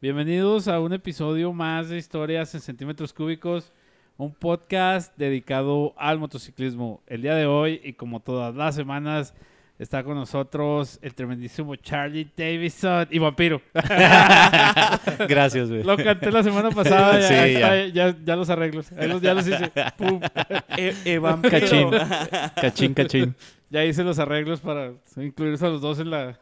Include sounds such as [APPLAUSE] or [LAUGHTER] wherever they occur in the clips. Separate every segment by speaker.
Speaker 1: Bienvenidos a un episodio más de Historias en Centímetros Cúbicos, un podcast dedicado al motociclismo. El día de hoy, y como todas las semanas, está con nosotros el tremendísimo Charlie Davidson y
Speaker 2: [LAUGHS]
Speaker 1: Vampiro.
Speaker 2: Gracias, güey.
Speaker 1: Lo canté la semana pasada, ya,
Speaker 2: Sí,
Speaker 1: está, ya- ya los arreglos, ya los, ya los hice. Pum.
Speaker 3: E- e vampiro.
Speaker 2: Cachín. Cachín, cachín.
Speaker 1: Ya hice los arreglos para incluirse a los dos en la...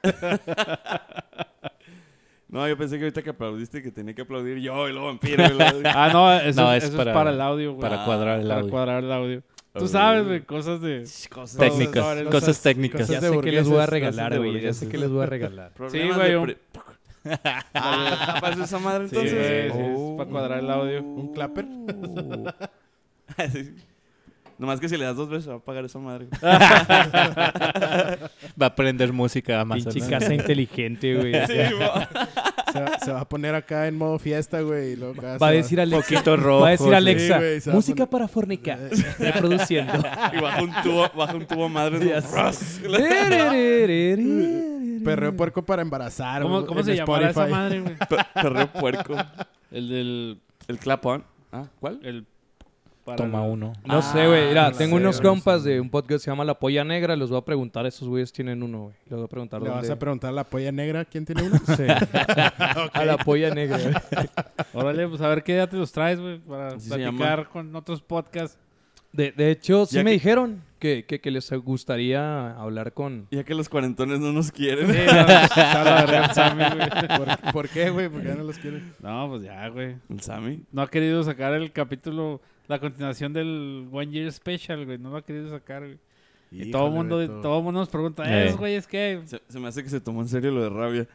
Speaker 3: No, yo pensé que ahorita que aplaudiste que tenía que aplaudir yo y lo vampiro. y luego-
Speaker 1: [LAUGHS] Ah, no, eso,
Speaker 2: No,
Speaker 1: es,
Speaker 2: es
Speaker 1: eso es
Speaker 2: para-
Speaker 1: para el audio, güey.
Speaker 2: Para cuadrar el
Speaker 1: Para
Speaker 2: audio.
Speaker 1: cuadrar el audio. Tú
Speaker 3: Audio.
Speaker 1: sabes, güey, cosas de...
Speaker 3: Cosas-
Speaker 2: Técnicas.
Speaker 1: Cosas-
Speaker 2: Cosas, técnicas.
Speaker 1: cosas
Speaker 4: Ya
Speaker 1: de
Speaker 4: sé que les voy a
Speaker 1: burgueses,
Speaker 4: regalar,
Speaker 1: cosas de
Speaker 4: güey. Ya sé
Speaker 1: burgueses.
Speaker 4: que les voy a regalar.
Speaker 3: Problemas
Speaker 1: güey,
Speaker 3: de
Speaker 1: un-
Speaker 3: pre- [LAUGHS] ah, pasó esa madre
Speaker 1: Sí,
Speaker 3: entonces. Oh.
Speaker 1: sí, sí, es para cuadrar el audio. ¿Un clapper?
Speaker 3: [LAUGHS] Sí. Nomás que si le das dos veces va a pagar esa madre.
Speaker 2: Va a aprender música a Amazon.
Speaker 4: Pinche
Speaker 2: ¿no? [LAUGHS]
Speaker 4: [LAUGHS] casa inteligente, güey.
Speaker 5: Se va, se va a poner acá en modo fiesta, güey. y luego acá se
Speaker 4: Va a decir Alexa.
Speaker 2: Poquito rojo.
Speaker 4: Va a decir
Speaker 2: sí.
Speaker 4: Alexa.
Speaker 5: Sí, güey, se va a
Speaker 4: música
Speaker 5: poner-
Speaker 4: para fornicar. Reproduciendo.
Speaker 3: [LAUGHS]
Speaker 4: [LAUGHS]
Speaker 3: Y baja un tubo, baja un tubo a [LAUGHS] madre.
Speaker 4: Ya sé.
Speaker 3: Ras.
Speaker 5: Perreo puerco para embarazar.
Speaker 1: ¿Cómo,
Speaker 5: güey,
Speaker 1: cómo
Speaker 5: en
Speaker 1: se llamará esa
Speaker 5: Spotify.
Speaker 1: madre, güey?
Speaker 3: Pe- Perreo puerco.
Speaker 1: El del...
Speaker 3: El clap on. Ah, ¿cuál?
Speaker 1: El, para-
Speaker 2: Toma uno.
Speaker 4: No sé, güey. Mira,
Speaker 5: Ah,
Speaker 4: tengo
Speaker 5: sí,
Speaker 4: unos
Speaker 5: güey,
Speaker 4: compas de un podcast que se llama La Polla Negra. Les voy a preguntar. Esos güeyes tienen uno, güey. Les voy a preguntar
Speaker 5: Le vas
Speaker 4: dónde.
Speaker 5: a preguntar a la polla negra quién tiene uno.
Speaker 4: Sí. A La Polla Negra. güey. [LAUGHS]
Speaker 1: Órale, pues a ver qué edad te los traes, güey, para
Speaker 3: Así se
Speaker 1: platicar con otros podcasts.
Speaker 4: De, de hecho, sí
Speaker 3: Ya
Speaker 4: me
Speaker 3: que-
Speaker 4: dijeron que, que, que les gustaría hablar con...
Speaker 3: Ya que los cuarentones no nos quieren.
Speaker 1: Sí, no, pues, está la verga el Sammy, güey.
Speaker 5: ¿Por, por qué, güey? Porque ya no los quiere.
Speaker 1: No, pues ya, güey.
Speaker 3: El Sammy.
Speaker 1: No ha querido sacar el capítulo, la continuación del One Year Special, güey. No lo ha querido sacar, güey. Y todo el mundo, todo el mundo nos pregunta,
Speaker 2: Eh.
Speaker 1: eh, esos güeyes qué?
Speaker 3: Se, se me hace que se tomó en serio lo de rabia.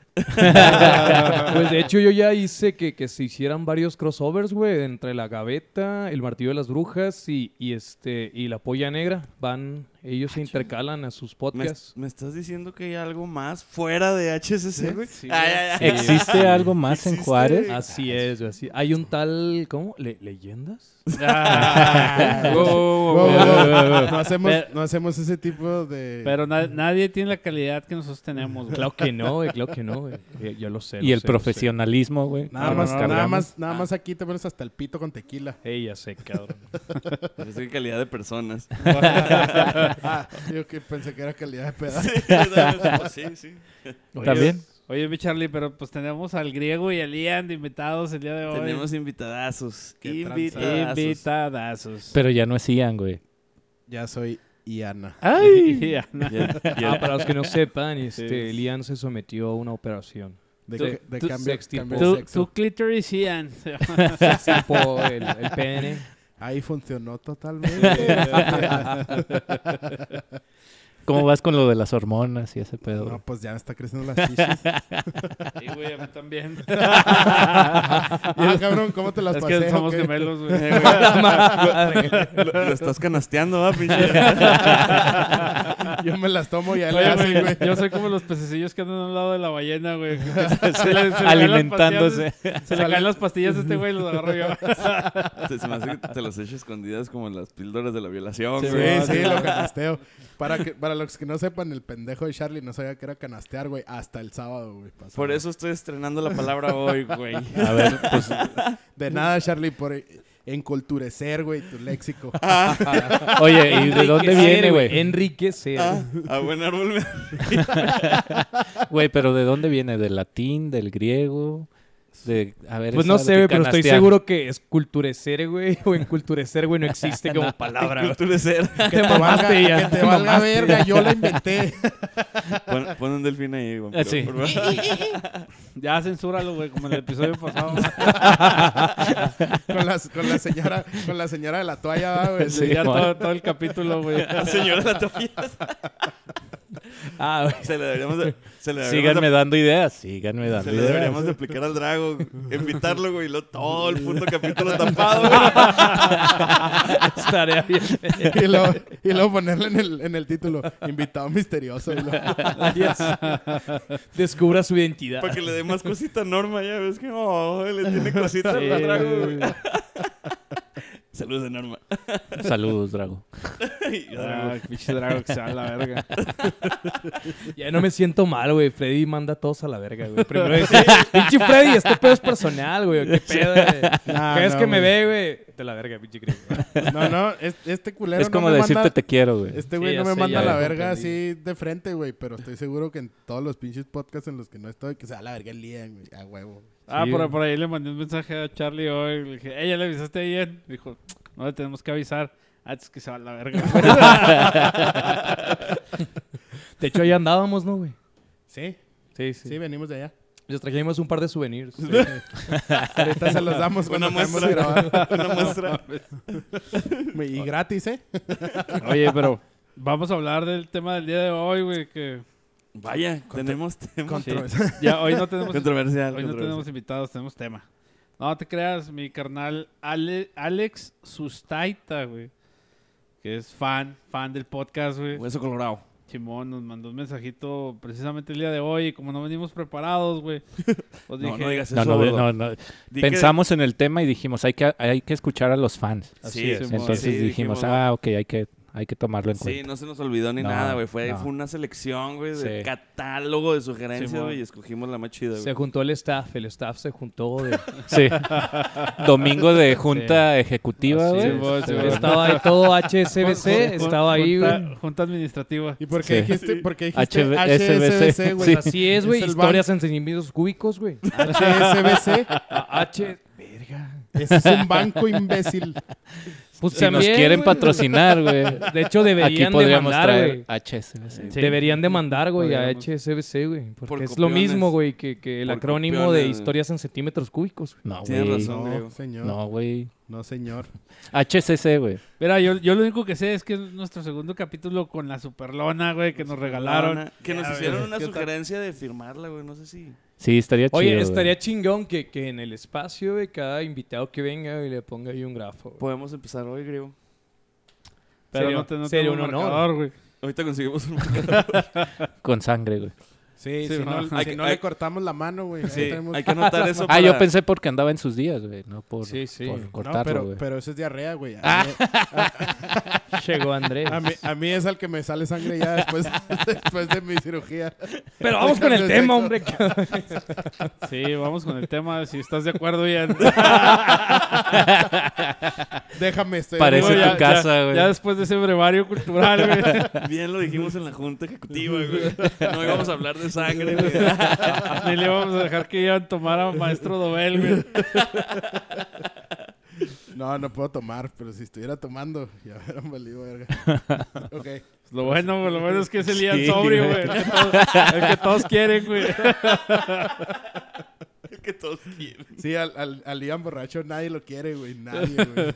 Speaker 4: Pues de hecho yo ya hice que, que se hicieran varios crossovers, güey, entre la gaveta, el martillo de las brujas y, y este y la polla negra. Van, ellos se intercalan a sus
Speaker 3: ¿Me,
Speaker 4: podcasts.
Speaker 3: me estás diciendo que hay algo más fuera de HSC, güey?
Speaker 1: Sí,
Speaker 3: Ay,
Speaker 1: güey.
Speaker 3: ay, ay.
Speaker 2: ¿Existe algo más en
Speaker 3: ¿Existe?
Speaker 2: Juárez?
Speaker 4: Así es, güey, así. Hay un tal, ¿cómo? Le- ¿Leyendas?
Speaker 1: Ah,
Speaker 5: No hacemos,
Speaker 1: Pero-
Speaker 5: no hacemos ese tipo de.
Speaker 1: Pero na- nadie tiene la calidad que nosotros tenemos, güey.
Speaker 4: Claro que no, güey, claro que no, güey. Yo- Yo lo sé.
Speaker 2: Y el
Speaker 4: lo sé, lo sé.
Speaker 2: profesionalismo, güey.
Speaker 5: nada,
Speaker 2: que
Speaker 5: más,
Speaker 2: nos
Speaker 5: nada,
Speaker 2: cargamos.
Speaker 5: más,
Speaker 1: Ah.
Speaker 5: nada más aquí te pones hasta el pito
Speaker 1: [LAUGHS]
Speaker 5: con tequila.
Speaker 4: Ey, ya sé, cabrón.
Speaker 3: Parece que calidad de [LAUGHS] personas.
Speaker 5: Yo que pensé que era calidad de pedazo.
Speaker 3: pues sí, sí.
Speaker 2: ¿Está bien?
Speaker 1: Oye, mi Charlie, pero pues tenemos al griego y al Ian de invitados el día de hoy.
Speaker 3: Tenemos invitadazos.
Speaker 5: Qué
Speaker 3: Invitadazos.
Speaker 1: invitadazos.
Speaker 2: Pero ya no hacían, güey.
Speaker 5: Ya soy Iana.
Speaker 1: [LAUGHS] ¡Ay! no.
Speaker 4: Ah, para los que no sepan, este,
Speaker 1: Sí.
Speaker 4: Lian se sometió a una operación.
Speaker 5: De,
Speaker 1: Tú-
Speaker 5: que- de
Speaker 1: tú-
Speaker 5: cambio,
Speaker 4: sexting,
Speaker 5: cambio de
Speaker 1: Tu,
Speaker 5: sexo.
Speaker 1: tu clitoris Ian. [LAUGHS]
Speaker 4: Se extirpó el, el pene.
Speaker 5: Ahí
Speaker 1: [LAUGHS]
Speaker 5: funcionó totalmente. [LAUGHS]
Speaker 2: ¿Cómo vas con lo de las hormonas y ese pedo? [LAUGHS]
Speaker 5: No, pues ya me está creciendo las chichis.
Speaker 1: Sí, güey, a mí también.
Speaker 5: Ah, cabrón, ¿cómo te las
Speaker 1: es
Speaker 5: pasé?
Speaker 1: que somos
Speaker 5: ¿O qué?
Speaker 1: gemelos, güey.
Speaker 3: Lo, lo estás canasteando, va, [LAUGHS] pinche.
Speaker 5: Yo me las tomo y a él le
Speaker 1: Oye,
Speaker 5: hacen,
Speaker 1: güey,
Speaker 5: güey.
Speaker 1: yo soy como los pececillos que andan al lado de la ballena, güey. que se- se le- se le caen las
Speaker 2: Alimentándose.
Speaker 1: pastillas- Se le caen las pastillas a este güey y los agarro yo.
Speaker 3: Se, se me hace que te las eches escondidas como las píldoras de la violación,
Speaker 5: Sí,
Speaker 3: güey.
Speaker 5: sí, lo canasteo. Para, que, para los que no sepan, el pendejo de Charlie no sabía que era canastear, güey, hasta el sábado, güey. pasado.
Speaker 3: Por eso estoy estrenando la palabra hoy, güey.
Speaker 2: A ver, pues
Speaker 5: [LAUGHS] De nada, Charlie, por eh, enculturecer, güey, tu léxico.
Speaker 2: Oye, ¿y de dónde
Speaker 4: Enriquecer,
Speaker 2: viene, güey?
Speaker 4: Enriquecer.
Speaker 3: [LAUGHS] Ah, a buen árbol me...
Speaker 2: Güey, pero ¿de dónde viene? ¿Del latín? ¿Del griego? De, a ver,
Speaker 4: Pues
Speaker 2: esa
Speaker 4: no
Speaker 2: de
Speaker 4: sé,
Speaker 2: que
Speaker 4: güey, pero estoy
Speaker 2: canastear. [LAUGHS]
Speaker 4: seguro que esculturecer, güey, o enculturecer, güey, no
Speaker 5: [LAUGHS]
Speaker 4: existe como palabra. güey.
Speaker 3: Culturecer.
Speaker 5: Que te valga,
Speaker 4: mamaste, ya,
Speaker 5: que te
Speaker 4: te
Speaker 5: valga
Speaker 4: mamaste.
Speaker 5: verga, yo la inventé. [LAUGHS]
Speaker 3: Pon, pon un delfín ahí, güey.
Speaker 2: Ah, sí.
Speaker 3: Por favor. [LAUGHS]
Speaker 1: Ya censúralo, güey, como en el episodio pasado.
Speaker 5: Con, las- con la señora, con la señora de la toalla, va, güey.
Speaker 1: Sí, ya
Speaker 2: bueno.
Speaker 1: todo, todo el capítulo,
Speaker 3: [LAUGHS]
Speaker 1: güey.
Speaker 3: La señora
Speaker 2: [LAUGHS]
Speaker 3: la toalla.
Speaker 4: Ah, güey.
Speaker 3: Se le deberíamos de... Se le deberíamos
Speaker 2: Síganme dando ideas, síganme
Speaker 3: de-
Speaker 2: dando
Speaker 3: se le
Speaker 2: ideas.
Speaker 3: deberíamos de aplicar al drago. Invitarlo, güey. y luego todo el puto [LAUGHS] capítulo tapado, güey.
Speaker 2: [LAUGHS]
Speaker 4: Estaría bien.
Speaker 5: Y luego, y luego ponerle en el, en el título, invitado misterioso. y luego-
Speaker 4: Adiós. Descubra su identidad.
Speaker 5: Pues
Speaker 3: Para que le dé más cosita a Norma, ya ves que... Oh, le tiene cosita al drago, güey. Saludos de Norma. [LAUGHS]
Speaker 2: Saludos, Drago.
Speaker 3: Y yo,
Speaker 1: Ah, pinche Drago que se va a la verga.
Speaker 4: Ya no me siento mal, güey. Freddy manda a todos a la verga, güey. Primero dice,
Speaker 5: [LAUGHS]
Speaker 4: pinche Freddy, este pedo es personal, güey. ¿Qué pedo, güey?
Speaker 5: Nah,
Speaker 4: ¿Crees
Speaker 5: [LAUGHS] no,
Speaker 4: que me ve,
Speaker 5: güey.
Speaker 4: güey? De la verga, pinche gringo.
Speaker 5: pues, No, no, es- este culero
Speaker 2: Es como
Speaker 5: no me
Speaker 2: decirte
Speaker 5: manda-
Speaker 2: te quiero, güey. [LAUGHS]
Speaker 5: Este güey
Speaker 4: Sí,
Speaker 5: no
Speaker 4: ya
Speaker 5: me
Speaker 4: sé,
Speaker 5: manda
Speaker 4: ya
Speaker 5: a la
Speaker 4: lo
Speaker 5: verga
Speaker 4: comprendí.
Speaker 5: así de frente, güey, pero estoy seguro que en todos los pinches podcasts en los que no estoy, que se da la verga el día, güey, a huevo.
Speaker 1: Ah,
Speaker 4: Sí,
Speaker 1: por,
Speaker 4: güey.
Speaker 1: por ahí le mandé un mensaje a Charlie hoy. Le dije, ella le avisaste ayer. Dijo, no le tenemos que avisar. Antes que se va a la verga.
Speaker 3: [LAUGHS]
Speaker 4: De hecho, ahí andábamos, ¿no, güey?
Speaker 5: Sí,
Speaker 4: Sí,
Speaker 5: sí, venimos de allá.
Speaker 4: Les trajimos un par de
Speaker 5: [LAUGHS]
Speaker 4: souvenirs.
Speaker 5: Ahorita se
Speaker 3: [LAUGHS]
Speaker 5: los damos
Speaker 3: Una
Speaker 5: cuando acabemos de
Speaker 3: muestra.
Speaker 5: grabar.
Speaker 3: [LAUGHS] Una muestra.
Speaker 5: Y gratis, ¿eh?
Speaker 1: Oye, pero vamos a hablar del tema del día de hoy, güey. Que
Speaker 3: Vaya, tenemos tema.
Speaker 5: Controversial.
Speaker 1: ya hoy no tenemos,
Speaker 3: Controversial.
Speaker 1: hoy no
Speaker 3: controversial.
Speaker 1: tenemos invitados, tenemos tema. No te creas, mi carnal Ale- Alex Sustaita, güey. Que es fan, fan del podcast, güey.
Speaker 3: Hueso colorado.
Speaker 1: Chimón nos mandó un mensajito precisamente el día de hoy. Y como no venimos preparados,
Speaker 3: [LAUGHS]
Speaker 1: güey. Pues
Speaker 3: No,
Speaker 1: dije,
Speaker 3: no digas eso.
Speaker 2: No, no,
Speaker 3: gordo.
Speaker 2: no, no.
Speaker 3: Di que-
Speaker 2: Pensamos en el tema y dijimos, hay que, hay que escuchar a los fans.
Speaker 1: Así
Speaker 3: Sí,
Speaker 1: es,
Speaker 3: sí,
Speaker 2: Entonces
Speaker 3: sí,
Speaker 2: dijimos, ah, ok, hay que, hay que tomarlo en
Speaker 3: Sí,
Speaker 2: cuenta.
Speaker 3: no se nos olvidó ni
Speaker 2: No,
Speaker 3: nada, güey. Fue,
Speaker 2: no.
Speaker 3: fue una selección, güey, de
Speaker 2: Sí.
Speaker 3: catálogo de sugerencias,
Speaker 1: Simón.
Speaker 3: güey, y escogimos la más chida,
Speaker 4: Se
Speaker 3: güey.
Speaker 4: juntó el staff. El staff se juntó
Speaker 5: [LAUGHS]
Speaker 4: de...
Speaker 2: Sí. [LAUGHS] Domingo de junta ejecutiva,
Speaker 1: Así
Speaker 2: güey.
Speaker 1: es, güey, sí, güey.
Speaker 4: Estaba ahí todo
Speaker 5: [LAUGHS]
Speaker 1: Jun- jun-
Speaker 4: HSBC.
Speaker 1: jun-
Speaker 4: Estaba ahí,
Speaker 1: junta,
Speaker 4: güey.
Speaker 1: Junta administrativa.
Speaker 5: ¿Y por
Speaker 2: Sí.
Speaker 5: qué dijiste, por qué dijiste
Speaker 2: HB,
Speaker 5: HSBC, güey?
Speaker 2: Sí.
Speaker 4: Pues Así es, güey.
Speaker 5: Es el
Speaker 4: Historias en centímetros cúbicos, güey.
Speaker 5: HSBC,
Speaker 4: A- H...
Speaker 2: ah,
Speaker 4: Verga.
Speaker 5: ese es un banco imbécil.
Speaker 4: Pues
Speaker 2: Si nos
Speaker 4: también,
Speaker 2: quieren
Speaker 4: güey.
Speaker 2: patrocinar, güey.
Speaker 4: De hecho,
Speaker 2: Aquí
Speaker 4: deberían de
Speaker 2: podríamos
Speaker 4: mandar,
Speaker 2: traer
Speaker 4: güey.
Speaker 2: HSBC.
Speaker 1: Sí.
Speaker 4: Deberían demandar, güey, a
Speaker 1: Podríamos.
Speaker 4: HSBC, güey. Porque
Speaker 3: Por
Speaker 4: es
Speaker 3: copiones.
Speaker 4: lo mismo, güey, que, que el
Speaker 3: Por
Speaker 4: acrónimo
Speaker 3: copiones,
Speaker 4: de
Speaker 3: güey.
Speaker 4: historias en centímetros cúbicos.
Speaker 2: No,
Speaker 3: Tienes
Speaker 2: güey.
Speaker 3: razón.
Speaker 5: No,
Speaker 3: Diego.
Speaker 5: señor. No,
Speaker 2: No, güey.
Speaker 5: señor.
Speaker 2: HCC, güey.
Speaker 1: Mira, yo, yo lo único que sé es que es nuestro segundo capítulo con la superlona, güey, que nos regalaron.
Speaker 3: Una- Que nos
Speaker 1: Ya,
Speaker 3: hicieron
Speaker 1: güey.
Speaker 3: una
Speaker 1: Yo ta-
Speaker 3: sugerencia de firmarla, güey. No sé si.
Speaker 2: Sí, estaría chido.
Speaker 4: Oye,
Speaker 2: güey.
Speaker 4: estaría chingón que, que en el espacio, güey, cada invitado que venga y le ponga ahí un grafo. güey.
Speaker 3: Podemos empezar hoy, griego.
Speaker 1: Pero
Speaker 4: Sería-
Speaker 1: no te- no
Speaker 4: sería
Speaker 1: tengo
Speaker 4: un honor.
Speaker 1: marcador, güey.
Speaker 3: Ahorita conseguimos un.
Speaker 2: Con sangre, güey.
Speaker 5: Sí,
Speaker 1: Sí,
Speaker 5: si no,
Speaker 1: no,
Speaker 5: si
Speaker 3: hay que-
Speaker 5: no
Speaker 3: hay-
Speaker 5: le cortamos la mano, güey. ahí
Speaker 3: Sí,
Speaker 5: tenemos-
Speaker 3: hay que anotar eso.
Speaker 2: [LAUGHS] Ah, yo
Speaker 3: para-
Speaker 2: pensé porque andaba en sus días, güey. No por,
Speaker 4: Sí, sí.
Speaker 2: por
Speaker 4: No,
Speaker 5: No,
Speaker 2: cortarlo,
Speaker 5: pero,
Speaker 2: güey. Ah.
Speaker 5: pero eso es diarrea, güey. A,
Speaker 2: [LAUGHS]
Speaker 4: [LAUGHS] Llegó Andrés.
Speaker 5: mí- a mí, a mí es al que me sale sangre ya después, [LAUGHS] después de mi cirugía.
Speaker 4: Pero vamos con el tema, hombre. cabrón.
Speaker 1: Sí, vamos con el tema. Si estás de acuerdo, ya.
Speaker 5: Déjame,
Speaker 2: [LAUGHS]
Speaker 5: estoy...
Speaker 2: Parece
Speaker 1: Digo,
Speaker 2: tu
Speaker 1: ya-
Speaker 2: casa, güey.
Speaker 1: ya después de ese brevario cultural, güey.
Speaker 3: Bien lo dijimos en la junta ejecutiva, güey. No íbamos a hablar de sangre, güey.
Speaker 1: Ni le vamos a dejar que iban a tomar a Maestro Dobel, güey.
Speaker 5: No, no puedo tomar, pero si estuviera tomando, ya hubieran valido verga. Ok.
Speaker 1: Pues Lo bueno, güey, lo bueno es que es el día
Speaker 2: Sí,
Speaker 1: sobrio, güey.
Speaker 2: güey.
Speaker 1: El que todos- el que todos quieren, güey.
Speaker 3: Que todos quieren.
Speaker 5: Sí, al, al, al Ian borracho nadie lo quiere, güey. Nadie, güey.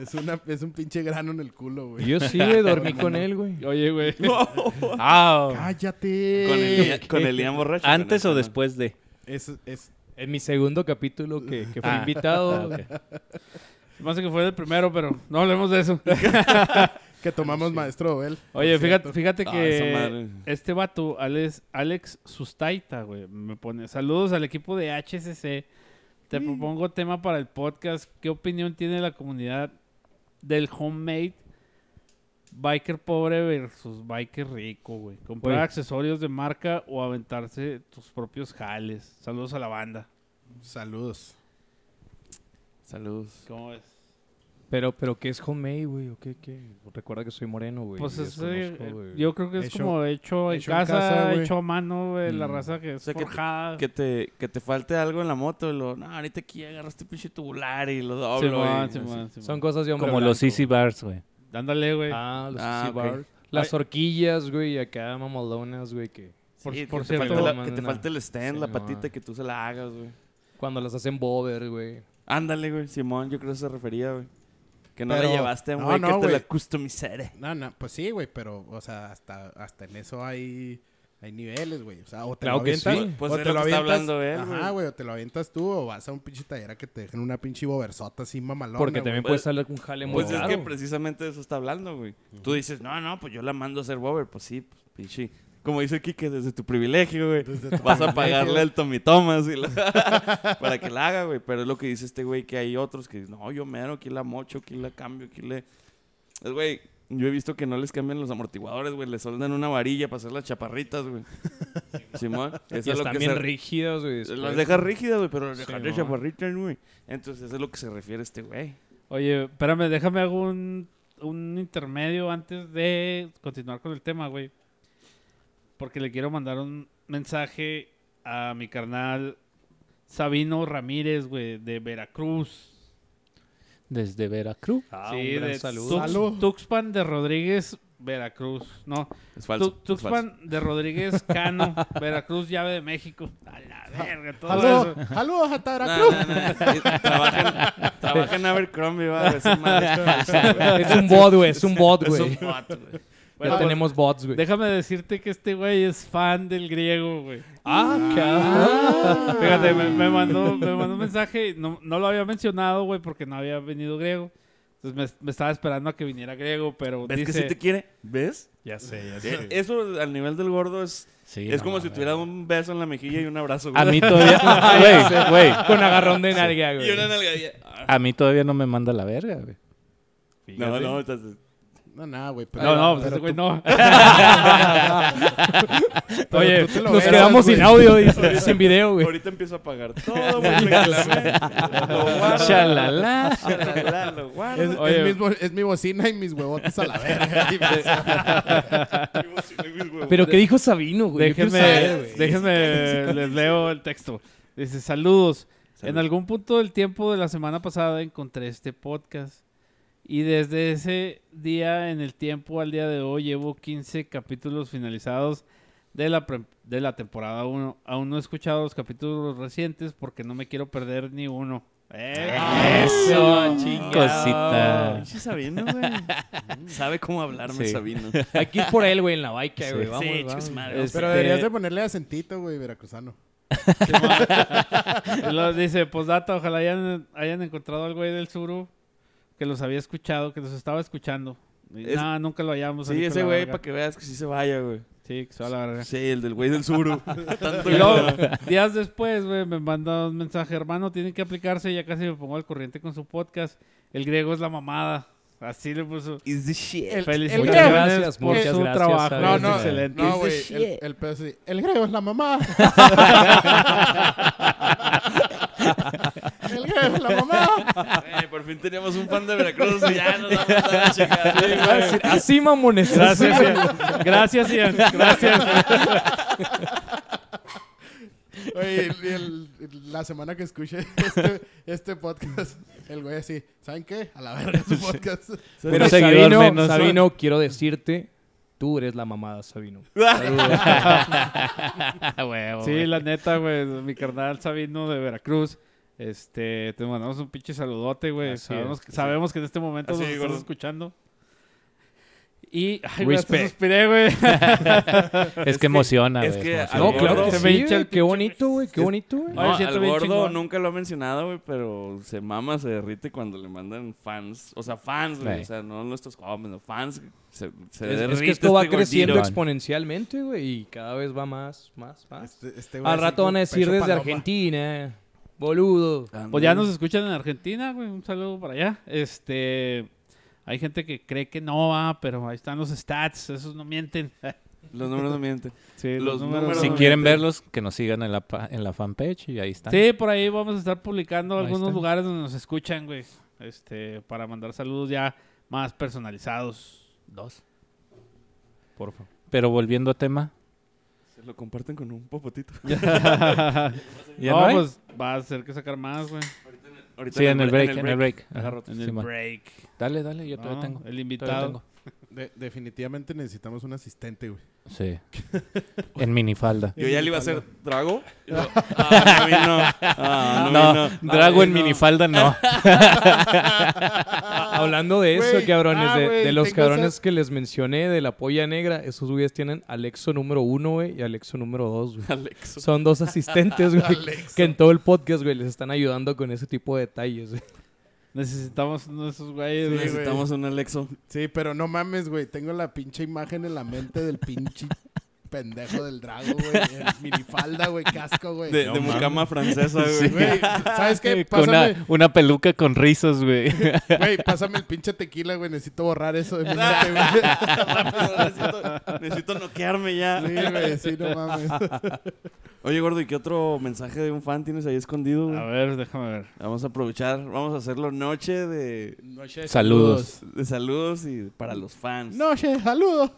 Speaker 5: Es, una, es un pinche grano en el culo, güey.
Speaker 4: Yo [LAUGHS] sí, güey, dormí con él, güey.
Speaker 1: Oye, güey.
Speaker 2: Ah,
Speaker 5: ¡Cállate!
Speaker 3: Con el, Ian- con el Ian borracho.
Speaker 2: ¿Antes o
Speaker 3: con este, ¿no?
Speaker 2: después de?
Speaker 5: Es, es,
Speaker 4: En mi segundo capítulo que, que fui
Speaker 2: Ah.
Speaker 4: invitado.
Speaker 2: Ah, ok.
Speaker 1: Más que fue el primero, pero no hablemos de eso.
Speaker 5: que tomamos maestro Obel.
Speaker 1: Oye, fíjate,
Speaker 5: por cierto.
Speaker 1: fíjate
Speaker 3: Ah,
Speaker 1: que
Speaker 3: esa madre.
Speaker 1: este vato, Alex, Alex Sustaita, güey, me pone. Saludos al equipo de HCC. Te propongo tema para el podcast. ¿Qué opinión tiene la comunidad del homemade biker pobre versus biker rico, güey? Comprar
Speaker 4: Güey.
Speaker 1: accesorios de marca o aventarse tus propios jales. Saludos a la banda.
Speaker 5: Saludos.
Speaker 3: Saludos.
Speaker 1: ¿Cómo es?
Speaker 4: Pero, pero ¿qué es homemade, güey? ¿O qué, qué? Recuerda que soy moreno, güey.
Speaker 1: Pues
Speaker 4: y
Speaker 1: es,
Speaker 4: desconozco,
Speaker 1: eh,
Speaker 4: güey.
Speaker 1: yo creo que es
Speaker 5: Hecho-
Speaker 1: como hecho en
Speaker 5: hecho en
Speaker 1: casa,
Speaker 5: casa, güey.
Speaker 1: hecho a mano, güey, la
Speaker 2: Mm.
Speaker 1: raza que es
Speaker 3: sea, que te-
Speaker 1: forjada.
Speaker 3: Que te, que te falte algo en la moto. Y lo, no, ahorita aquí agarro este pinche tubular y lo doblo.
Speaker 1: Simón,
Speaker 3: y-
Speaker 1: Simón, Simón.
Speaker 4: Son cosas de hombre
Speaker 2: Como los
Speaker 4: blanco,
Speaker 2: Easy Bars, güey.
Speaker 1: Dándole, güey.
Speaker 4: Ah, los
Speaker 3: Ah,
Speaker 4: Easy
Speaker 3: ok.
Speaker 4: Bars. Las horquillas, güey, acá mamalonas, güey, que
Speaker 1: Por-
Speaker 3: Sí,
Speaker 1: por
Speaker 3: que te falte
Speaker 1: cierto-
Speaker 3: la- que te
Speaker 4: Manana.
Speaker 3: falte el stand, la
Speaker 4: Simón.
Speaker 3: patita, que tú se la hagas, güey.
Speaker 4: cuando las hacen bober, güey.
Speaker 3: Ándale, güey. Simón, yo creo que se refería, güey. Que no
Speaker 5: Pero-
Speaker 3: la llevaste a un
Speaker 5: no,
Speaker 3: güey que
Speaker 5: no,
Speaker 3: te la
Speaker 5: güey.
Speaker 3: customizara.
Speaker 5: No, no, pues sí, güey, pero, o sea, hasta, hasta en eso hay, hay niveles, güey. O sea, o te
Speaker 4: Claro
Speaker 5: lo
Speaker 4: que
Speaker 5: avientas.
Speaker 4: sí.
Speaker 3: Pues
Speaker 5: o
Speaker 3: es lo que está hablando él,
Speaker 5: Ajá, güey, o te lo avientas tú o vas a un pinche taller que te dejen una pinche bobersota así mamalona.
Speaker 4: Porque
Speaker 5: güey.
Speaker 4: también
Speaker 3: Pues-
Speaker 4: puede salir un jale muy
Speaker 3: Pues es
Speaker 4: caro.
Speaker 3: que precisamente de eso está hablando, güey. Tú dices, no, no, pues yo la mando a hacer bober. Pues sí, pues, pinche como dice Kike, desde tu privilegio, güey.
Speaker 5: Desde tu
Speaker 3: Vas a
Speaker 5: privilegio.
Speaker 3: pagarle al Tommy Thomas y la- [LAUGHS] para que la haga, güey. Pero es lo que dice este güey, que hay otros que dicen, no, yo mero, aquí la mocho, aquí la cambio, aquí le... Es, güey, yo he visto que no les cambian los amortiguadores, güey. Les soldan una varilla para hacer las chaparritas,
Speaker 4: [LAUGHS]
Speaker 3: güey. Simón. Eso
Speaker 4: Y están bien
Speaker 3: se-
Speaker 4: rígidos, güey.
Speaker 3: Las
Speaker 4: después.
Speaker 3: dejas rígidas, güey, pero las dejas de
Speaker 4: Simón.
Speaker 3: chaparritas, güey. Entonces, eso es lo que se refiere este güey.
Speaker 1: Oye, espérame, déjame hago un, un intermedio antes de continuar con el tema, güey. Porque le quiero mandar un mensaje a mi carnal Sabino Ramírez, güey, de Veracruz.
Speaker 2: Desde Veracruz.
Speaker 4: Ah,
Speaker 1: sí,
Speaker 4: un gran
Speaker 1: de
Speaker 4: saludo.
Speaker 1: Tux-
Speaker 5: Salud.
Speaker 1: Tuxpan de Rodríguez, Veracruz. No,
Speaker 3: Es falso.
Speaker 1: Tu-
Speaker 3: es falso.
Speaker 1: Tuxpan de Rodríguez
Speaker 4: [LAUGHS]
Speaker 1: Cano, Veracruz, llave de México. A la verga, todo
Speaker 5: Saludos,
Speaker 1: eso.
Speaker 5: saludos hasta
Speaker 3: No,
Speaker 5: Veracruz.
Speaker 3: no, no. Trabajan, trabajan en Abercrombie, va. Es un
Speaker 4: [LAUGHS] Es un bot, güey. Es un bot,
Speaker 3: Es un
Speaker 4: güey.
Speaker 3: bot, güey.
Speaker 1: Bueno,
Speaker 4: Ya tenemos bots, güey.
Speaker 1: Déjame decirte que este güey es fan del griego, güey.
Speaker 4: Ah, cabrón.
Speaker 1: Fíjate, me, me mandó, me mandó un mensaje. y No, no lo había mencionado, güey, porque no había venido griego. Entonces me, me estaba esperando a que viniera griego, pero
Speaker 3: ¿Ves que
Speaker 1: dice...
Speaker 3: sí te quiere? ¿Ves?
Speaker 4: Ya sé, ya
Speaker 3: Eh, Eso al nivel del gordo es,
Speaker 2: Sí,
Speaker 3: es
Speaker 2: no
Speaker 3: como si
Speaker 2: mames.
Speaker 3: tuviera un beso en la mejilla y un abrazo. güey.
Speaker 2: A mí
Speaker 4: [LAUGHS]
Speaker 2: todavía. Güey, güey.
Speaker 4: Con agarrón de nalga,
Speaker 3: [LAUGHS]
Speaker 4: güey.
Speaker 3: Y una nalgadilla. Ah,
Speaker 2: A mí todavía no me manda la verga, güey.
Speaker 3: No, no, estás-
Speaker 5: No, no, güey. pero-
Speaker 1: No,
Speaker 3: Ah,
Speaker 1: no, pues
Speaker 5: pero
Speaker 1: este güey
Speaker 5: tú-
Speaker 1: no.
Speaker 3: [LAUGHS]
Speaker 5: pero
Speaker 1: Oye,
Speaker 5: tú te lo
Speaker 4: Nos
Speaker 5: ves,
Speaker 4: quedamos
Speaker 5: güey.
Speaker 4: sin audio,
Speaker 2: [LAUGHS]
Speaker 4: dice, sin video, güey.
Speaker 3: ahorita empiezo a pagar todo, güey. Lo guardo.
Speaker 2: Shalala.
Speaker 3: Shalala, lo guardo.
Speaker 5: Es, es
Speaker 1: Oye.
Speaker 5: mismo- es mi bocina y mis huevotes a la verga.
Speaker 4: Pero ¿qué dijo Sabino, güey? Yo quiero
Speaker 1: Déjenme,
Speaker 4: saber, güey.
Speaker 1: déjenme, les leo el texto. Dice, saludos. En
Speaker 3: Saludos.
Speaker 1: algún punto del tiempo de la semana pasada encontré este podcast. Y desde ese día en el tiempo al día de hoy llevo 15 capítulos finalizados de la, pre- de la temporada 1. Aún no he escuchado los capítulos recientes porque no me quiero perder ni uno. ¡Eh!
Speaker 2: Eso, chingosita.
Speaker 3: Pinche Sabino,
Speaker 2: [LAUGHS]
Speaker 3: güey. Sabe cómo hablarme,
Speaker 2: Sí.
Speaker 3: Sabino.
Speaker 4: Hay que ir por él, güey, en la bike, güey.
Speaker 2: Sí,
Speaker 4: Vamos,
Speaker 3: sí,
Speaker 4: vamos.
Speaker 3: chis madre.
Speaker 1: Este,
Speaker 5: Pero deberías de ponerle acentito, güey, veracruzano.
Speaker 1: Y luego dice, postdata, ojalá hayan, hayan encontrado al güey del suru que los había escuchado, que los estaba escuchando. Y,
Speaker 3: Es-
Speaker 1: no, nunca lo hallamos.
Speaker 3: Sí,
Speaker 1: ahorita
Speaker 3: ese
Speaker 1: la
Speaker 3: güey,
Speaker 1: verga.
Speaker 3: para que veas que sí se vaya, güey.
Speaker 1: Sí, que se va a la verga.
Speaker 3: Sí, el del güey del sur. Tanto
Speaker 1: Y luego, días después, güey, me manda un mensaje, hermano, tienen que aplicarse, ya casi me pongo al corriente con su podcast. El griego es la mamada. Así le puso.
Speaker 3: Is the shit.
Speaker 1: Felicidades
Speaker 5: griego.
Speaker 4: Gracias,
Speaker 1: por
Speaker 4: muchas
Speaker 1: su
Speaker 4: gracias,
Speaker 1: trabajo.
Speaker 4: Javier.
Speaker 5: No,
Speaker 1: No,
Speaker 5: no,
Speaker 1: excelente.
Speaker 5: no, güey. El, el pedo sí. El griego es la mamá. [LAUGHS] el griego es la mamá.
Speaker 3: Eh, por fin teníamos un fan de Veracruz y ya nos vamos a dar a checar. Sí, güey.
Speaker 4: Ah, Así, mamones.
Speaker 1: Gracias, Ian. Gracias, Ian. Gracias.
Speaker 5: Oye, el- el- la semana que escuché [LAUGHS] este, este podcast, el güey así, ¿saben qué? A la verga [LAUGHS] su podcast.
Speaker 4: Pero
Speaker 2: Un seguidor
Speaker 4: Sabino,
Speaker 2: menos.
Speaker 4: Sabino, quiero decirte, tú eres la mamada, Sabino.
Speaker 2: Huevo,
Speaker 1: Sí,
Speaker 2: güey.
Speaker 1: la neta, güey, mi carnal Sabino de Veracruz. Este, te mandamos un pinche saludote, güey.
Speaker 2: Así
Speaker 1: Sabemos,
Speaker 2: es,
Speaker 1: que, sabemos que en este momento
Speaker 3: Así
Speaker 1: nos
Speaker 3: es,
Speaker 1: estás
Speaker 3: gordo.
Speaker 1: escuchando. Y, ay, güey, hasta
Speaker 4: Respect.
Speaker 1: suspiré, güey.
Speaker 2: Es que emociona,
Speaker 3: es
Speaker 2: güey.
Speaker 3: que-
Speaker 2: emociona.
Speaker 4: No,
Speaker 3: Sí,
Speaker 4: claro que
Speaker 1: se me
Speaker 4: sí,
Speaker 1: hincha
Speaker 4: güey,
Speaker 1: el
Speaker 4: Qué
Speaker 1: pinche-
Speaker 4: bonito, güey. Qué bonito, güey.
Speaker 3: No,
Speaker 1: Oye, siento
Speaker 3: al
Speaker 1: bien
Speaker 3: gordo
Speaker 1: chingón.
Speaker 3: nunca lo ha mencionado, güey, pero se mama, se derrite cuando le mandan fans. O sea, fans, güey.
Speaker 2: Sí.
Speaker 3: O sea, no nuestros jóvenes, fans. Se, se
Speaker 4: Es, es
Speaker 3: derrite
Speaker 4: que esto va
Speaker 3: este
Speaker 4: creciendo
Speaker 3: gordito.
Speaker 4: exponencialmente, güey. Y cada vez va más, más, más.
Speaker 5: Este- este güey
Speaker 4: Al
Speaker 5: así
Speaker 4: rato van a
Speaker 5: como
Speaker 4: decir
Speaker 5: pecho
Speaker 4: desde
Speaker 5: paloma.
Speaker 4: Argentina, boludo.
Speaker 1: Pues ya nos escuchan en Argentina, güey. Un saludo para allá. Este, hay gente que cree que no va, pero ahí están los stats. Esos no mienten.
Speaker 3: Los números no mienten.
Speaker 1: Sí,
Speaker 3: Los números
Speaker 2: Si
Speaker 3: no
Speaker 2: quieren verlos, que nos sigan en la, pa- en la fanpage y ahí están.
Speaker 1: Sí, por ahí vamos a estar publicando
Speaker 2: Ahí
Speaker 1: algunos
Speaker 2: está.
Speaker 1: lugares donde nos escuchan, güey. Este, para mandar saludos ya más personalizados.
Speaker 2: Dos.
Speaker 1: Por favor.
Speaker 2: Pero volviendo a tema.
Speaker 3: Se lo comparten con un popotito. [LAUGHS]
Speaker 2: ¿Ya
Speaker 1: no,
Speaker 2: no hay?
Speaker 1: pues va a ser que sacar más, güey.
Speaker 3: Ahorita
Speaker 2: Sí, en el break, en el break.
Speaker 1: Ajá,
Speaker 2: Ajá,
Speaker 1: En el
Speaker 2: Simón.
Speaker 1: break.
Speaker 2: Dale, dale, yo
Speaker 1: No,
Speaker 4: Ah.
Speaker 2: todavía tengo.
Speaker 1: El
Speaker 2: Todavía
Speaker 1: invitado.
Speaker 5: De- definitivamente necesitamos un asistente, güey.
Speaker 2: tengo. [LAUGHS] Sí. en minifalda.
Speaker 3: Yo ya le iba a hacer trago. y luego, Ah, no vino. Ah, no,
Speaker 2: No,
Speaker 3: vino.
Speaker 2: Drago en minifalda
Speaker 1: [LAUGHS]
Speaker 2: no.
Speaker 4: Ah, [LAUGHS] Hablando de eso,
Speaker 5: Güey,
Speaker 4: cabrones,
Speaker 5: ah,
Speaker 4: de,
Speaker 5: güey,
Speaker 4: de los
Speaker 5: tengo
Speaker 4: cabrones
Speaker 5: esa-
Speaker 4: que les mencioné de la polla negra, esos güeyes tienen Alexo número uno, güey, y Alexo número dos, güey.
Speaker 3: Alex.
Speaker 4: Son dos asistentes,
Speaker 5: [LAUGHS]
Speaker 4: güey,
Speaker 5: Alexo.
Speaker 4: que en todo el podcast, güey, les están ayudando con ese tipo de detalles, güey.
Speaker 1: Necesitamos uno de esos güeyes. güey.
Speaker 3: Necesitamos un Alexo.
Speaker 5: Sí, pero no mames, güey. Tengo la pinche imagen en la mente del pinche pendejo del drago, güey. En minifalda, güey, casco, güey.
Speaker 3: De,
Speaker 2: No
Speaker 3: de
Speaker 2: mames.
Speaker 3: mucama francesa, güey.
Speaker 4: [LAUGHS]
Speaker 5: Güey, ¿sabes qué?
Speaker 2: Con
Speaker 5: Pásame,
Speaker 2: una, una peluca con rizos, güey.
Speaker 5: güey, pásame el pinche tequila, güey. Necesito borrar eso de mi
Speaker 4: [LAUGHS]
Speaker 5: mente, güey.
Speaker 3: Rápido, necesito, necesito noquearme [LAUGHS] ya.
Speaker 5: Sí, güey, sí, no mames.
Speaker 3: Oye, gordo, ¿y qué otro mensaje de un fan tienes ahí escondido? güey?
Speaker 1: A ver, déjame ver.
Speaker 3: Vamos a aprovechar, vamos a hacerlo noche de,
Speaker 2: Saludos.
Speaker 3: de saludos y para los fans.
Speaker 5: Noche, saludos.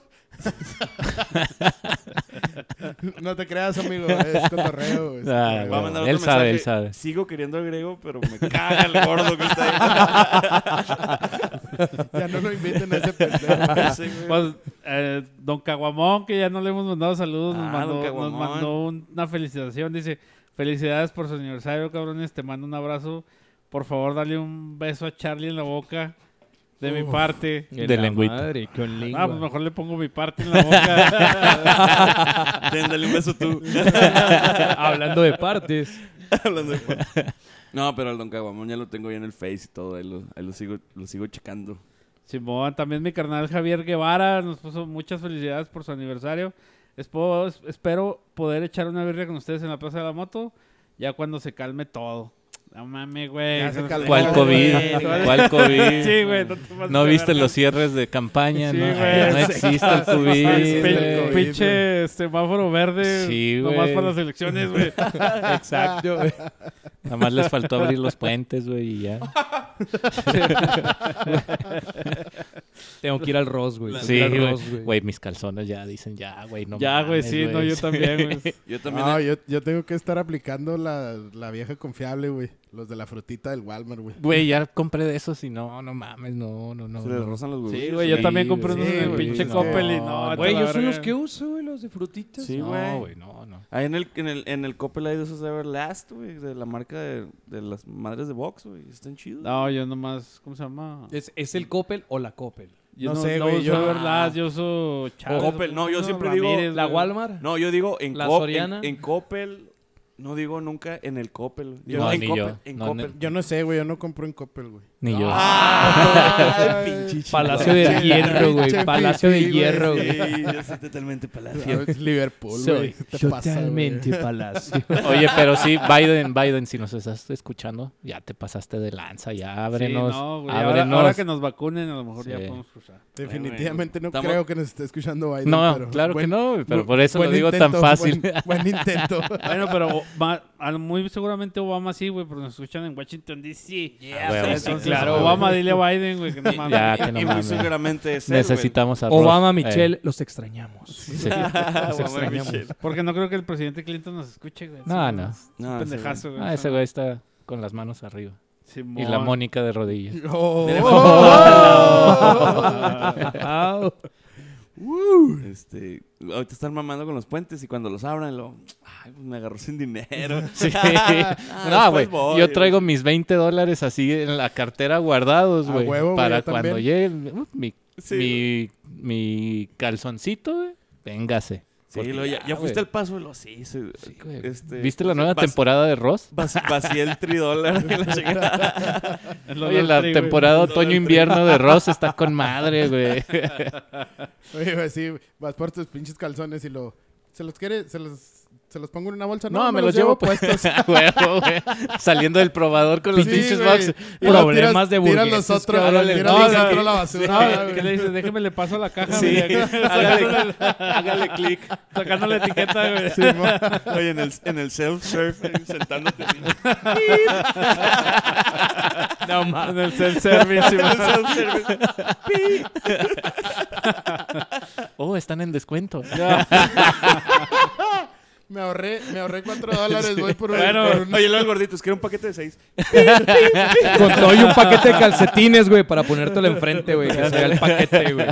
Speaker 5: no te creas, amigo. Es cotorreo, güey.
Speaker 2: Ah,
Speaker 3: Va a mandar
Speaker 2: Él
Speaker 3: otro
Speaker 2: sabe, él
Speaker 3: mensaje.
Speaker 2: sabe.
Speaker 3: Sigo queriendo al griego, pero me caga el gordo que está
Speaker 5: Ya no lo inviten a ese pendejo.
Speaker 3: ahí. Sí, güey.
Speaker 1: Pues, eh, don Caguamón, que ya no le hemos mandado saludos, nos
Speaker 3: Ah, don
Speaker 1: mandó, nos
Speaker 3: Caguamón.
Speaker 1: mandó un- una felicitación. Dice, felicidades por su aniversario, cabrones, te mando un abrazo. Por favor, dale un beso a Charlie en la boca, de mi parte.
Speaker 4: Que
Speaker 2: De
Speaker 4: la
Speaker 2: lengüita.
Speaker 4: madre, con lengua.
Speaker 1: Ah, pues mejor le pongo mi parte en la boca.
Speaker 3: [LAUGHS] Ten, dale un beso tú.
Speaker 4: [LAUGHS] Hablando de partes.
Speaker 3: Hablando de fan. No, pero al Don Caguamón ya lo tengo ya en el Face y todo. Ahí lo, ahí lo sigo, lo sigo checando.
Speaker 1: Simón, también mi carnal Javier Guevara nos puso muchas felicidades por su aniversario. Espo- espero poder echar una birria con ustedes en la Plaza de la Moto, ya cuando se calme todo. No mames, güey.
Speaker 5: Ya se
Speaker 1: Nos-
Speaker 5: calmó,
Speaker 2: ¿Cuál
Speaker 5: No,
Speaker 2: COVID?
Speaker 5: güey.
Speaker 2: ¿Cuál COVID?
Speaker 1: [LAUGHS] Sí, güey. No, te pases
Speaker 2: ¿No
Speaker 1: de
Speaker 2: viste
Speaker 1: verga.
Speaker 2: los cierres de campaña?
Speaker 1: Sí,
Speaker 2: no,
Speaker 1: güey.
Speaker 2: no existe
Speaker 1: [LAUGHS]
Speaker 2: el
Speaker 1: Sí,
Speaker 5: existe el
Speaker 2: COVID.
Speaker 1: pin-
Speaker 5: güey.
Speaker 1: pinche este, semáforo verde.
Speaker 2: Sí,
Speaker 1: Nomás
Speaker 2: güey.
Speaker 1: para las elecciones, güey.
Speaker 4: Exacto.
Speaker 2: Nada más les faltó abrir los puentes, güey, y ya.
Speaker 4: Tengo que ir al Ross, güey. Tengo que
Speaker 2: Sí,
Speaker 4: ir al
Speaker 2: güey.
Speaker 4: Ross,
Speaker 2: Güey, mis calzones ya dicen ya, güey. No
Speaker 1: ya, güey,
Speaker 2: mames,
Speaker 1: sí, no, yo también, güey.
Speaker 3: Yo también.
Speaker 5: No, yo, yo tengo que estar aplicando la, la vieja confiable, güey. Los de la frutita del Walmart, güey.
Speaker 2: Güey, ya compré de esos y no, no mames, no, no, no.
Speaker 3: se le
Speaker 2: no.
Speaker 3: rozan los huevos.
Speaker 1: Sí, güey, yo también compré
Speaker 2: sí,
Speaker 1: unos en el
Speaker 5: güey,
Speaker 1: pinche
Speaker 5: no,
Speaker 1: Coppel y no.
Speaker 2: güey,
Speaker 1: vete a
Speaker 4: Güey,
Speaker 1: la
Speaker 4: yo soy
Speaker 1: verga.
Speaker 4: los que uso, güey, los de frutitas.
Speaker 3: Sí,
Speaker 2: No,
Speaker 3: güey.
Speaker 2: güey, no, no.
Speaker 3: Ahí en el, en el, en el Coppel hay de esos de Everlast, güey. De la marca de, de las madres de box, güey. Están chidos.
Speaker 1: No, yo nomás, ¿cómo se llama?
Speaker 4: ¿Es, ¿es el Coppel o la Coppel?
Speaker 1: Yo
Speaker 5: No
Speaker 1: no,
Speaker 5: sé,
Speaker 1: no
Speaker 5: güey,
Speaker 1: uso
Speaker 5: yo-
Speaker 1: Everlast, yo uso Chávez.
Speaker 3: Coppel, no, yo siempre digo
Speaker 4: ¿La
Speaker 1: Walmart
Speaker 4: Walmart?
Speaker 3: No, yo digo en,
Speaker 4: La
Speaker 3: Cop-
Speaker 4: Soriana.
Speaker 3: en, en Coppel. No digo nunca en el Coppel. güey. Digo
Speaker 2: No,
Speaker 3: en
Speaker 2: ni Ah.
Speaker 3: Coppel.
Speaker 2: yo.
Speaker 3: En
Speaker 2: No,
Speaker 3: Coppel.
Speaker 5: Yo no sé, güey. Yo no compro en Coppel, güey.
Speaker 2: Ni yo.
Speaker 3: Ah, pinche
Speaker 4: Palacio de Hierro, güey. Palacio de Hierro,
Speaker 3: Sí,
Speaker 4: güey.
Speaker 3: yo soy totalmente palacio.
Speaker 5: Es Liverpool, güey. ¿Qué te pasa, güey?
Speaker 4: totalmente palacio.
Speaker 2: Oye, pero sí, Biden, Biden, si nos estás escuchando, ya te pasaste de lanza, ya ábrenos.
Speaker 1: Sí, no, güey. Ahora,
Speaker 2: ábrenos.
Speaker 1: ahora que nos vacunen, a lo mejor ya
Speaker 2: Sí.
Speaker 1: podemos cruzar.
Speaker 5: Definitivamente no
Speaker 3: Estamos-
Speaker 5: creo que nos esté escuchando Biden.
Speaker 2: No,
Speaker 5: pero
Speaker 2: claro
Speaker 5: buen-
Speaker 2: que no, pero
Speaker 5: bu-
Speaker 2: por eso lo
Speaker 5: buen
Speaker 2: digo tan
Speaker 5: intento,
Speaker 2: fácil.
Speaker 5: Buen, buen
Speaker 2: [LAUGHS]
Speaker 5: intento.
Speaker 1: Bueno, pero o- va- a lo muy seguramente Obama sí, güey, porque nos escuchan en Washington DC.
Speaker 2: Ah, huevo, sí,
Speaker 1: Entonces,
Speaker 2: claro.
Speaker 1: Obama, dile a Biden, güey, que no mames.
Speaker 2: [LAUGHS] Ya, que no
Speaker 3: y muy
Speaker 2: mames.
Speaker 3: seguramente es él, güey.
Speaker 2: Necesitamos a Eh,
Speaker 4: Obama, Michelle, los extrañamos.
Speaker 3: Obama y
Speaker 2: extrañamos.
Speaker 3: Michelle.
Speaker 1: Porque no creo que el presidente Clinton nos escuche, güey.
Speaker 2: No,
Speaker 1: Sí,
Speaker 2: no.
Speaker 1: es un
Speaker 3: No, ese
Speaker 1: pendejazo, güey.
Speaker 2: Ah, ese güey está con las manos arriba.
Speaker 1: Simón.
Speaker 2: Y
Speaker 1: [LAUGHS]
Speaker 2: la Mónica de
Speaker 5: [LAUGHS]
Speaker 2: rodillas.
Speaker 5: Oh.
Speaker 1: Oh.
Speaker 4: Au.
Speaker 3: Este, ahorita están mamando con los puentes y cuando los abran, lo, ay, pues me agarró sin dinero. [LAUGHS] Ah,
Speaker 2: Sí.
Speaker 3: después
Speaker 5: Ah,
Speaker 2: no, güey.
Speaker 3: voy.
Speaker 2: Yo traigo mis 20 dólares así en la cartera guardados,
Speaker 5: A
Speaker 2: güey.
Speaker 5: huevo, güey,
Speaker 2: Para
Speaker 5: yo
Speaker 2: cuando
Speaker 5: también.
Speaker 2: llegue uh, mi,
Speaker 3: Sí,
Speaker 2: mi, mi calzoncito, güey. Véngase.
Speaker 3: Sí,
Speaker 2: Porque
Speaker 3: lo, ya, ya fuiste
Speaker 2: güey.
Speaker 3: al paso y lo sí. se-
Speaker 2: Sí, güey.
Speaker 3: este,
Speaker 2: ¿Viste
Speaker 5: pues
Speaker 2: la nueva
Speaker 3: vas-
Speaker 2: temporada de Ross?
Speaker 3: vas- vacié el tridólar. y la chingada.
Speaker 2: [LAUGHS]
Speaker 1: Es lo
Speaker 2: Oye,
Speaker 1: del
Speaker 2: la
Speaker 1: tri, güey.
Speaker 2: temporada
Speaker 3: Donald Trump.
Speaker 2: otoño-invierno de Ross está con madre, güey. [LAUGHS]
Speaker 5: Oye, güey, sí, vas por tus pinches calzones y lo... ¿Se los quiere? ¿Se los, se los pongo en una bolsa?
Speaker 2: No, me los llevo
Speaker 5: puestos.
Speaker 2: A huevo, güey. Saliendo del probador con los
Speaker 5: Sí,
Speaker 2: pinches
Speaker 5: güey.
Speaker 2: boxes.
Speaker 5: Y luego
Speaker 4: Problemas de
Speaker 5: tiras- Tiras
Speaker 4: burgueses,
Speaker 5: los otros,
Speaker 2: cabrón.
Speaker 5: tiras
Speaker 2: No,
Speaker 5: los
Speaker 2: no,
Speaker 5: otros a la
Speaker 1: Sí,
Speaker 5: basura. güey.
Speaker 1: ¿Qué le dices? Déjeme le paso la caja,
Speaker 3: Sí,
Speaker 1: güey.
Speaker 3: [LAUGHS] hágale, hágale clic.
Speaker 1: Sacando la etiqueta, güey.
Speaker 5: Sí, mo-
Speaker 3: Oye, en el, en el self-serve, ahí
Speaker 2: [LAUGHS]
Speaker 3: sentándote. así.
Speaker 1: No mames. En el self-service,
Speaker 5: [LAUGHS]
Speaker 3: En
Speaker 1: güey.
Speaker 3: el self-service.
Speaker 2: Oh, están en descuento. [LAUGHS]
Speaker 5: me ahorré, me ahorré cuatro dólares, voy por un...
Speaker 1: Bueno,
Speaker 5: por un-
Speaker 3: Oye, los gorditos, quiero un paquete de seis.
Speaker 4: [LAUGHS] Con todo y un paquete de calcetines, güey, para ponértelo enfrente, güey. Que se vea el paquete, güey.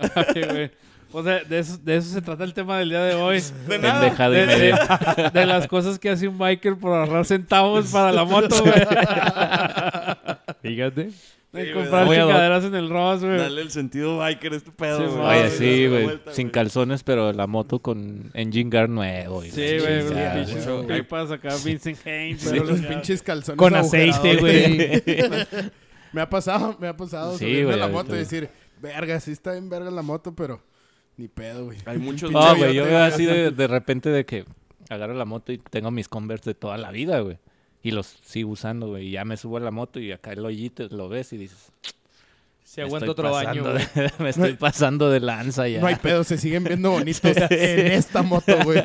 Speaker 1: Ay, güey. O sea, de eso, de eso se trata el tema del día de hoy.
Speaker 3: De nada.
Speaker 2: Pendejada y
Speaker 1: De, de-
Speaker 2: media.
Speaker 1: de las cosas que hace un biker por ahorrar centavos para la moto, güey.
Speaker 4: Fíjate.
Speaker 1: De
Speaker 3: Sí,
Speaker 1: comprar
Speaker 2: güey.
Speaker 1: chingaderas en el Ross, güey.
Speaker 3: Dale el sentido biker a este pedo.
Speaker 1: Sí,
Speaker 3: güey.
Speaker 1: mo-
Speaker 2: Oye,
Speaker 1: sí,
Speaker 2: sí,
Speaker 3: dale
Speaker 2: güey.
Speaker 3: vuelta,
Speaker 2: Sin calzones, pero la moto con engine guard nuevo. y
Speaker 1: Sí,
Speaker 2: la
Speaker 1: güey.
Speaker 2: chingada,
Speaker 1: unos
Speaker 5: sí,
Speaker 1: pinches
Speaker 5: sí, güey.
Speaker 1: pipas acá, Vincent Haynes.
Speaker 5: Pero los pinches calzones
Speaker 4: Con aceite,
Speaker 5: agujerados,
Speaker 4: güey.
Speaker 5: Me ha pasado, me ha pasado
Speaker 2: Sí,
Speaker 5: subirme a
Speaker 2: güey,
Speaker 5: la
Speaker 2: ahorita
Speaker 5: moto y
Speaker 2: ya.
Speaker 5: decir, verga, sí está bien verga la moto, pero Ni pedo, güey.
Speaker 3: Hay muchos.
Speaker 5: Pinche
Speaker 2: Ah,
Speaker 5: yo
Speaker 2: güey, yo
Speaker 5: te-
Speaker 2: veo así de, de repente de que agarro la moto y tengo mis Converse de toda la vida, güey. Y los sigo usando, güey. Y ya me subo a la moto y acá el hoyito lo ves y dices...
Speaker 4: Se
Speaker 2: "Me
Speaker 4: aguanta
Speaker 2: estoy
Speaker 4: otro año.
Speaker 2: pasando
Speaker 4: güey.
Speaker 2: de- [LAUGHS] me estoy pasando de lanza ya.
Speaker 5: No hay pedo, se siguen viendo bonitos en esta moto, güey.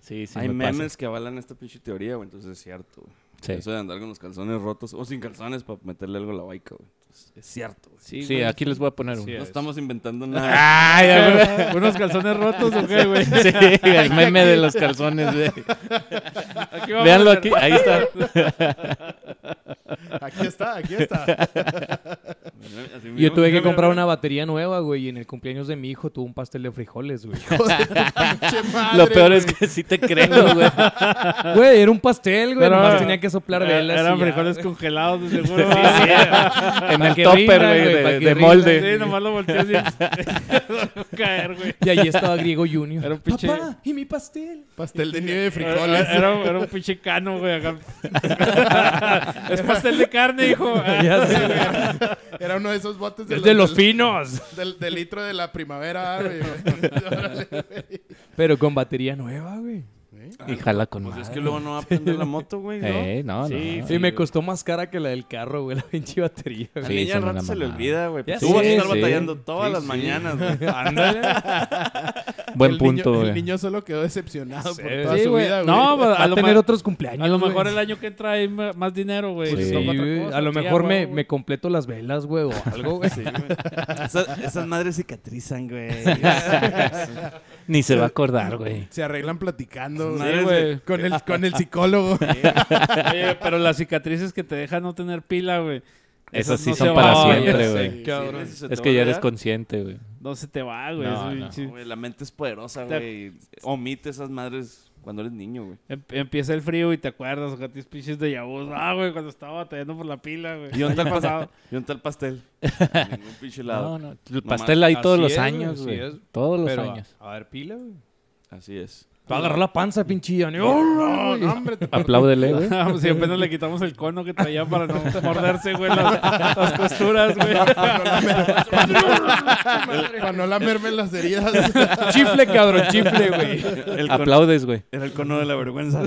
Speaker 2: Sí, sí
Speaker 3: hay
Speaker 2: me pasa.
Speaker 3: memes que avalan esta pinche teoría, güey. Entonces es cierto, güey.
Speaker 2: Sí.
Speaker 3: Eso de andar con los calzones rotos o sin calzones para meterle algo a la baica, güey. Entonces, Es cierto, güey.
Speaker 1: Sí,
Speaker 2: Sí,
Speaker 1: güey.
Speaker 2: aquí les voy a poner uno.
Speaker 1: Sí,
Speaker 3: No
Speaker 1: es.
Speaker 3: estamos inventando
Speaker 2: [LAUGHS]
Speaker 3: nada.
Speaker 2: Ay, a ver. [LAUGHS]
Speaker 1: ¿Unos calzones rotos o qué, güey?
Speaker 2: Sí, el meme de los calzones, güey.
Speaker 1: Aquí vamos
Speaker 2: Véanlo
Speaker 1: a- [LAUGHS]
Speaker 2: aquí, ahí está.
Speaker 5: Aquí está, aquí está.
Speaker 3: Así mismo.
Speaker 4: Yo tuve que comprar una batería nueva, güey, y en el cumpleaños de mi hijo tuvo un pastel de frijoles, güey.
Speaker 5: Pinche madre,
Speaker 2: Lo peor es
Speaker 5: güey.
Speaker 2: que sí te creo, güey.
Speaker 4: Güey, era un pastel, güey,
Speaker 1: Pero-
Speaker 4: nomás tenía que soplar
Speaker 1: Eh,
Speaker 4: velas.
Speaker 1: Eran
Speaker 4: y ya,
Speaker 1: frijoles
Speaker 4: güey.
Speaker 1: congelados, de seguro.
Speaker 2: Sí,
Speaker 1: ¿va?
Speaker 2: en
Speaker 4: Pa'
Speaker 2: el
Speaker 4: que
Speaker 2: topper,
Speaker 4: rindan,
Speaker 2: güey,
Speaker 4: güey, pa'
Speaker 2: de,
Speaker 4: que
Speaker 2: de
Speaker 4: rindan.
Speaker 2: molde.
Speaker 1: [LAUGHS] Sí, nomás lo volteé así. [LAUGHS] Dejó caer, güey.
Speaker 4: Y ahí estaba Griego Junior.
Speaker 1: Era un pinche-
Speaker 4: Papá, ¿y mi pastel?
Speaker 5: Pastel de nieve de frijoles.
Speaker 1: Era, era, era un pinche cano, güey. Acá. es pastel de carne, hijo.
Speaker 4: Ya [LAUGHS] sé, güey.
Speaker 5: [LAUGHS] Era uno de esos botes
Speaker 4: Es de los
Speaker 5: del,
Speaker 4: finos.
Speaker 5: del- del litro de la primavera, güey. Órale, güey.
Speaker 4: Pero con batería nueva, güey.
Speaker 2: Y jala con
Speaker 3: Pues es que
Speaker 2: madre.
Speaker 3: luego no va a prender la moto, güey. ¿no?
Speaker 2: Eh, no,
Speaker 1: Sí,
Speaker 2: no.
Speaker 4: Sí, me costó más cara que la del carro, güey, la [LAUGHS] pinche batería.
Speaker 3: La
Speaker 4: güey.
Speaker 2: Sí, son
Speaker 3: niña al rato
Speaker 2: una
Speaker 3: se le
Speaker 2: mamada.
Speaker 3: olvida, güey.
Speaker 4: Ya
Speaker 3: Tú vas a
Speaker 4: sé,
Speaker 3: estar
Speaker 2: sí.
Speaker 3: batallando todas
Speaker 4: Sí,
Speaker 3: las
Speaker 4: sí.
Speaker 3: mañanas, güey.
Speaker 4: [LAUGHS] Ándale.
Speaker 2: Buen
Speaker 5: El niño-
Speaker 2: punto, güey.
Speaker 5: El niño solo quedó decepcionado
Speaker 4: Sí,
Speaker 5: por toda
Speaker 4: sí,
Speaker 5: su
Speaker 4: güey.
Speaker 5: vida, güey.
Speaker 1: No, pues,
Speaker 4: Va
Speaker 1: a
Speaker 4: a
Speaker 1: lo,
Speaker 4: tener
Speaker 1: ma-
Speaker 4: otros cumpleaños.
Speaker 1: a lo
Speaker 4: güey.
Speaker 1: mejor el año que trae ma- más dinero, güey.
Speaker 2: Pues
Speaker 1: le
Speaker 4: Sí,
Speaker 1: toca otra
Speaker 4: güey,
Speaker 1: cosa.
Speaker 4: a lo
Speaker 1: Sí,
Speaker 4: mejor me,
Speaker 1: huevo,
Speaker 4: me completo las velas, güey, o algo, güey.
Speaker 3: Sí, güey. [LAUGHS] Esa- esas madres cicatrizan, [LAUGHS] güey.
Speaker 2: Ni se va a acordar, güey.
Speaker 5: Se arreglan platicando,
Speaker 3: Sí,
Speaker 5: güey.
Speaker 1: güey.
Speaker 5: Con el, con el psicólogo.
Speaker 1: Oye, pero las cicatrices que te dejan no tener pila, güey.
Speaker 2: Esas sí
Speaker 1: no
Speaker 2: son
Speaker 1: se
Speaker 2: para
Speaker 1: van,
Speaker 2: siempre,
Speaker 1: ya sé.
Speaker 2: güey.
Speaker 3: Cabrón.
Speaker 4: Sí,
Speaker 3: Eso se
Speaker 2: Es
Speaker 3: te
Speaker 2: que
Speaker 3: va a
Speaker 2: ya eres
Speaker 3: olvidar.
Speaker 2: consciente, güey.
Speaker 1: No se te va, güey.
Speaker 2: No,
Speaker 1: es
Speaker 2: no.
Speaker 1: pinche-
Speaker 3: Güey, la mente es poderosa,
Speaker 1: Te-
Speaker 3: güey. Omite esas madres cuando eres niño, güey.
Speaker 1: Em- Empieza el frío y te acuerdas, ojalá tienes pinches de yabús. Ah, güey, cuando estaba batallando por la pila, güey.
Speaker 3: Y un [LAUGHS] tal,
Speaker 1: pasado.
Speaker 3: pastel. y un tal pastel. A [LAUGHS] Ningún pinche
Speaker 2: No,
Speaker 3: lado.
Speaker 2: no. El
Speaker 3: Nomás-
Speaker 2: pastel ahí todos
Speaker 4: así
Speaker 2: los
Speaker 4: es, güey,
Speaker 2: años,
Speaker 4: así
Speaker 2: güey.
Speaker 4: es.
Speaker 2: Todos los
Speaker 4: Pero, [LAUGHS]
Speaker 2: años.
Speaker 4: A ver, pila, güey.
Speaker 3: Así es.
Speaker 4: Va a agarrar la panza, pinche ¡Oh, Johnny. [LAUGHS]
Speaker 5: No, no, hombre. te-
Speaker 2: Apláudele, [LAUGHS] güey.
Speaker 1: Ah, pues, si apenas le quitamos el cono que traía para no morderse, güey, las, las costuras, güey.
Speaker 5: [LAUGHS] Para no lamerme las heridas. [LAUGHS]
Speaker 2: [LAUGHS]
Speaker 4: Chifle, cabrón, chifle, güey.
Speaker 3: El cono-
Speaker 2: Aplaudes, güey.
Speaker 3: era el cono de la vergüenza.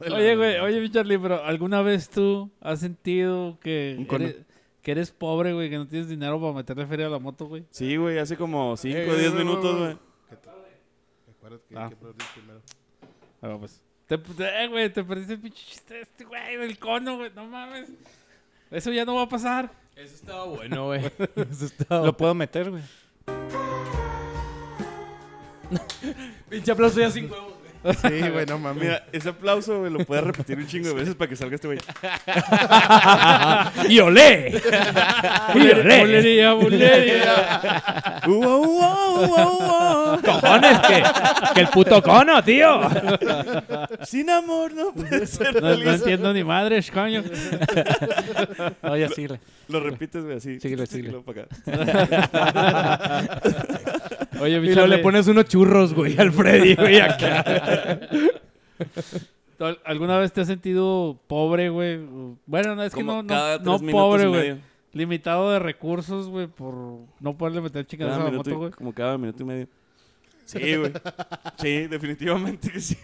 Speaker 1: oye, güey, oye, mi Charlie, pero ¿alguna vez tú has sentido que,
Speaker 3: Un cono.
Speaker 1: eres, que eres pobre, güey, que no tienes dinero para meterle feria a la moto, güey?
Speaker 3: [LAUGHS] Sí, güey, hace como 5
Speaker 5: Ey,
Speaker 3: o 10
Speaker 5: güey, güey,
Speaker 3: minutos,
Speaker 5: güey.
Speaker 3: güey.
Speaker 5: Acuérdate que
Speaker 1: Ah.
Speaker 5: hay que aplaudir primero.
Speaker 1: A
Speaker 3: Ah,
Speaker 1: ver, pues. Te, te- eh, güey, te perdiste el pinche chiste de este, güey, del cono, güey, no mames. Eso ya no va a pasar.
Speaker 4: Eso estaba bueno, güey. [LAUGHS] Eso estaba
Speaker 2: Lo puedo meter, güey.
Speaker 4: Pinche aplauso ya sin huevos, güey.
Speaker 5: Sí, güey, no mames.
Speaker 3: Mira, ese aplauso, güey, lo puedes repetir un chingo de veces para que salga [LAUGHS] este güey.
Speaker 4: ¡Y olé!
Speaker 2: [LAUGHS]
Speaker 3: Ah,
Speaker 4: ¡Y olé!
Speaker 1: Bulería,
Speaker 3: [LAUGHS]
Speaker 1: bulería.
Speaker 3: ¡Uo, uo, uo, uo!
Speaker 4: ¡Cojones, que, que el puto cono, tío!
Speaker 3: Sin amor no puede ser
Speaker 1: No, no
Speaker 3: feliz.
Speaker 1: entiendo ni madres,
Speaker 3: [LAUGHS]
Speaker 1: coño.
Speaker 2: Oye, síguele.
Speaker 3: Lo repites, güey, así. [LAUGHS]
Speaker 2: Síguele, síguele.
Speaker 3: Y luego para acá.
Speaker 1: Oye, mi
Speaker 4: Y luego le
Speaker 1: Charlie,
Speaker 4: pones unos churros, güey, al Freddy, güey, acá.
Speaker 1: ¿tú al- ¿alguna vez te has sentido pobre, güey? Bueno, no, es que no,
Speaker 3: Como
Speaker 1: no,
Speaker 3: cada
Speaker 1: no
Speaker 3: tres minutos
Speaker 1: pobre,
Speaker 3: y
Speaker 1: güey.
Speaker 3: medio.
Speaker 1: Limitado de recursos, güey, por no poderle meter chicas
Speaker 4: Ah,
Speaker 3: Cada
Speaker 1: a la
Speaker 3: minuto y-
Speaker 1: moto, güey.
Speaker 3: Como cada minuto
Speaker 1: [LAUGHS]
Speaker 3: y medio. Sí, güey. Sí, definitivamente
Speaker 4: [LAUGHS]
Speaker 3: que sí.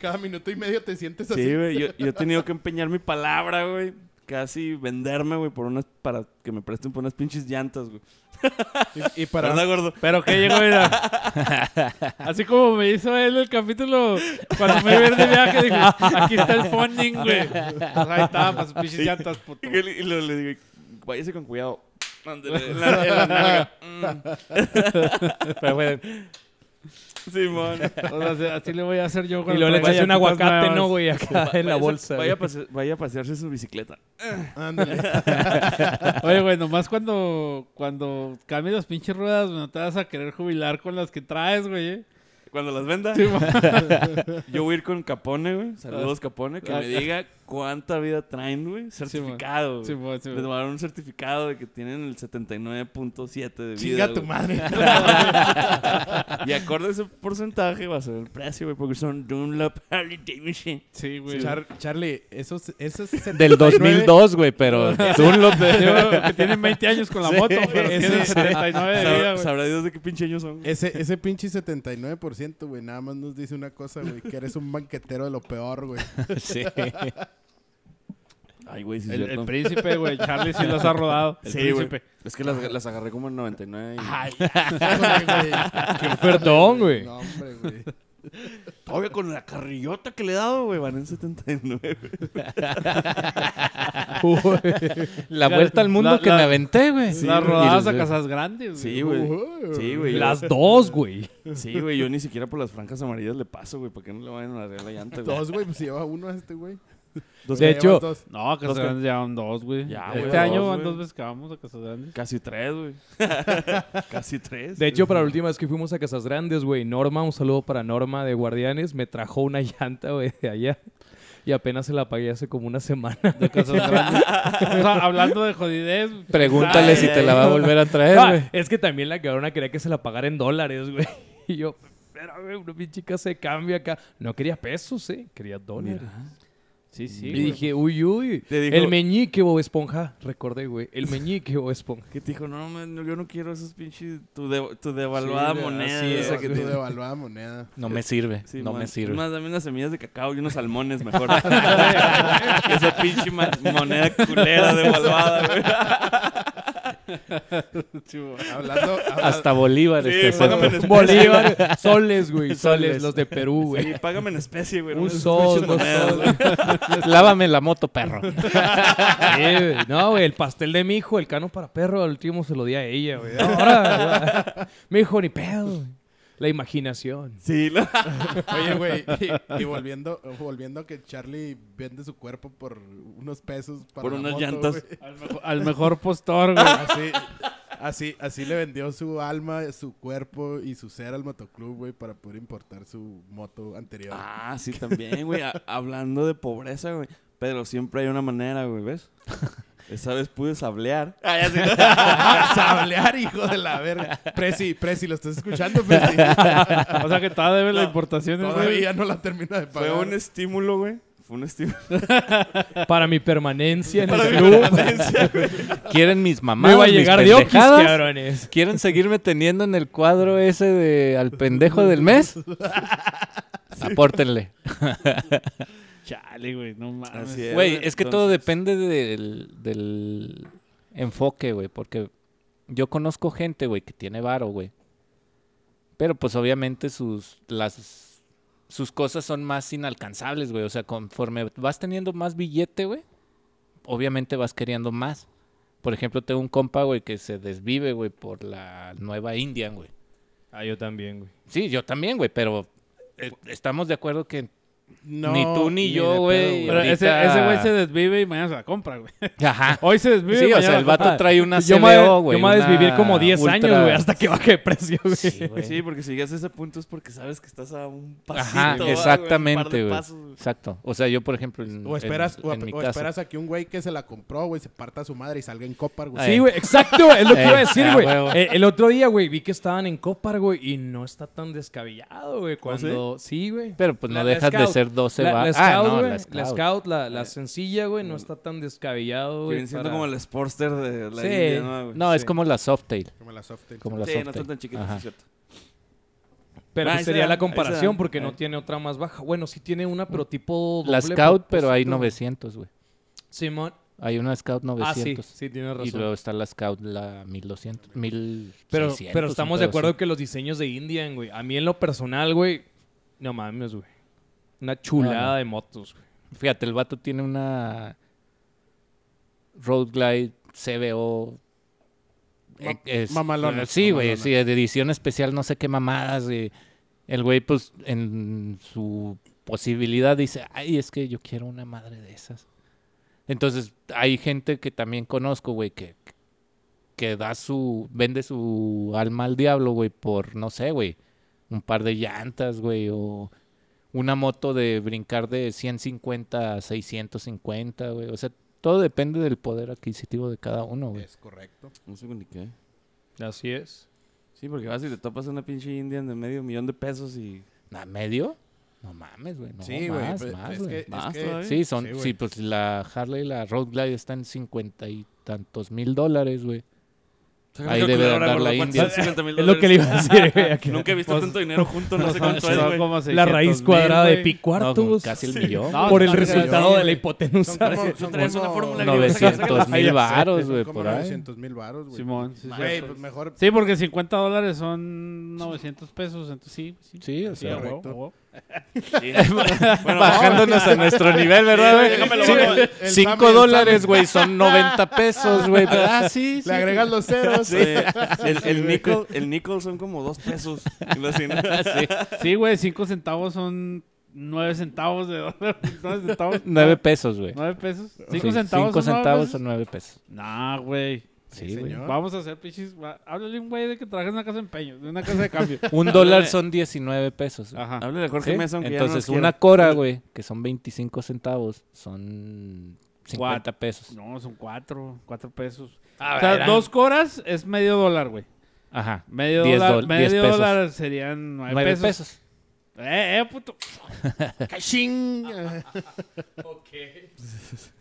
Speaker 5: Cada minuto y medio te sientes así.
Speaker 3: Sí, güey. Yo, yo he tenido que empeñar mi palabra, güey. Casi venderme, güey, por unas, para que me presten por unas pinches llantas, güey.
Speaker 5: Y, y para,
Speaker 3: ¿Verdad, gordo?
Speaker 1: Pero que llegó, mira.
Speaker 4: [LAUGHS]
Speaker 1: Así como me hizo él el capítulo cuando me iba a ir de viaje, dije, aquí está el funding, güey. Pues Ahí está, para sus pinches llantas, puto.
Speaker 3: Y, que le- y luego le digo, váyase con cuidado. Ándele, en la- en la
Speaker 1: [LAUGHS]
Speaker 3: nalga.
Speaker 2: Pero, güey,
Speaker 3: Mm, Simón.
Speaker 1: O sea, así, así le voy a hacer yo
Speaker 4: Y
Speaker 1: cuando
Speaker 4: luego le
Speaker 1: traiga
Speaker 4: echas un
Speaker 1: llantitas
Speaker 4: aguacate,
Speaker 1: nuevas.
Speaker 4: ¿no, güey? Acá en la
Speaker 3: Váyase-
Speaker 4: bolsa.
Speaker 3: Vaya a,
Speaker 4: güey.
Speaker 3: pase- vaya a pasearse su bicicleta. [LAUGHS]
Speaker 5: Ándale.
Speaker 1: Oye, güey, nomás cuando, cuando cambies las pinches ruedas, güey, no te vas a querer jubilar con las que traes, güey. ¿eh?
Speaker 3: [LAUGHS] Ah. Cuando las venda, yo voy a ir con Capone, güey. Saludos, Capone. Que me diga cuánta vida traen, güey. Certificado. güey.
Speaker 1: Simón, Simón.
Speaker 3: Les mandaron un certificado de que tienen el 79.7 de vida.
Speaker 5: Chinga tu
Speaker 3: güey.
Speaker 5: madre.
Speaker 3: [LAUGHS] Y acorde a ese porcentaje va a ser el precio, güey, porque son Dunlop Harley Davidson.
Speaker 1: Sí, güey.
Speaker 5: Char- Charlie, esos,
Speaker 3: [LAUGHS]
Speaker 5: esos
Speaker 2: Del 2002, güey, pero [LAUGHS] Dunlop
Speaker 1: Digo, que tienen 20 años con la
Speaker 2: Sí,
Speaker 1: moto, pero
Speaker 5: ese-
Speaker 1: tienen 79 de vida,
Speaker 3: Sabrá,
Speaker 1: güey.
Speaker 3: sabrá Dios de qué pinche año son. güey.
Speaker 5: Ese, ese pinche 79%, güey, nada más nos dice una cosa, güey, que eres un banquetero de lo peor, güey.
Speaker 2: Sí.
Speaker 3: Ay, güey, sí es
Speaker 1: El, el
Speaker 3: cierto.
Speaker 1: príncipe, güey. Charlie sí los ha
Speaker 3: [LAUGHS]
Speaker 1: rodado. El
Speaker 3: Sí, güey.
Speaker 1: príncipe.
Speaker 3: Es que las, las agarré como en 99. y-
Speaker 4: Perdón, güey.
Speaker 5: No, hombre, güey.
Speaker 3: Todavía con la carrillota que le he dado, güey, van en 79.
Speaker 2: La vuelta al mundo
Speaker 1: La-
Speaker 2: que
Speaker 1: la-
Speaker 2: me aventé, güey.
Speaker 1: Las rodadas
Speaker 2: Y
Speaker 1: a
Speaker 2: el-
Speaker 1: casas grandes,
Speaker 3: Sí, güey. Sí, güey. yo-
Speaker 4: Las dos, güey.
Speaker 3: Sí, güey, yo ni siquiera por las franjas amarillas le paso, güey, para que no le vayan a arreglar la llanta,
Speaker 4: [LAUGHS]
Speaker 3: güey.
Speaker 5: Dos, güey, pues lleva uno a este, güey.
Speaker 3: Dos-
Speaker 4: De
Speaker 5: Ya
Speaker 4: hecho,
Speaker 5: llevas dos.
Speaker 1: No, a Casas
Speaker 3: Los que-
Speaker 1: Grandes ya van dos, güey.
Speaker 3: Ya,
Speaker 1: este
Speaker 3: güey, dos,
Speaker 1: año van
Speaker 3: güey.
Speaker 1: dos veces que vamos a Casas Grandes.
Speaker 3: Casi tres, güey.
Speaker 4: [LAUGHS]
Speaker 3: Casi tres.
Speaker 4: De hecho, para la última vez que fuimos a Casas Grandes, güey, Norma, un saludo para Norma de Guardianes, me trajo una [LAUGHS] llanta, güey, de allá. Y apenas se la pagué hace como una semana.
Speaker 1: De Casas
Speaker 3: [LAUGHS]
Speaker 1: Grandes. o sea, hablando de jodidez.
Speaker 2: Pregúntale
Speaker 1: Ay,
Speaker 2: si
Speaker 1: ay,
Speaker 2: te la va a volver a
Speaker 3: Eh,
Speaker 2: traer,
Speaker 4: Ah,
Speaker 2: güey.
Speaker 4: [LAUGHS] es que también la cabrona quería que se la pagara en dólares, güey. [LAUGHS] Y yo, espera, güey, una pinche casa de cambio acá. No quería pesos, eh, quería dólares.
Speaker 1: Sí, sí,
Speaker 4: y
Speaker 1: güey.
Speaker 4: dije, uy, uy.
Speaker 3: Te dijo-
Speaker 4: El meñique Bob Esponja, recordé, güey. El meñique Bob
Speaker 3: [LAUGHS]
Speaker 4: Esponja.
Speaker 3: Que te dijo, no, man, no, yo no quiero esos pinches, tu, de- tu devaluada
Speaker 5: Sí,
Speaker 3: moneda.
Speaker 5: así es,
Speaker 3: esa que
Speaker 5: tu
Speaker 3: tiene.
Speaker 5: devaluada moneda.
Speaker 2: No me sirve,
Speaker 3: Sí,
Speaker 2: no
Speaker 3: man.
Speaker 2: me sirve.
Speaker 3: Más, dame unas semillas de cacao y unos salmones mejor. [LAUGHS] Que Esa pinche ma- moneda culera devaluada, güey.
Speaker 4: [LAUGHS]
Speaker 5: Hablando, habla-
Speaker 2: Hasta Bolívar
Speaker 3: Sí,
Speaker 2: este
Speaker 3: págame
Speaker 2: acepta.
Speaker 3: en especie.
Speaker 4: Bolívar, [LAUGHS] soles, güey, soles,
Speaker 2: Soles.
Speaker 4: los de Perú, güey.
Speaker 3: Sí, págame en especie, güey. no
Speaker 4: Un
Speaker 3: esas
Speaker 4: sol,
Speaker 3: pinches
Speaker 4: dos
Speaker 3: monedas,
Speaker 4: soles.
Speaker 3: güey.
Speaker 2: Lávame la moto, perro.
Speaker 4: Sí, güey. no, güey, el pastel de mi hijo, el cano para perro, al último se lo di a ella, güey. Ahora, güey, mi hijo ni pedo, güey. La imaginación.
Speaker 3: Sí, la-
Speaker 5: oye, güey, y, y volviendo, volviendo a que Charlie vende su cuerpo por unos pesos. Para
Speaker 3: Por
Speaker 5: la
Speaker 3: unas
Speaker 5: moto,
Speaker 3: llantas.
Speaker 5: güey.
Speaker 1: Al mejor, al mejor postor, güey.
Speaker 5: Así, así, así le vendió su alma, su cuerpo y su ser al motoclub, güey, para poder importar su moto anterior.
Speaker 3: Ah, sí, también, güey. Ha- Hablando de pobreza, güey. Pero siempre hay una manera, güey, ¿ves? Esa vez pude sablear. Ah, ya
Speaker 5: [LAUGHS] Sablear, hijo de la verga. Presi, Presi, ¿lo estás
Speaker 4: [LAUGHS]
Speaker 5: escuchando, Presi?
Speaker 1: O sea, que todavía debe la
Speaker 3: No,
Speaker 1: importación. güey.
Speaker 5: Todavía no la termina de pagar.
Speaker 3: Fue un estímulo, güey. Fue un estímulo.
Speaker 4: Para mi permanencia en
Speaker 3: Para
Speaker 4: el
Speaker 3: mi
Speaker 4: club.
Speaker 3: permanencia, güey.
Speaker 2: Quieren mis
Speaker 4: Me
Speaker 2: mamás,
Speaker 4: iba a
Speaker 2: mis
Speaker 4: llegar de ojos,
Speaker 2: pendejadas.
Speaker 4: cabrones.
Speaker 2: ¿Quieren seguirme teniendo en el cuadro ese de al pendejo del mes? Apórtenle.
Speaker 1: Chale, güey. No mames.
Speaker 3: Así es.
Speaker 2: Güey, es que todo
Speaker 3: Entonces-
Speaker 2: depende del, del enfoque, güey. Porque yo conozco gente, güey, que tiene varo, güey. Pero pues obviamente sus, las, sus cosas son más inalcanzables, güey. O sea, conforme vas teniendo más billete, güey, obviamente vas queriendo más. Por ejemplo, tengo un compa, güey, que se desvive, güey, por la nueva Indian, güey.
Speaker 4: Ah, yo también, güey.
Speaker 2: Sí, yo también, güey, pero eh, estamos de acuerdo que...
Speaker 5: No,
Speaker 2: Ni tú ni yo,
Speaker 5: de
Speaker 2: güey.
Speaker 5: pedo,
Speaker 1: Pero ese,
Speaker 2: ahorita-
Speaker 1: ese güey se desvive y mañana se la compra, güey. [LAUGHS]
Speaker 2: Ajá.
Speaker 1: Hoy se desvive y
Speaker 2: Sí, o
Speaker 1: mañana
Speaker 2: sea, el
Speaker 1: la compra.
Speaker 2: vato trae una
Speaker 4: Yo me
Speaker 2: CBO, güey.
Speaker 4: yo me voy a
Speaker 2: una
Speaker 4: desvivir como 10 años,
Speaker 2: ultra-
Speaker 4: güey, hasta que baje de precio, güey.
Speaker 2: Sí, güey.
Speaker 3: [LAUGHS] Sí, porque si llegas a ese punto es porque sabes que estás a un pasito.
Speaker 2: Ajá,
Speaker 3: ah, güey, un par de
Speaker 2: exactamente, güey.
Speaker 3: pasos,
Speaker 2: Exacto. O sea, yo, por ejemplo, en,
Speaker 5: O esperas,
Speaker 2: en-
Speaker 5: o,
Speaker 2: en mi
Speaker 5: o
Speaker 2: caso.
Speaker 5: esperas a que un güey que se la compró, güey, se parta a su madre y salga en copar, güey.
Speaker 2: Ay.
Speaker 4: Sí, güey, exacto, es lo que
Speaker 2: Eh,
Speaker 4: iba a decir,
Speaker 2: ah,
Speaker 4: güey.
Speaker 2: huevo.
Speaker 4: Eh, el otro día, güey, vi que estaban en Copar, güey, y no está tan descabellado,
Speaker 2: ¿Ah,
Speaker 4: güey, cuando... Sí, güey.
Speaker 2: Pero pues no
Speaker 4: La- la
Speaker 2: dejas de
Speaker 4: Scout.
Speaker 2: ser 12
Speaker 4: La,
Speaker 2: va-
Speaker 4: la
Speaker 2: Ah,
Speaker 4: Scout,
Speaker 2: no,
Speaker 4: güey,
Speaker 2: la
Speaker 4: la
Speaker 2: Scout. Eh, mm.
Speaker 4: Scout, la, la sencilla, güey, no está tan descabellado,
Speaker 3: Que
Speaker 4: güey.
Speaker 3: viene siendo
Speaker 4: para-
Speaker 3: como el Sportster de la
Speaker 4: Sí.
Speaker 3: India, ¿no, güey?
Speaker 2: No, es
Speaker 4: Sí.
Speaker 2: como la Softail.
Speaker 5: Como la soft
Speaker 2: Como la
Speaker 3: sí, no
Speaker 2: Softail.
Speaker 3: están tan chiquitos,
Speaker 2: Ajá.
Speaker 3: sí, es cierto.
Speaker 4: Pero
Speaker 3: Ah,
Speaker 4: pues
Speaker 3: ahí se
Speaker 4: sería
Speaker 3: dan,
Speaker 4: la
Speaker 3: ahí se
Speaker 4: comparación
Speaker 3: dan.
Speaker 4: porque no
Speaker 3: Ahí.
Speaker 4: tiene otra más baja. Bueno, sí tiene una, pero tipo...
Speaker 2: Eh. Mm. La
Speaker 4: doble
Speaker 2: Scout, pero hay
Speaker 4: propósito.
Speaker 2: 900, güey.
Speaker 4: Simón.
Speaker 2: Hay una Scout
Speaker 4: Ah, sí,
Speaker 2: 900.
Speaker 4: sí, tienes
Speaker 2: Y
Speaker 4: razón.
Speaker 2: luego está la Scout, la 1200, 1600.
Speaker 4: Pero, pero
Speaker 2: un
Speaker 4: estamos de
Speaker 2: pedo
Speaker 4: acuerdo
Speaker 2: así.
Speaker 4: que los diseños de Indian, güey. A mí en lo personal, güey, no mames, güey. Una chulada
Speaker 2: No, no.
Speaker 4: de motos, güey.
Speaker 2: Fíjate, el vato tiene una Road Glide CBO.
Speaker 5: Ma-
Speaker 2: eh, es-
Speaker 5: mamalona,
Speaker 2: Sí, güey,
Speaker 5: mamalona.
Speaker 2: sí, de edición especial, no sé qué mamadas. güey. El güey, pues, en su posibilidad dice, ay, es que yo quiero una madre de esas. Entonces, hay gente que también conozco, güey, que, que da su, vende su alma al diablo, güey, por, no sé, güey, un par de llantas, güey, o una moto de brincar de 150 a 650, güey. O sea, todo depende del poder adquisitivo de cada uno, güey.
Speaker 5: Es correcto.
Speaker 3: No sé ni qué.
Speaker 4: Así es.
Speaker 3: Sí, porque vas y te topas una pinche Indian de medio millón de pesos y.
Speaker 2: ¿A medio? No mames, güey. No,
Speaker 5: sí, güey.
Speaker 2: más,
Speaker 5: pues,
Speaker 2: más,
Speaker 5: es
Speaker 2: güey.
Speaker 5: que- es
Speaker 3: Más
Speaker 5: que-
Speaker 3: todavía.
Speaker 2: Sí, son,
Speaker 5: Sí,
Speaker 2: sí,
Speaker 5: güey.
Speaker 2: pues la Harley y la Road Glide están en 50 y tantos mil dólares, güey. Ahí debe de andar la India.
Speaker 4: Es lo que le iba a decir, güey. aquí.
Speaker 3: [LAUGHS] Nunca he visto
Speaker 1: Pues-
Speaker 3: tanto dinero junto, no sé cuánto es,
Speaker 1: Son
Speaker 3: güey.
Speaker 1: como
Speaker 4: La
Speaker 1: 600
Speaker 4: raíz
Speaker 1: mil,
Speaker 4: cuadrada de
Speaker 1: güey.
Speaker 4: pi
Speaker 2: No,
Speaker 4: cuartos.
Speaker 2: como casi el millón.
Speaker 1: No,
Speaker 4: Por el
Speaker 1: no,
Speaker 4: resultado
Speaker 5: sí,
Speaker 4: de la
Speaker 5: güey. Son
Speaker 4: hipotenusa.
Speaker 5: como-
Speaker 3: Tú
Speaker 5: son
Speaker 3: traes una
Speaker 5: como-
Speaker 3: fórmula y le sacas-
Speaker 2: 900 mil
Speaker 5: Sí,
Speaker 2: varos,
Speaker 5: son
Speaker 2: güey,
Speaker 5: como
Speaker 2: por ahí.
Speaker 5: 900 mil baros, güey.
Speaker 1: Simón, sí,
Speaker 5: Güey,
Speaker 1: cierto.
Speaker 5: pues mejor.
Speaker 1: Sí, porque 50 dólares son 900 pesos, entonces sí. Sí,
Speaker 2: Sí, o
Speaker 1: Sí, a
Speaker 2: [LAUGHS] sea.
Speaker 1: huevo,
Speaker 5: correcto.
Speaker 1: a huevo.
Speaker 3: Sí. Bueno,
Speaker 2: Bajándonos a nuestro nivel, ¿verdad,
Speaker 3: Sí, déjamelo,
Speaker 2: güey?
Speaker 5: güey. El
Speaker 2: [LAUGHS]
Speaker 5: Sammy,
Speaker 2: 5
Speaker 5: el
Speaker 2: dólares,
Speaker 5: Sammy.
Speaker 2: güey, son 90 pesos,
Speaker 5: [LAUGHS]
Speaker 2: güey. Ah, sí, sí.
Speaker 5: Le agregas los
Speaker 3: [LAUGHS]
Speaker 5: ceros.
Speaker 3: sí, el, el, nickel, el nickel son como dos pesos. Y lo así, ¿no?
Speaker 1: Ah, Sí, güey, 5 centavos son 9 centavos de dólar. [LAUGHS] 9 centavos.
Speaker 2: 9 pesos, güey.
Speaker 1: 9 pesos. 5
Speaker 2: Sí,
Speaker 1: centavos.
Speaker 2: cinco
Speaker 1: son nueve
Speaker 2: centavos
Speaker 1: pesos?
Speaker 2: son 9 pesos.
Speaker 1: Nah, güey.
Speaker 5: Sí,
Speaker 2: Sí, güey.
Speaker 5: señor.
Speaker 1: Vamos a hacer pichis. va- Háblale a un güey de que trabaja en una casa de empeño, de una casa de cambio.
Speaker 2: [LAUGHS] Un dólar son 19 pesos. güey.
Speaker 1: Ajá.
Speaker 3: Háblale a Jorge
Speaker 2: ¿Sí?
Speaker 3: Mesa, aunque ya no
Speaker 2: Entonces,
Speaker 3: nos
Speaker 2: una
Speaker 3: quiera.
Speaker 2: cora, güey, que son 25 centavos, son 50
Speaker 1: Cuatro.
Speaker 2: pesos.
Speaker 1: No, son 4, 4 pesos.
Speaker 2: A
Speaker 1: o sea,
Speaker 2: ver,
Speaker 1: dos coras es medio dólar, güey.
Speaker 2: Ajá.
Speaker 1: Medio
Speaker 2: Diez
Speaker 1: dólar,
Speaker 2: dol- diez
Speaker 1: medio
Speaker 2: pesos.
Speaker 1: dólar serían 9,
Speaker 2: 9 pesos.
Speaker 1: pesos. Eh, eh, puto.
Speaker 5: ¡Cachín!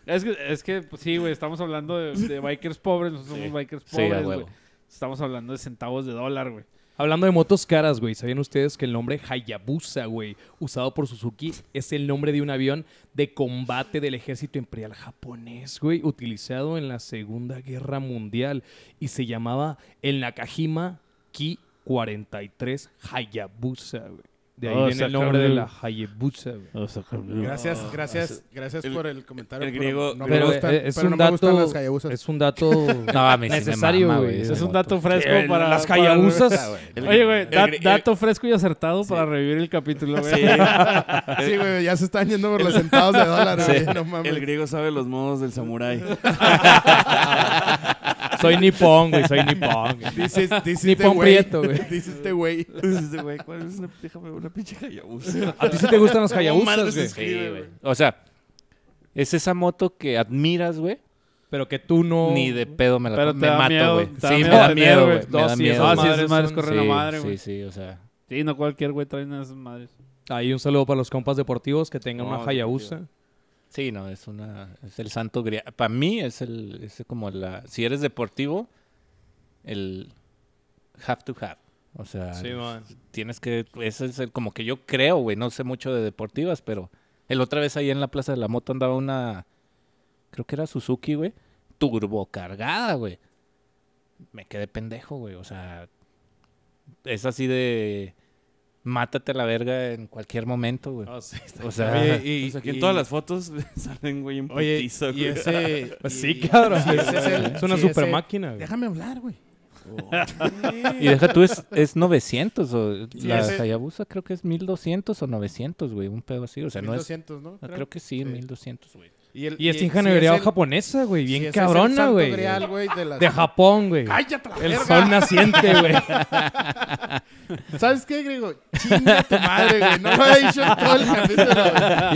Speaker 1: Es que, es que pues, sí, güey, estamos hablando de, de bikers pobres, nosotros somos bikers
Speaker 2: Sí, a
Speaker 1: pobres,
Speaker 2: huevo.
Speaker 1: güey. Estamos hablando de centavos de dólar, güey.
Speaker 4: Hablando de motos caras, güey, ¿sabían ustedes que el nombre Hayabusa, güey, usado por Suzuki, es el nombre de un avión de combate del ejército imperial japonés, güey, utilizado en la Segunda Guerra Mundial y se llamaba el Nakajima Ki-43 Hayabusa, güey. De ahí
Speaker 1: Oh,
Speaker 4: viene el
Speaker 1: sacaron
Speaker 4: nombre de
Speaker 1: el-
Speaker 4: la Hayabusa, güey.
Speaker 5: Gracias, gracias, gracias por el comentario.
Speaker 3: el
Speaker 5: pero
Speaker 3: griego-
Speaker 5: no
Speaker 4: Pero,
Speaker 5: me
Speaker 4: eh,
Speaker 5: gustan,
Speaker 4: es
Speaker 5: pero
Speaker 4: un
Speaker 5: no me gustan
Speaker 4: dato-
Speaker 5: las hayabusas.
Speaker 4: Es un dato
Speaker 2: No, a mí sí me
Speaker 4: necesario,
Speaker 2: mama,
Speaker 4: güey.
Speaker 2: güey.
Speaker 1: Ese es
Speaker 2: Ese
Speaker 1: un dato fresco
Speaker 3: Eh,
Speaker 1: para...
Speaker 4: Las
Speaker 1: para-
Speaker 5: Ah,
Speaker 4: Hayabusas.
Speaker 1: Oye, güey, da-
Speaker 3: gri- el-
Speaker 1: dato fresco y acertado para revivir el capítulo, güey.
Speaker 5: Sí, güey, ya se están yendo por los centavos de dólar, güey. No
Speaker 3: El
Speaker 5: mames.
Speaker 3: griego sabe los modos del samurái.
Speaker 4: Soy nipón, güey, soy nipón. güey.
Speaker 5: [LAUGHS] This is, this is
Speaker 4: Ni
Speaker 5: the
Speaker 4: pon
Speaker 5: way.
Speaker 4: prieto,
Speaker 5: [LAUGHS]
Speaker 4: güey.
Speaker 5: This is the way.
Speaker 3: Dice, güey, ¿cuál es una, déjame una pinche hayabusa?
Speaker 4: ¿A ti sí te gustan los Hayabusas,
Speaker 3: Madres,
Speaker 4: güey?
Speaker 3: es que-
Speaker 2: O sea, es esa moto que admiras, güey.
Speaker 4: Pero que tú no...
Speaker 2: Ni de pedo me la
Speaker 1: Pero
Speaker 2: me
Speaker 1: te da
Speaker 2: mato,
Speaker 1: miedo,
Speaker 2: güey.
Speaker 1: te da
Speaker 2: Sí, me
Speaker 1: miedo
Speaker 2: da
Speaker 1: tener,
Speaker 2: miedo,
Speaker 1: güey.
Speaker 2: güey.
Speaker 4: No,
Speaker 2: Me da
Speaker 4: sí, esas
Speaker 2: miedo.
Speaker 1: No, Ah, sí,
Speaker 2: güey.
Speaker 1: esas
Speaker 4: madres
Speaker 1: madres
Speaker 4: son-
Speaker 1: corren a madre, güey.
Speaker 2: Sí, sí, o sea.
Speaker 1: Sí, no cualquier güey trae una de esas madres.
Speaker 4: Ahí un saludo para los compas deportivos que tengan
Speaker 3: No,
Speaker 4: una Hayabusa.
Speaker 2: Sí, no, es una. Es el santo grial. Para mí es el. Es como la. Si eres deportivo, el. Have to have. O sea,
Speaker 4: man.
Speaker 2: tienes que. Ese es el, como que yo creo, güey. No sé mucho de deportivas, pero. El otra vez ahí en la Plaza de la Moto andaba una. Creo que era Suzuki, güey. Turbocargada, güey. Me quedé pendejo, güey. O sea. Es así de. Mátate a la verga en cualquier momento, güey. O sea.
Speaker 5: [LAUGHS] y,
Speaker 3: O sea, aquí en todas las fotos [LAUGHS] salen, güey, en
Speaker 5: Oye,
Speaker 3: putiza,
Speaker 5: y
Speaker 3: güey.
Speaker 5: ese...
Speaker 4: Pues
Speaker 5: y-
Speaker 4: sí, cabrón.
Speaker 5: sí, ese es el-
Speaker 4: es una
Speaker 5: sí,
Speaker 4: super
Speaker 5: ese-
Speaker 4: máquina, güey.
Speaker 5: Déjame hablar, güey.
Speaker 2: [LAUGHS] Y deja tú, es, es 900. O la
Speaker 5: ese-
Speaker 2: Hayabusa creo que es 1200 o 900, güey. Un pedo así. O sea, no es.
Speaker 5: 1200, ¿no?
Speaker 2: ah, Creo que sí,
Speaker 5: Sí.
Speaker 2: 1200, güey.
Speaker 5: el-
Speaker 4: Y es
Speaker 5: sí,
Speaker 4: ingeniería
Speaker 5: es el-
Speaker 4: japonesa, güey.
Speaker 5: sí,
Speaker 4: pues, Bien
Speaker 5: ese es el
Speaker 4: cabrona,
Speaker 5: santo
Speaker 4: güey.
Speaker 5: grial, güey, de las-
Speaker 4: De Japón, güey.
Speaker 5: ¡Cállate la
Speaker 4: El
Speaker 5: verga!
Speaker 4: sol naciente,
Speaker 5: [LAUGHS]
Speaker 4: güey.
Speaker 5: ¿Sabes qué, Griego? Chinga tu madre, güey. No lo he dicho en todo el capítulo, güey.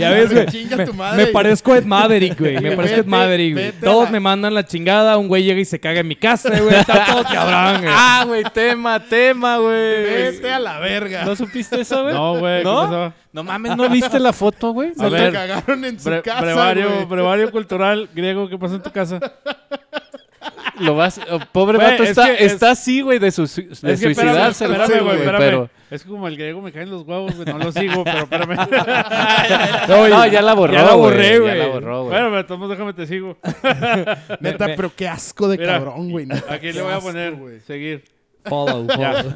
Speaker 4: [LAUGHS] Ya ves, güey.
Speaker 5: Chinga
Speaker 4: Me,
Speaker 5: tu madre.
Speaker 4: me parezco a Ed Maverick, güey. Me
Speaker 5: Vete,
Speaker 4: parezco a Ed Maverick, güey.
Speaker 5: vete a
Speaker 4: Todos
Speaker 5: la-
Speaker 4: me mandan la chingada. Un güey llega y se caga en mi casa, güey. Está todo cabrón, güey.
Speaker 2: Ah, güey, tema, tema, güey.
Speaker 5: Vete a la verga.
Speaker 2: ¿No supiste eso, güey?
Speaker 1: No, güey, ¿qué
Speaker 2: ¿No?
Speaker 1: pasó?
Speaker 2: No mames, ¿no viste la foto, güey?
Speaker 5: Se
Speaker 1: A
Speaker 5: lo
Speaker 1: ver,
Speaker 5: cagaron en su
Speaker 1: Bre-
Speaker 5: casa,
Speaker 1: brevario,
Speaker 5: güey.
Speaker 1: brevario cultural griego, ¿qué pasó en tu casa?
Speaker 2: Lo vas. oh, pobre
Speaker 1: Güey,
Speaker 2: vato,
Speaker 1: es
Speaker 2: está,
Speaker 1: que es-
Speaker 2: está así, güey, de, su, de
Speaker 1: Es que espérame,
Speaker 2: suicidarse. el
Speaker 1: espérame,
Speaker 2: vato,
Speaker 1: güey, espérame.
Speaker 2: Pero...
Speaker 1: Es que como el griego me caen los huevos, güey, no lo sigo, pero
Speaker 2: [LAUGHS]
Speaker 1: espérame.
Speaker 2: No, ya la borró,
Speaker 1: ya la borré,
Speaker 2: güey.
Speaker 1: güey.
Speaker 2: Ya la borró, güey.
Speaker 1: Bueno, pero de todos modos, déjame te sigo.
Speaker 5: Neta,
Speaker 4: me-
Speaker 5: pero qué asco de
Speaker 1: Mira,
Speaker 5: cabrón, güey. neta,
Speaker 1: Aquí
Speaker 5: qué
Speaker 1: le voy a
Speaker 5: asco,
Speaker 1: poner,
Speaker 5: güey.
Speaker 1: seguir.
Speaker 4: [LAUGHS] Follow, follow.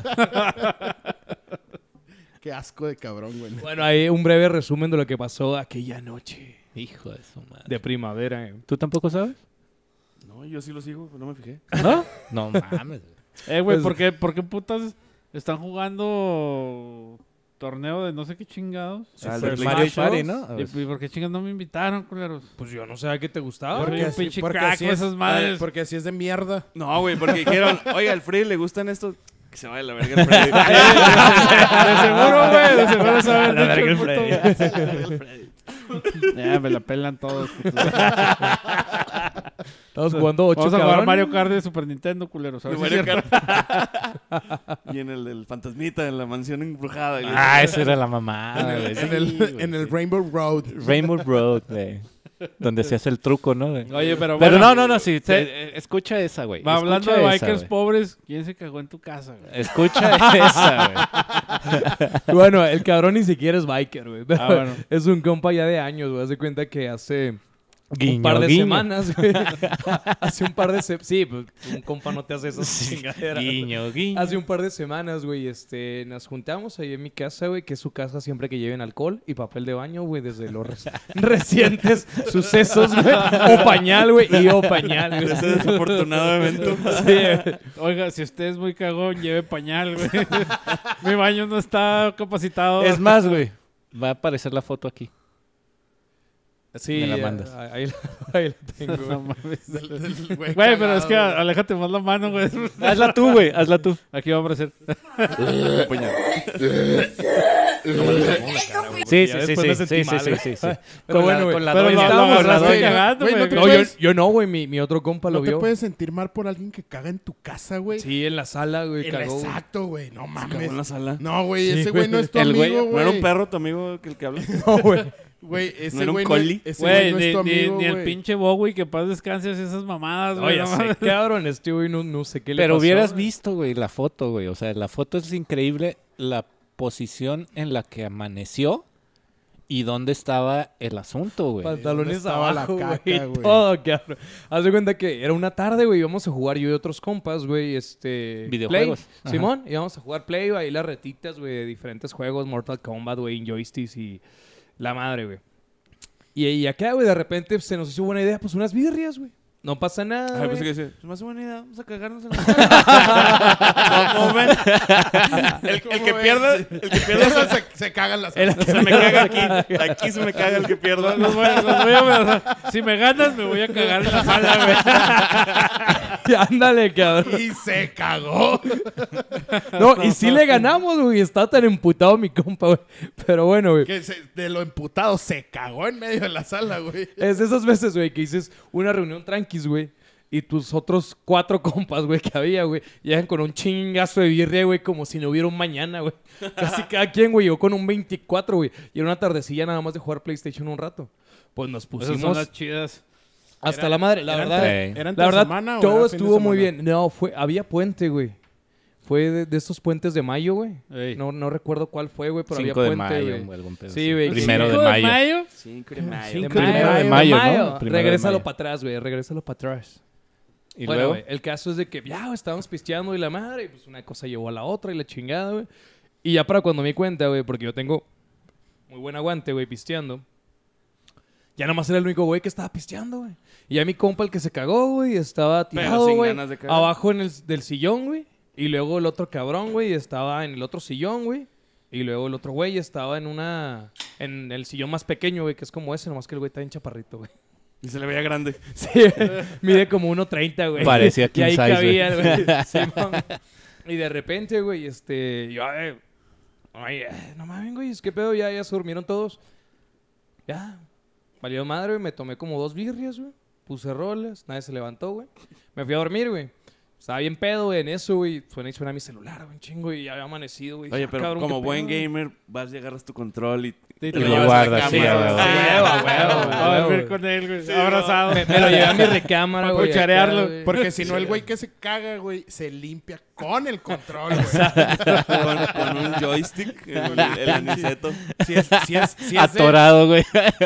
Speaker 5: Qué asco de cabrón, güey.
Speaker 4: Bueno, ahí un breve resumen de lo que pasó aquella noche
Speaker 2: Hijo de su madre.
Speaker 4: de primavera. eh.
Speaker 2: ¿Tú tampoco sabes?
Speaker 3: No, yo sí lo sigo, pero no me fijé.
Speaker 2: ¿No? No mames, güey.
Speaker 1: Eh, güey,
Speaker 4: Pues-
Speaker 1: ¿por, qué, por qué putas están jugando torneo de no sé qué chingados?
Speaker 3: Ah, el
Speaker 4: fue
Speaker 3: de
Speaker 4: el
Speaker 3: Play-
Speaker 4: Mario
Speaker 2: Mario Party, ¿no? A
Speaker 1: ¿Y
Speaker 2: ver.
Speaker 1: y por qué chingados no me invitaron, culeros?
Speaker 4: Pues yo no sé a qué te gustaba.
Speaker 1: Porque-
Speaker 4: güey.
Speaker 1: un
Speaker 5: así-
Speaker 1: pinche crack,
Speaker 5: así
Speaker 1: [LAUGHS]
Speaker 5: Ah,
Speaker 1: esas madres.
Speaker 5: Porque así es de mierda.
Speaker 3: No, güey, porque dijeron, oye, al Freddy le gustan estos. Que se vaya la verga
Speaker 1: [LAUGHS]
Speaker 3: el Freddy.
Speaker 1: De seguro, güey. De seguro saben.
Speaker 2: La verga el
Speaker 1: Freddy. Ya, me la pelan todos.
Speaker 2: [LAUGHS]
Speaker 1: puto.
Speaker 4: Estamos jugando ocho,
Speaker 1: Vamos a jugar
Speaker 4: cabrón. [LAUGHS]
Speaker 1: Mario Kart de Super Nintendo, culeros. a ver
Speaker 3: De
Speaker 1: si
Speaker 3: Mario
Speaker 1: es cierto.
Speaker 3: Kart. [LAUGHS] y en el del fantasmita, en la mansión embrujada. y-
Speaker 2: Ah, esa era la mamada, güey.
Speaker 5: En el, en el Rainbow Road.
Speaker 2: Rainbow Road, güey. Donde se hace el truco, ¿no? güey?
Speaker 1: Oye, pero
Speaker 2: Pero
Speaker 1: bueno.
Speaker 2: no, no, no, sí. te- eh, escucha esa, güey.
Speaker 1: Va,
Speaker 2: escucha
Speaker 1: hablando de
Speaker 2: esa,
Speaker 1: bikers
Speaker 2: güey.
Speaker 1: pobres, ¿quién se cagó en tu casa, güey?
Speaker 2: Escucha esa, güey.
Speaker 4: Bueno, el cabrón ni siquiera es biker, güey. pero
Speaker 1: Ah, [LAUGHS] bueno.
Speaker 4: [LAUGHS] Es un compa ya de años, güey. Haz de cuenta que hace
Speaker 2: Guiño,
Speaker 4: un par de
Speaker 2: guiño.
Speaker 4: semanas,
Speaker 2: [LAUGHS]
Speaker 4: güey. [LAUGHS] hace un par de semanas. Sí, pues, un compa no te hace esas
Speaker 2: Sí,
Speaker 4: chingaderas.
Speaker 2: Guiño, guiño.
Speaker 4: Hace un par de semanas, güey, este, nos juntamos ahí en mi casa, güey, que es su casa siempre que lleven alcohol y papel de baño, güey, desde los re- [LAUGHS] recientes sucesos,
Speaker 2: [LAUGHS]
Speaker 4: güey. O pañal, güey, y o pañal,
Speaker 3: De [LAUGHS]
Speaker 4: güey.
Speaker 3: ese desafortunado evento.
Speaker 1: eh, Oiga, si usted es muy cagón, lleve pañal, güey. [LAUGHS] Mi baño no está capacitado. [LAUGHS]
Speaker 2: Es más, güey. Va a aparecer la foto aquí.
Speaker 4: Sí,
Speaker 2: Me la
Speaker 4: eh,
Speaker 2: mandas.
Speaker 4: Ahí, la- ahí la tengo, güey.
Speaker 1: No mames.
Speaker 5: Del-
Speaker 1: Güey,
Speaker 5: del [LAUGHS] Güey,
Speaker 1: pero es que
Speaker 5: cagado, güey.
Speaker 1: aléjate más la mano, güey. [LAUGHS]
Speaker 2: Hazla tú, güey. Hazla
Speaker 4: [LAUGHS]
Speaker 2: tú.
Speaker 1: Aquí va a aparecer.
Speaker 2: Sí, sí,
Speaker 4: ya
Speaker 2: sí,
Speaker 4: después me
Speaker 2: sí,
Speaker 4: sentí
Speaker 2: sí, sí,
Speaker 4: mal,
Speaker 2: sí,
Speaker 4: güey.
Speaker 2: sí, sí.
Speaker 4: Pero
Speaker 2: Con
Speaker 4: [LAUGHS] bueno,
Speaker 2: la-
Speaker 4: güey,
Speaker 2: con la
Speaker 1: Pero lo,
Speaker 2: doña.
Speaker 1: lo
Speaker 4: estábamos
Speaker 1: agarraste
Speaker 4: hablando,
Speaker 1: cagando,
Speaker 5: güey,
Speaker 1: güey.
Speaker 5: no te
Speaker 4: No, yo, yo no, güey, mi, mi otro compa
Speaker 5: No
Speaker 4: lo
Speaker 5: te
Speaker 4: vio.
Speaker 5: puedes sentir mal por alguien que caga en tu casa, güey.
Speaker 4: Sí, en la sala, güey,
Speaker 5: El-
Speaker 4: cagó. güey.
Speaker 5: exacto, güey. No
Speaker 3: Cagó en la
Speaker 5: mames.
Speaker 3: sala.
Speaker 5: No, güey,
Speaker 4: Sí,
Speaker 5: ese güey no es tu
Speaker 2: El güey-
Speaker 5: amigo,
Speaker 3: ¿No era un
Speaker 5: güey.
Speaker 3: perro tu amigo que el que habla?
Speaker 4: [LAUGHS] No, güey.
Speaker 5: Güey, ese
Speaker 3: ¿No era un
Speaker 5: güey
Speaker 3: collie?
Speaker 5: ese
Speaker 1: Güey,
Speaker 5: güey no
Speaker 1: ni,
Speaker 5: es tu
Speaker 1: ni-
Speaker 5: amigo,
Speaker 1: ni el
Speaker 5: güey. [LAUGHS]
Speaker 1: pinche Bowie que paz descanses esas mamadas,
Speaker 4: No,
Speaker 1: güey.
Speaker 4: ya
Speaker 1: no
Speaker 4: sé,
Speaker 1: mames. [LAUGHS]
Speaker 4: cabrón, este güey no, no sé qué le
Speaker 2: Pero
Speaker 4: pasó,
Speaker 2: hubieras
Speaker 4: güey.
Speaker 2: visto, güey, la foto, güey. O sea, la foto es increíble. La posición en la que amaneció y dónde estaba el asunto, güey.
Speaker 5: ¿Dónde
Speaker 4: Pantalones
Speaker 5: estaba la
Speaker 4: abajo,
Speaker 5: caca,
Speaker 4: güey. [LAUGHS]
Speaker 5: güey?
Speaker 4: Todo, cabrón. Haz de cuenta que era una tarde, güey. Íbamos a jugar yo y otros compas, güey. Este.
Speaker 2: Videojuegos.
Speaker 4: Play.
Speaker 2: Ajá.
Speaker 4: Simón, íbamos a jugar Play, ahí las retitas, güey, de diferentes juegos. Mortal Kombat, güey, Injustice y la madre, güey. Y, y acá, güey, de repente se nos hizo buena idea, pues unas birrias, güey. No pasa nada.
Speaker 3: Ah,
Speaker 4: güey.
Speaker 3: pensé que decía, se me hace buena idea, vamos a cagarnos en la sala. ¿Cómo ven? El, el que
Speaker 5: ¿Cómo ven?
Speaker 3: pierda, el
Speaker 5: [LAUGHS]
Speaker 3: que pierda se,
Speaker 5: se, [LAUGHS] se cagan las
Speaker 3: se me caga
Speaker 4: [LAUGHS]
Speaker 3: aquí. [LAUGHS] Aquí se me caga el que pierda.
Speaker 1: Los voy a- los voy a abrazar. si me ganas, me voy a cagar en la sala, güey.
Speaker 4: Ándale, cabrón.
Speaker 5: Y se cagó.
Speaker 4: No, y sí le ganamos, güey. Está tan emputado mi compa, güey. Pero bueno, güey.
Speaker 5: Que se- de lo emputado se cagó en medio de la sala, güey.
Speaker 4: Es de esas veces, güey, que dices una reunión tranquis, güey. Y tus otros cuatro [LAUGHS] compas, güey, que había, güey, llegan con un chingazo de birria, güey, como si no hubiera un mañana, güey. Casi cada quien, güey, yo con un 24, güey. Y era una tardecilla nada más de jugar PlayStation un rato. Pues nos
Speaker 1: Esas son
Speaker 4: pusimos
Speaker 1: las chidas.
Speaker 4: hasta la madre, la
Speaker 5: eran
Speaker 4: verdad.
Speaker 2: tres.
Speaker 5: ¿Era entre
Speaker 4: La verdad,
Speaker 5: semana o era
Speaker 4: todo
Speaker 5: fin de
Speaker 4: estuvo muy
Speaker 5: semana?
Speaker 4: bien. No, fue, había puente, güey. Fue de, de estos puentes de mayo, güey.
Speaker 1: Ey.
Speaker 4: No, no recuerdo cuál fue, güey, pero
Speaker 2: Cinco
Speaker 4: había
Speaker 2: de
Speaker 4: puente,
Speaker 2: mayo,
Speaker 4: güey.
Speaker 2: o algún pedo
Speaker 4: Sí,
Speaker 2: así.
Speaker 4: güey.
Speaker 2: Primero de
Speaker 1: ¿Cinco
Speaker 2: mayo.
Speaker 3: Cinco de mayo.
Speaker 1: Cinco
Speaker 4: De
Speaker 2: Primero
Speaker 4: mayo,
Speaker 2: de
Speaker 4: de
Speaker 2: mayo, ¿no?
Speaker 4: mayo.
Speaker 2: Primero de
Speaker 4: Regrésalo
Speaker 2: mayo.
Speaker 4: para atrás, güey. Regrésalo para atrás.
Speaker 2: Y
Speaker 4: bueno,
Speaker 2: luego,
Speaker 4: güey, el caso es de que ya güey, estábamos pisteando y la madre, y pues una cosa llevó a la otra y la chingada, güey. Y ya para cuando me di cuenta, güey, porque yo tengo muy buen aguante, güey, pisteando. Ya nomás era el único güey que estaba pisteando, güey. Y ya mi compa el que se cagó, güey, estaba
Speaker 3: Pero
Speaker 4: tirado,
Speaker 3: sin
Speaker 4: güey,
Speaker 3: ganas de cagar.
Speaker 4: abajo en el, del sillón, güey. Y luego el otro cabrón, güey, estaba en el otro sillón, güey. Y luego el otro güey estaba en una... En el sillón más pequeño, güey, que es como ese, nomás que el güey está bien chaparrito, güey.
Speaker 3: Y se le veía grande.
Speaker 4: Sí, [LAUGHS] mide como 1.30, güey.
Speaker 2: Parecía
Speaker 4: Y ahí
Speaker 2: 15 años, güey.
Speaker 4: cabía, güey. Simón. y de repente, güey, este... Yo, eh, ay, eh, no mames, güey, es que pedo, ya, ya se durmieron todos. Ya, valió madre, güey, me tomé como dos birrias, güey. Puse rolas, nadie se levantó, güey. Me fui a dormir, güey. Estaba bien pedo, güey, en eso, güey. Suena y suena mi celular, güey, un chingo, y ya había amanecido, güey.
Speaker 3: Oye,
Speaker 4: Ah,
Speaker 3: pero
Speaker 4: cabrón,
Speaker 3: como
Speaker 4: qué
Speaker 3: buen
Speaker 4: pedo, güey.
Speaker 3: gamer, vas y agarras tu control y [LAUGHS] te,
Speaker 2: lo
Speaker 3: llevas a la
Speaker 2: guardas, sí,
Speaker 3: cámara.
Speaker 2: a huevo.
Speaker 4: Ah, güey, a huevo, güey, a
Speaker 1: A
Speaker 4: huevo,
Speaker 1: dormir
Speaker 4: güey.
Speaker 1: con él, güey. Abrazado.
Speaker 4: Me lo llevé a mi recámara,
Speaker 1: Para
Speaker 4: güey. acá,
Speaker 1: cucharearlo,
Speaker 4: güey. [LAUGHS]
Speaker 5: Porque si no, el güey que se caga, güey, se limpia con el control, güey.
Speaker 3: con, con un joystick, el, el aniceto.
Speaker 5: Si es, si es, si es, de,
Speaker 2: atorado, güey.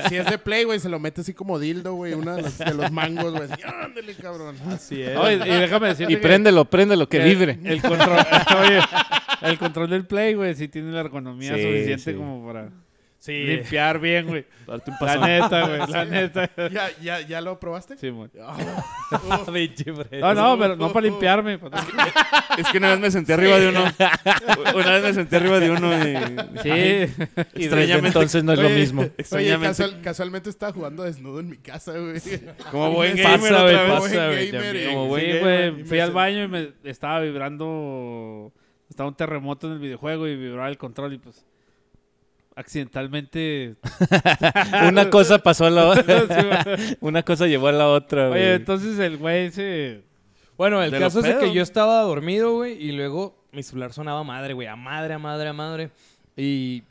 Speaker 5: si es de play, güey, se lo mete así como dildo, güey. Una de, las- de los mangos, güey. Así, Ándale, cabrón. Así es.
Speaker 1: Oye, y déjame decirte
Speaker 2: Y
Speaker 1: que-
Speaker 2: préndelo, préndelo, que
Speaker 1: el-
Speaker 2: vibre.
Speaker 1: El control, [LAUGHS] oye, el control del play, güey, sí tiene la ergonomía
Speaker 2: Sí,
Speaker 1: suficiente
Speaker 2: sí.
Speaker 1: como para limpiar bien, güey.
Speaker 3: Darte un
Speaker 1: La
Speaker 3: paso.
Speaker 1: neta, güey, la neta.
Speaker 5: ¿Ya, ya, ¿Ya lo probaste?
Speaker 1: Sí, güey.
Speaker 5: [LAUGHS] Ah,
Speaker 1: No, no, pero no para limpiarme. pa-
Speaker 3: Es que una vez me senté arriba de uno. Una vez me senté arriba de uno y...
Speaker 1: Sí.
Speaker 2: Y desde
Speaker 3: Extrañamente-
Speaker 2: entonces no es lo
Speaker 5: oye,
Speaker 3: [LAUGHS]
Speaker 2: mismo.
Speaker 5: Oye,
Speaker 3: Extrañamente-
Speaker 5: casual- casualmente estaba jugando desnudo en mi casa, güey. [LAUGHS]
Speaker 3: Como buen
Speaker 5: Pasa,
Speaker 3: gamer
Speaker 4: güey,
Speaker 3: otra vez.
Speaker 4: pasa, güey,
Speaker 5: gamer,
Speaker 4: también.
Speaker 5: y-
Speaker 4: Como
Speaker 1: Sí,
Speaker 4: buen
Speaker 5: sí,
Speaker 1: güey,
Speaker 5: y me
Speaker 1: fui al
Speaker 5: sen-
Speaker 1: baño y me estaba vibrando estaba un terremoto en el videojuego y vibraba el control y pues accidentalmente... [LAUGHS]
Speaker 2: Una cosa pasó a la
Speaker 1: Sí,
Speaker 2: otra.
Speaker 1: güey.
Speaker 2: Una cosa llevó a la otra, güey.
Speaker 1: Oye, entonces el güey se...
Speaker 4: Bueno, el
Speaker 3: De
Speaker 4: caso
Speaker 3: los
Speaker 4: es de que
Speaker 3: pedos.
Speaker 4: yo estaba dormido, güey, y luego mi celular sonaba a madre, güey, a madre, a madre, a madre. Y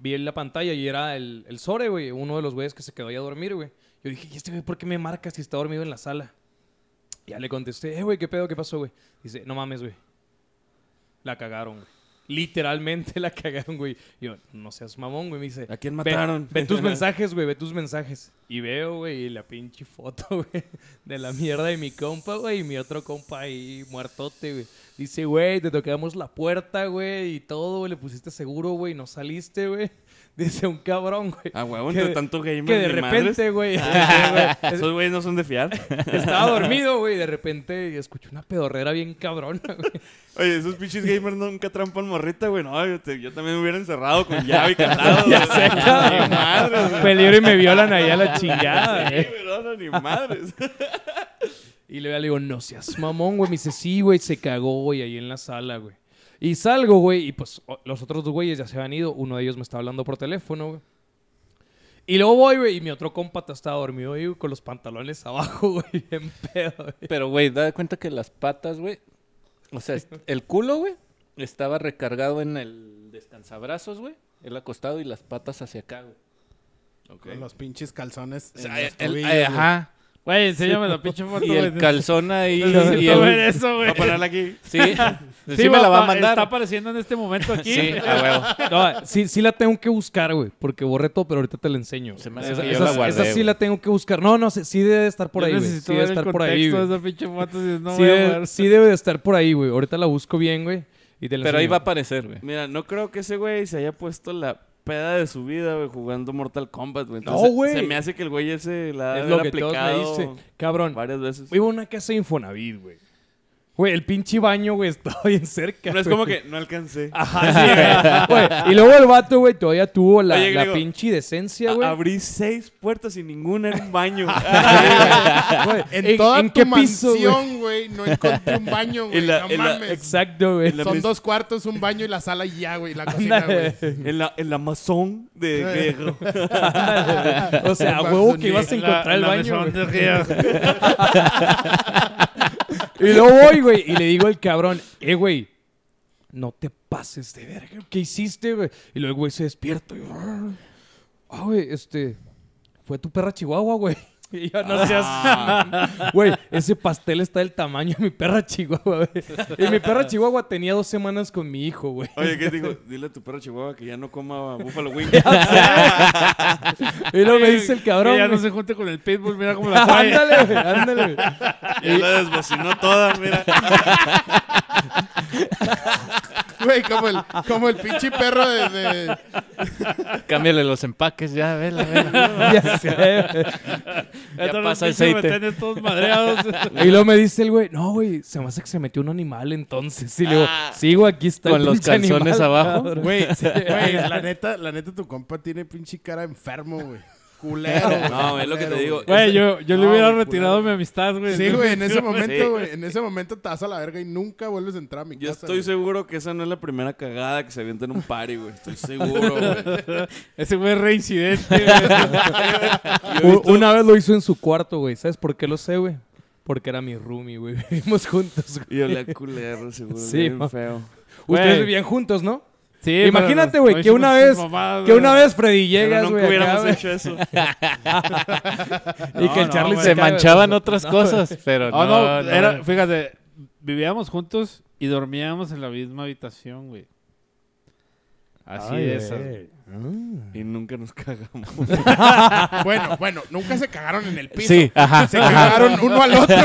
Speaker 4: vi en la pantalla y era el, el Sore, güey, uno de los güeyes que se quedó ahí a dormir, güey. Yo dije, ¿y este güey por qué me marca si está dormido en la sala? Ya le contesté, eh, güey, ¿qué pedo? ¿Qué pasó, güey? Dice, no mames, güey. La cagaron, güey. Literalmente [LAUGHS] la cagaron, güey. Yo, no seas mamón, güey. Me dice,
Speaker 3: ¿A quién
Speaker 4: Ve-
Speaker 3: mataron? [LAUGHS]
Speaker 4: Ve, tus mensajes, güey, ve tus mensajes. Y veo, güey, y la pinche foto, [LAUGHS] güey, de la mierda de mi compa, güey, y mi otro compa ahí muertote, güey. Dice, güey, te tocamos la puerta, güey, y todo, güey, le pusiste seguro, güey, no saliste, güey. [LAUGHS] Dice un cabrón, güey.
Speaker 3: Ah, huevo,
Speaker 4: Que
Speaker 3: entre
Speaker 4: de-
Speaker 3: tanto gamer.
Speaker 4: que de
Speaker 3: ni madres. [LAUGHS]
Speaker 4: repente, güey, [LAUGHS] es-
Speaker 3: Esos güeyes no son de fiar.
Speaker 4: estaba dormido, güey, y de repente escuché una pedorrera bien cabrona,
Speaker 3: [LAUGHS]
Speaker 4: güey.
Speaker 3: [LAUGHS]
Speaker 4: [LAUGHS]
Speaker 3: Oye, esos pinches gamers nunca trampan morrita, güey. No, yo, te- yo también me hubiera encerrado [LAUGHS] con llave y candado. ya sé, Ni madres, güey.
Speaker 4: Peligro y me violan ahí a la chingada,
Speaker 3: Sí, güey, no, no, ni [LAUGHS] madres.
Speaker 4: Y le le digo, no seas mamón, güey. Me dice, sí, güey, se cagó, güey, ahí en la sala, güey. Y salgo, güey, y pues o- los otros dos güeyes ya se han ido. Uno de ellos me está hablando por teléfono, güey. Y luego voy, güey, y mi otro compa ta- estaba dormido ahí, güey, con los pantalones abajo, [LAUGHS] güey, bien pedo, güey.
Speaker 2: Pero, güey, da cuenta que las patas, güey. O sea, est- el culo, güey, estaba recargado en el descansabrazos, güey. Él acostado y las patas hacia acá, güey.
Speaker 5: Con los pinches calzones.
Speaker 2: O
Speaker 5: en
Speaker 2: sea,
Speaker 5: los
Speaker 2: el-
Speaker 5: tobillos,
Speaker 2: eh,
Speaker 5: güey.
Speaker 2: ajá.
Speaker 1: Güey, enséñame la pinche
Speaker 4: [LAUGHS]
Speaker 1: foto.
Speaker 2: Y el
Speaker 1: güey.
Speaker 2: calzón ahí. y
Speaker 1: Necesito
Speaker 2: el-
Speaker 1: ver eso,
Speaker 3: Voy
Speaker 1: güey.
Speaker 3: a pararla aquí.
Speaker 2: Sí, sí, me la va a mandar.
Speaker 1: Está apareciendo en este momento aquí.
Speaker 2: Sí, a huevo.
Speaker 4: No, sí, sí la tengo que buscar, güey, porque borré todo, pero ahorita te la enseño.
Speaker 2: Se me hace
Speaker 4: Esa,
Speaker 2: que yo la
Speaker 4: esa-
Speaker 2: guardé,
Speaker 4: esa sí
Speaker 2: güey.
Speaker 4: la tengo que buscar. No, no, sí, sí debe de estar por
Speaker 1: Yo
Speaker 4: ahí, güey.
Speaker 1: necesito
Speaker 4: Sí debe
Speaker 1: ver
Speaker 4: de
Speaker 1: el
Speaker 4: estar por ahí,
Speaker 1: contexto de
Speaker 4: güey.
Speaker 1: esa pinche foto, si no
Speaker 4: Sí,
Speaker 1: voy a
Speaker 4: debe,
Speaker 1: poder-
Speaker 4: sí debe de estar por ahí, güey. Ahorita la busco bien, güey. y te la
Speaker 2: Pero ahí
Speaker 4: enseño.
Speaker 2: va a aparecer, güey.
Speaker 3: Mira, no creo que ese güey se haya puesto la peda de su vida, güey, jugando Mortal Kombat, güey.
Speaker 4: No,
Speaker 3: Entonces,
Speaker 4: güey.
Speaker 3: Se me hace que el güey ese la ha de
Speaker 4: Es
Speaker 3: haber
Speaker 4: lo que todos me
Speaker 3: aplicado
Speaker 4: dicen. Cabrón,
Speaker 3: varias veces.
Speaker 4: vivo en una casa de Infonavit, güey. Güey, el pinche baño, güey, [LAUGHS] estaba bien cerca.
Speaker 3: No es
Speaker 4: güey.
Speaker 3: como que no alcancé. [LAUGHS]
Speaker 4: Ajá, sí, [LAUGHS] güey. Güey, Y luego el vato, güey, todavía tuvo la,
Speaker 3: Oye,
Speaker 4: la
Speaker 3: Grego,
Speaker 4: pinche decencia,
Speaker 3: A-
Speaker 4: [LAUGHS] güey.
Speaker 3: abrí seis puertas y ninguna era un [LAUGHS] baño. güey.
Speaker 4: Güey,
Speaker 5: En, toda
Speaker 4: en
Speaker 5: tu
Speaker 4: güey?
Speaker 5: mansión, güey, no encontré un baño, güey.
Speaker 3: En la-
Speaker 5: No
Speaker 3: en la-
Speaker 5: mames.
Speaker 4: Exacto, güey.
Speaker 3: En la
Speaker 5: Son
Speaker 3: mis-
Speaker 5: dos cuartos, un baño y la sala y ya, güey. La cocina,
Speaker 4: Ándale.
Speaker 5: güey.
Speaker 3: en la, en la mazón de Griego.
Speaker 4: [LAUGHS] O sea, a huevo que ibas a
Speaker 1: La-
Speaker 4: encontrar el
Speaker 1: la
Speaker 4: baño.
Speaker 1: mesón
Speaker 4: güey.
Speaker 1: de Río.
Speaker 4: Y luego voy, güey, y le digo al cabrón, eh, güey, no te pases de verga, ¿qué hiciste, güey? Y luego, el güey, se despierta. y, "Ah, Ah, güey, este, fue tu perra chihuahua, güey. [LAUGHS] Y yo, no seas...
Speaker 3: Ah.
Speaker 1: Ah.
Speaker 4: Güey, ese pastel está del tamaño de mi perra chihuahua, güey. Y mi
Speaker 1: [LAUGHS]
Speaker 4: perra chihuahua tenía dos semanas con mi hijo, güey.
Speaker 3: Oye, ¿qué te digo? Dile a tu perro Chihuahua que ya no coma Buffalo
Speaker 4: [LAUGHS]
Speaker 3: Wing.
Speaker 4: [LAUGHS] Y luego me dice el cabrón,
Speaker 1: Que ya no
Speaker 4: güey,
Speaker 1: se junte con el pitbull, mira
Speaker 4: [LAUGHS]
Speaker 1: cómo la trae.
Speaker 4: Ándale, güey, ándale, güey.
Speaker 1: [LAUGHS]
Speaker 3: ya la desbocinó toda, mira.
Speaker 5: Güey, como el, como el pinche perro de, de-
Speaker 2: Cámbiale los empaques, ya, vela, vela.
Speaker 4: Ya sé, güey.
Speaker 2: Ya
Speaker 1: Están los
Speaker 2: pasa
Speaker 1: pinches
Speaker 2: aceite.
Speaker 1: retenes todos
Speaker 4: [LAUGHS]
Speaker 1: madreados.
Speaker 4: Y luego me dice el güey, no, güey, se me hace que se metió un animal entonces. Y le digo,
Speaker 1: Ah.
Speaker 4: sí, güey, aquí está. el
Speaker 2: Con los
Speaker 4: pinche
Speaker 2: calzones abajo.
Speaker 4: cabrón".
Speaker 5: Güey, güey, la neta, la neta, tu compa tiene pinche cara enfermo, güey. Culero. güey,
Speaker 3: No, es lo que te
Speaker 5: culero,
Speaker 3: digo.
Speaker 1: Güey, yo, yo le
Speaker 5: No,
Speaker 1: hubiera
Speaker 5: güey,
Speaker 1: retirado
Speaker 5: culero.
Speaker 1: mi amistad, güey.
Speaker 5: Sí, güey, en ese
Speaker 3: Sí.
Speaker 5: momento, güey. En ese momento te vas a la verga y nunca vuelves a entrar a mi casa.
Speaker 3: Yo estoy
Speaker 5: güey.
Speaker 3: seguro que esa no es la primera cagada que se avienta en un party, güey. Estoy seguro,
Speaker 4: [LAUGHS]
Speaker 3: güey.
Speaker 1: Ese güey es reincidente, güey.
Speaker 4: U- Una vez lo hizo en su cuarto, güey. ¿Sabes por qué lo sé, güey? Porque era mi roomie, güey. [LAUGHS] Vivimos juntos, güey.
Speaker 3: Y olía culero, seguro.
Speaker 4: Sí,
Speaker 3: bien
Speaker 4: ma.
Speaker 3: feo.
Speaker 4: Ustedes
Speaker 1: Güey.
Speaker 4: vivían juntos, ¿no?
Speaker 1: Sí,
Speaker 4: Imagínate,
Speaker 1: pero
Speaker 4: güey,
Speaker 1: no
Speaker 4: que una
Speaker 1: hicimos
Speaker 4: vez-
Speaker 1: sus mamadas,
Speaker 4: Que
Speaker 1: güey.
Speaker 4: una vez Freddy
Speaker 3: Pero
Speaker 4: llegas,
Speaker 3: nunca
Speaker 4: güey, acá,
Speaker 3: hubiéramos
Speaker 4: güey,
Speaker 3: hecho eso.
Speaker 4: y que el
Speaker 1: No,
Speaker 4: Charlie
Speaker 1: no,
Speaker 4: se
Speaker 2: Se
Speaker 4: cae,
Speaker 2: manchaban
Speaker 4: güey.
Speaker 2: otras
Speaker 4: No, [LAUGHS]
Speaker 2: cosas, pero
Speaker 1: Ah,
Speaker 2: no,
Speaker 1: no,
Speaker 2: no,
Speaker 1: era, fíjate, vivíamos juntos y dormíamos en la misma habitación, güey. Así
Speaker 4: Ay,
Speaker 1: de esas.
Speaker 4: güey.
Speaker 1: güey.
Speaker 3: Y nunca nos cagamos.
Speaker 5: Bueno, bueno, nunca se cagaron en el piso.
Speaker 2: Sí, ajá.
Speaker 5: Se cagaron uno
Speaker 2: [LAUGHS]
Speaker 5: al otro.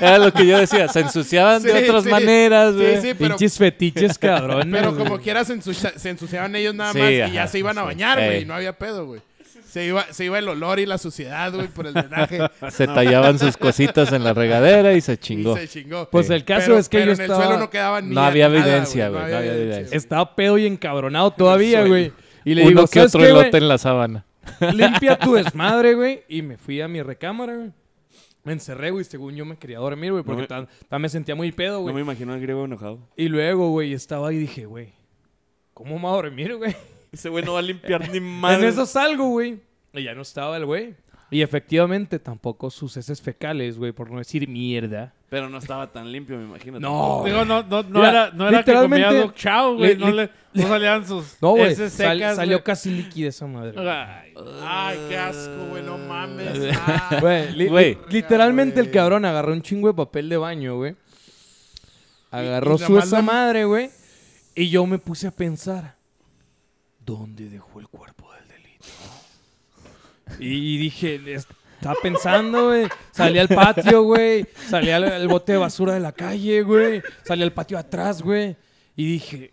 Speaker 2: Era lo que yo decía. Se ensuciaban de
Speaker 5: Sí,
Speaker 2: otras
Speaker 5: sí.
Speaker 2: maneras, güey.
Speaker 5: Sí, sí, pero,
Speaker 4: Pinches fetiches, cabrón.
Speaker 5: pero como quiera se, ensucia- se ensuciaban ellos nada
Speaker 2: Sí,
Speaker 5: más
Speaker 2: ajá,
Speaker 5: y ya se iban a
Speaker 2: sí.
Speaker 5: bañar,
Speaker 2: Ey.
Speaker 5: güey. No había pedo, güey. Se iba, se iba el olor y la suciedad, güey, por el drenaje.
Speaker 2: Se tallaban sus cositas en la regadera y se
Speaker 5: Y
Speaker 2: chingó.
Speaker 5: se chingó.
Speaker 4: Pues el caso
Speaker 5: Pero-
Speaker 4: es que
Speaker 5: pero
Speaker 4: yo
Speaker 5: en el
Speaker 4: estaba-
Speaker 5: suelo no quedaba ni
Speaker 2: No había
Speaker 5: nada,
Speaker 2: evidencia, güey, no había evidencia.
Speaker 4: Estaba pedo y encabronado todavía, güey. Y le
Speaker 2: Uno
Speaker 4: digo,
Speaker 2: que
Speaker 4: ¿sabes
Speaker 2: otro
Speaker 4: qué, güey?
Speaker 2: elote en la sábana.
Speaker 4: limpia tu desmadre, güey. Y me fui a mi recámara, güey. Me encerré, güey, según yo me quería dormir, güey, porque
Speaker 3: me-
Speaker 4: tan- tan me sentía muy pedo,
Speaker 3: No
Speaker 4: güey.
Speaker 3: me imagino al griego enojado.
Speaker 4: Y luego, güey, estaba ahí y dije, güey, ¿cómo me voy a dormir, güey?
Speaker 3: Ese güey no va a [LAUGHS] limpiar ni madre.
Speaker 4: En eso salgo, güey. Y ya no estaba el güey. Y efectivamente tampoco sus heces fecales, güey, por no decir mierda.
Speaker 3: Pero no estaba tan limpio, me imagino.
Speaker 4: No,
Speaker 1: Digo, no, no, no
Speaker 4: Mira,
Speaker 1: era, no era que
Speaker 4: literalmente,
Speaker 1: comía Dog Chow, güey.
Speaker 4: li-
Speaker 1: No, le, no salían sus
Speaker 4: No, güey.
Speaker 1: heces
Speaker 4: sal-
Speaker 1: secas,
Speaker 4: salió
Speaker 1: güey.
Speaker 4: casi líquida esa madre. güey.
Speaker 1: Ay,
Speaker 5: Ay, qué asco, güey, no mames. Ah,
Speaker 4: Güey, li-
Speaker 2: Güey.
Speaker 4: li- literalmente el
Speaker 5: Güey.
Speaker 4: cabrón agarró un chingo de papel de baño, güey. Agarró
Speaker 5: y
Speaker 4: su
Speaker 5: nomás
Speaker 4: esa
Speaker 5: lo-
Speaker 4: madre, güey. Y yo me puse a pensar, ¿dónde dejó el cuerpo del delito? Y dije, "Es- estaba pensando, güey. Salí al patio, güey. Salí al, al bote de basura de la calle, güey. Salí al patio atrás, güey. Y dije,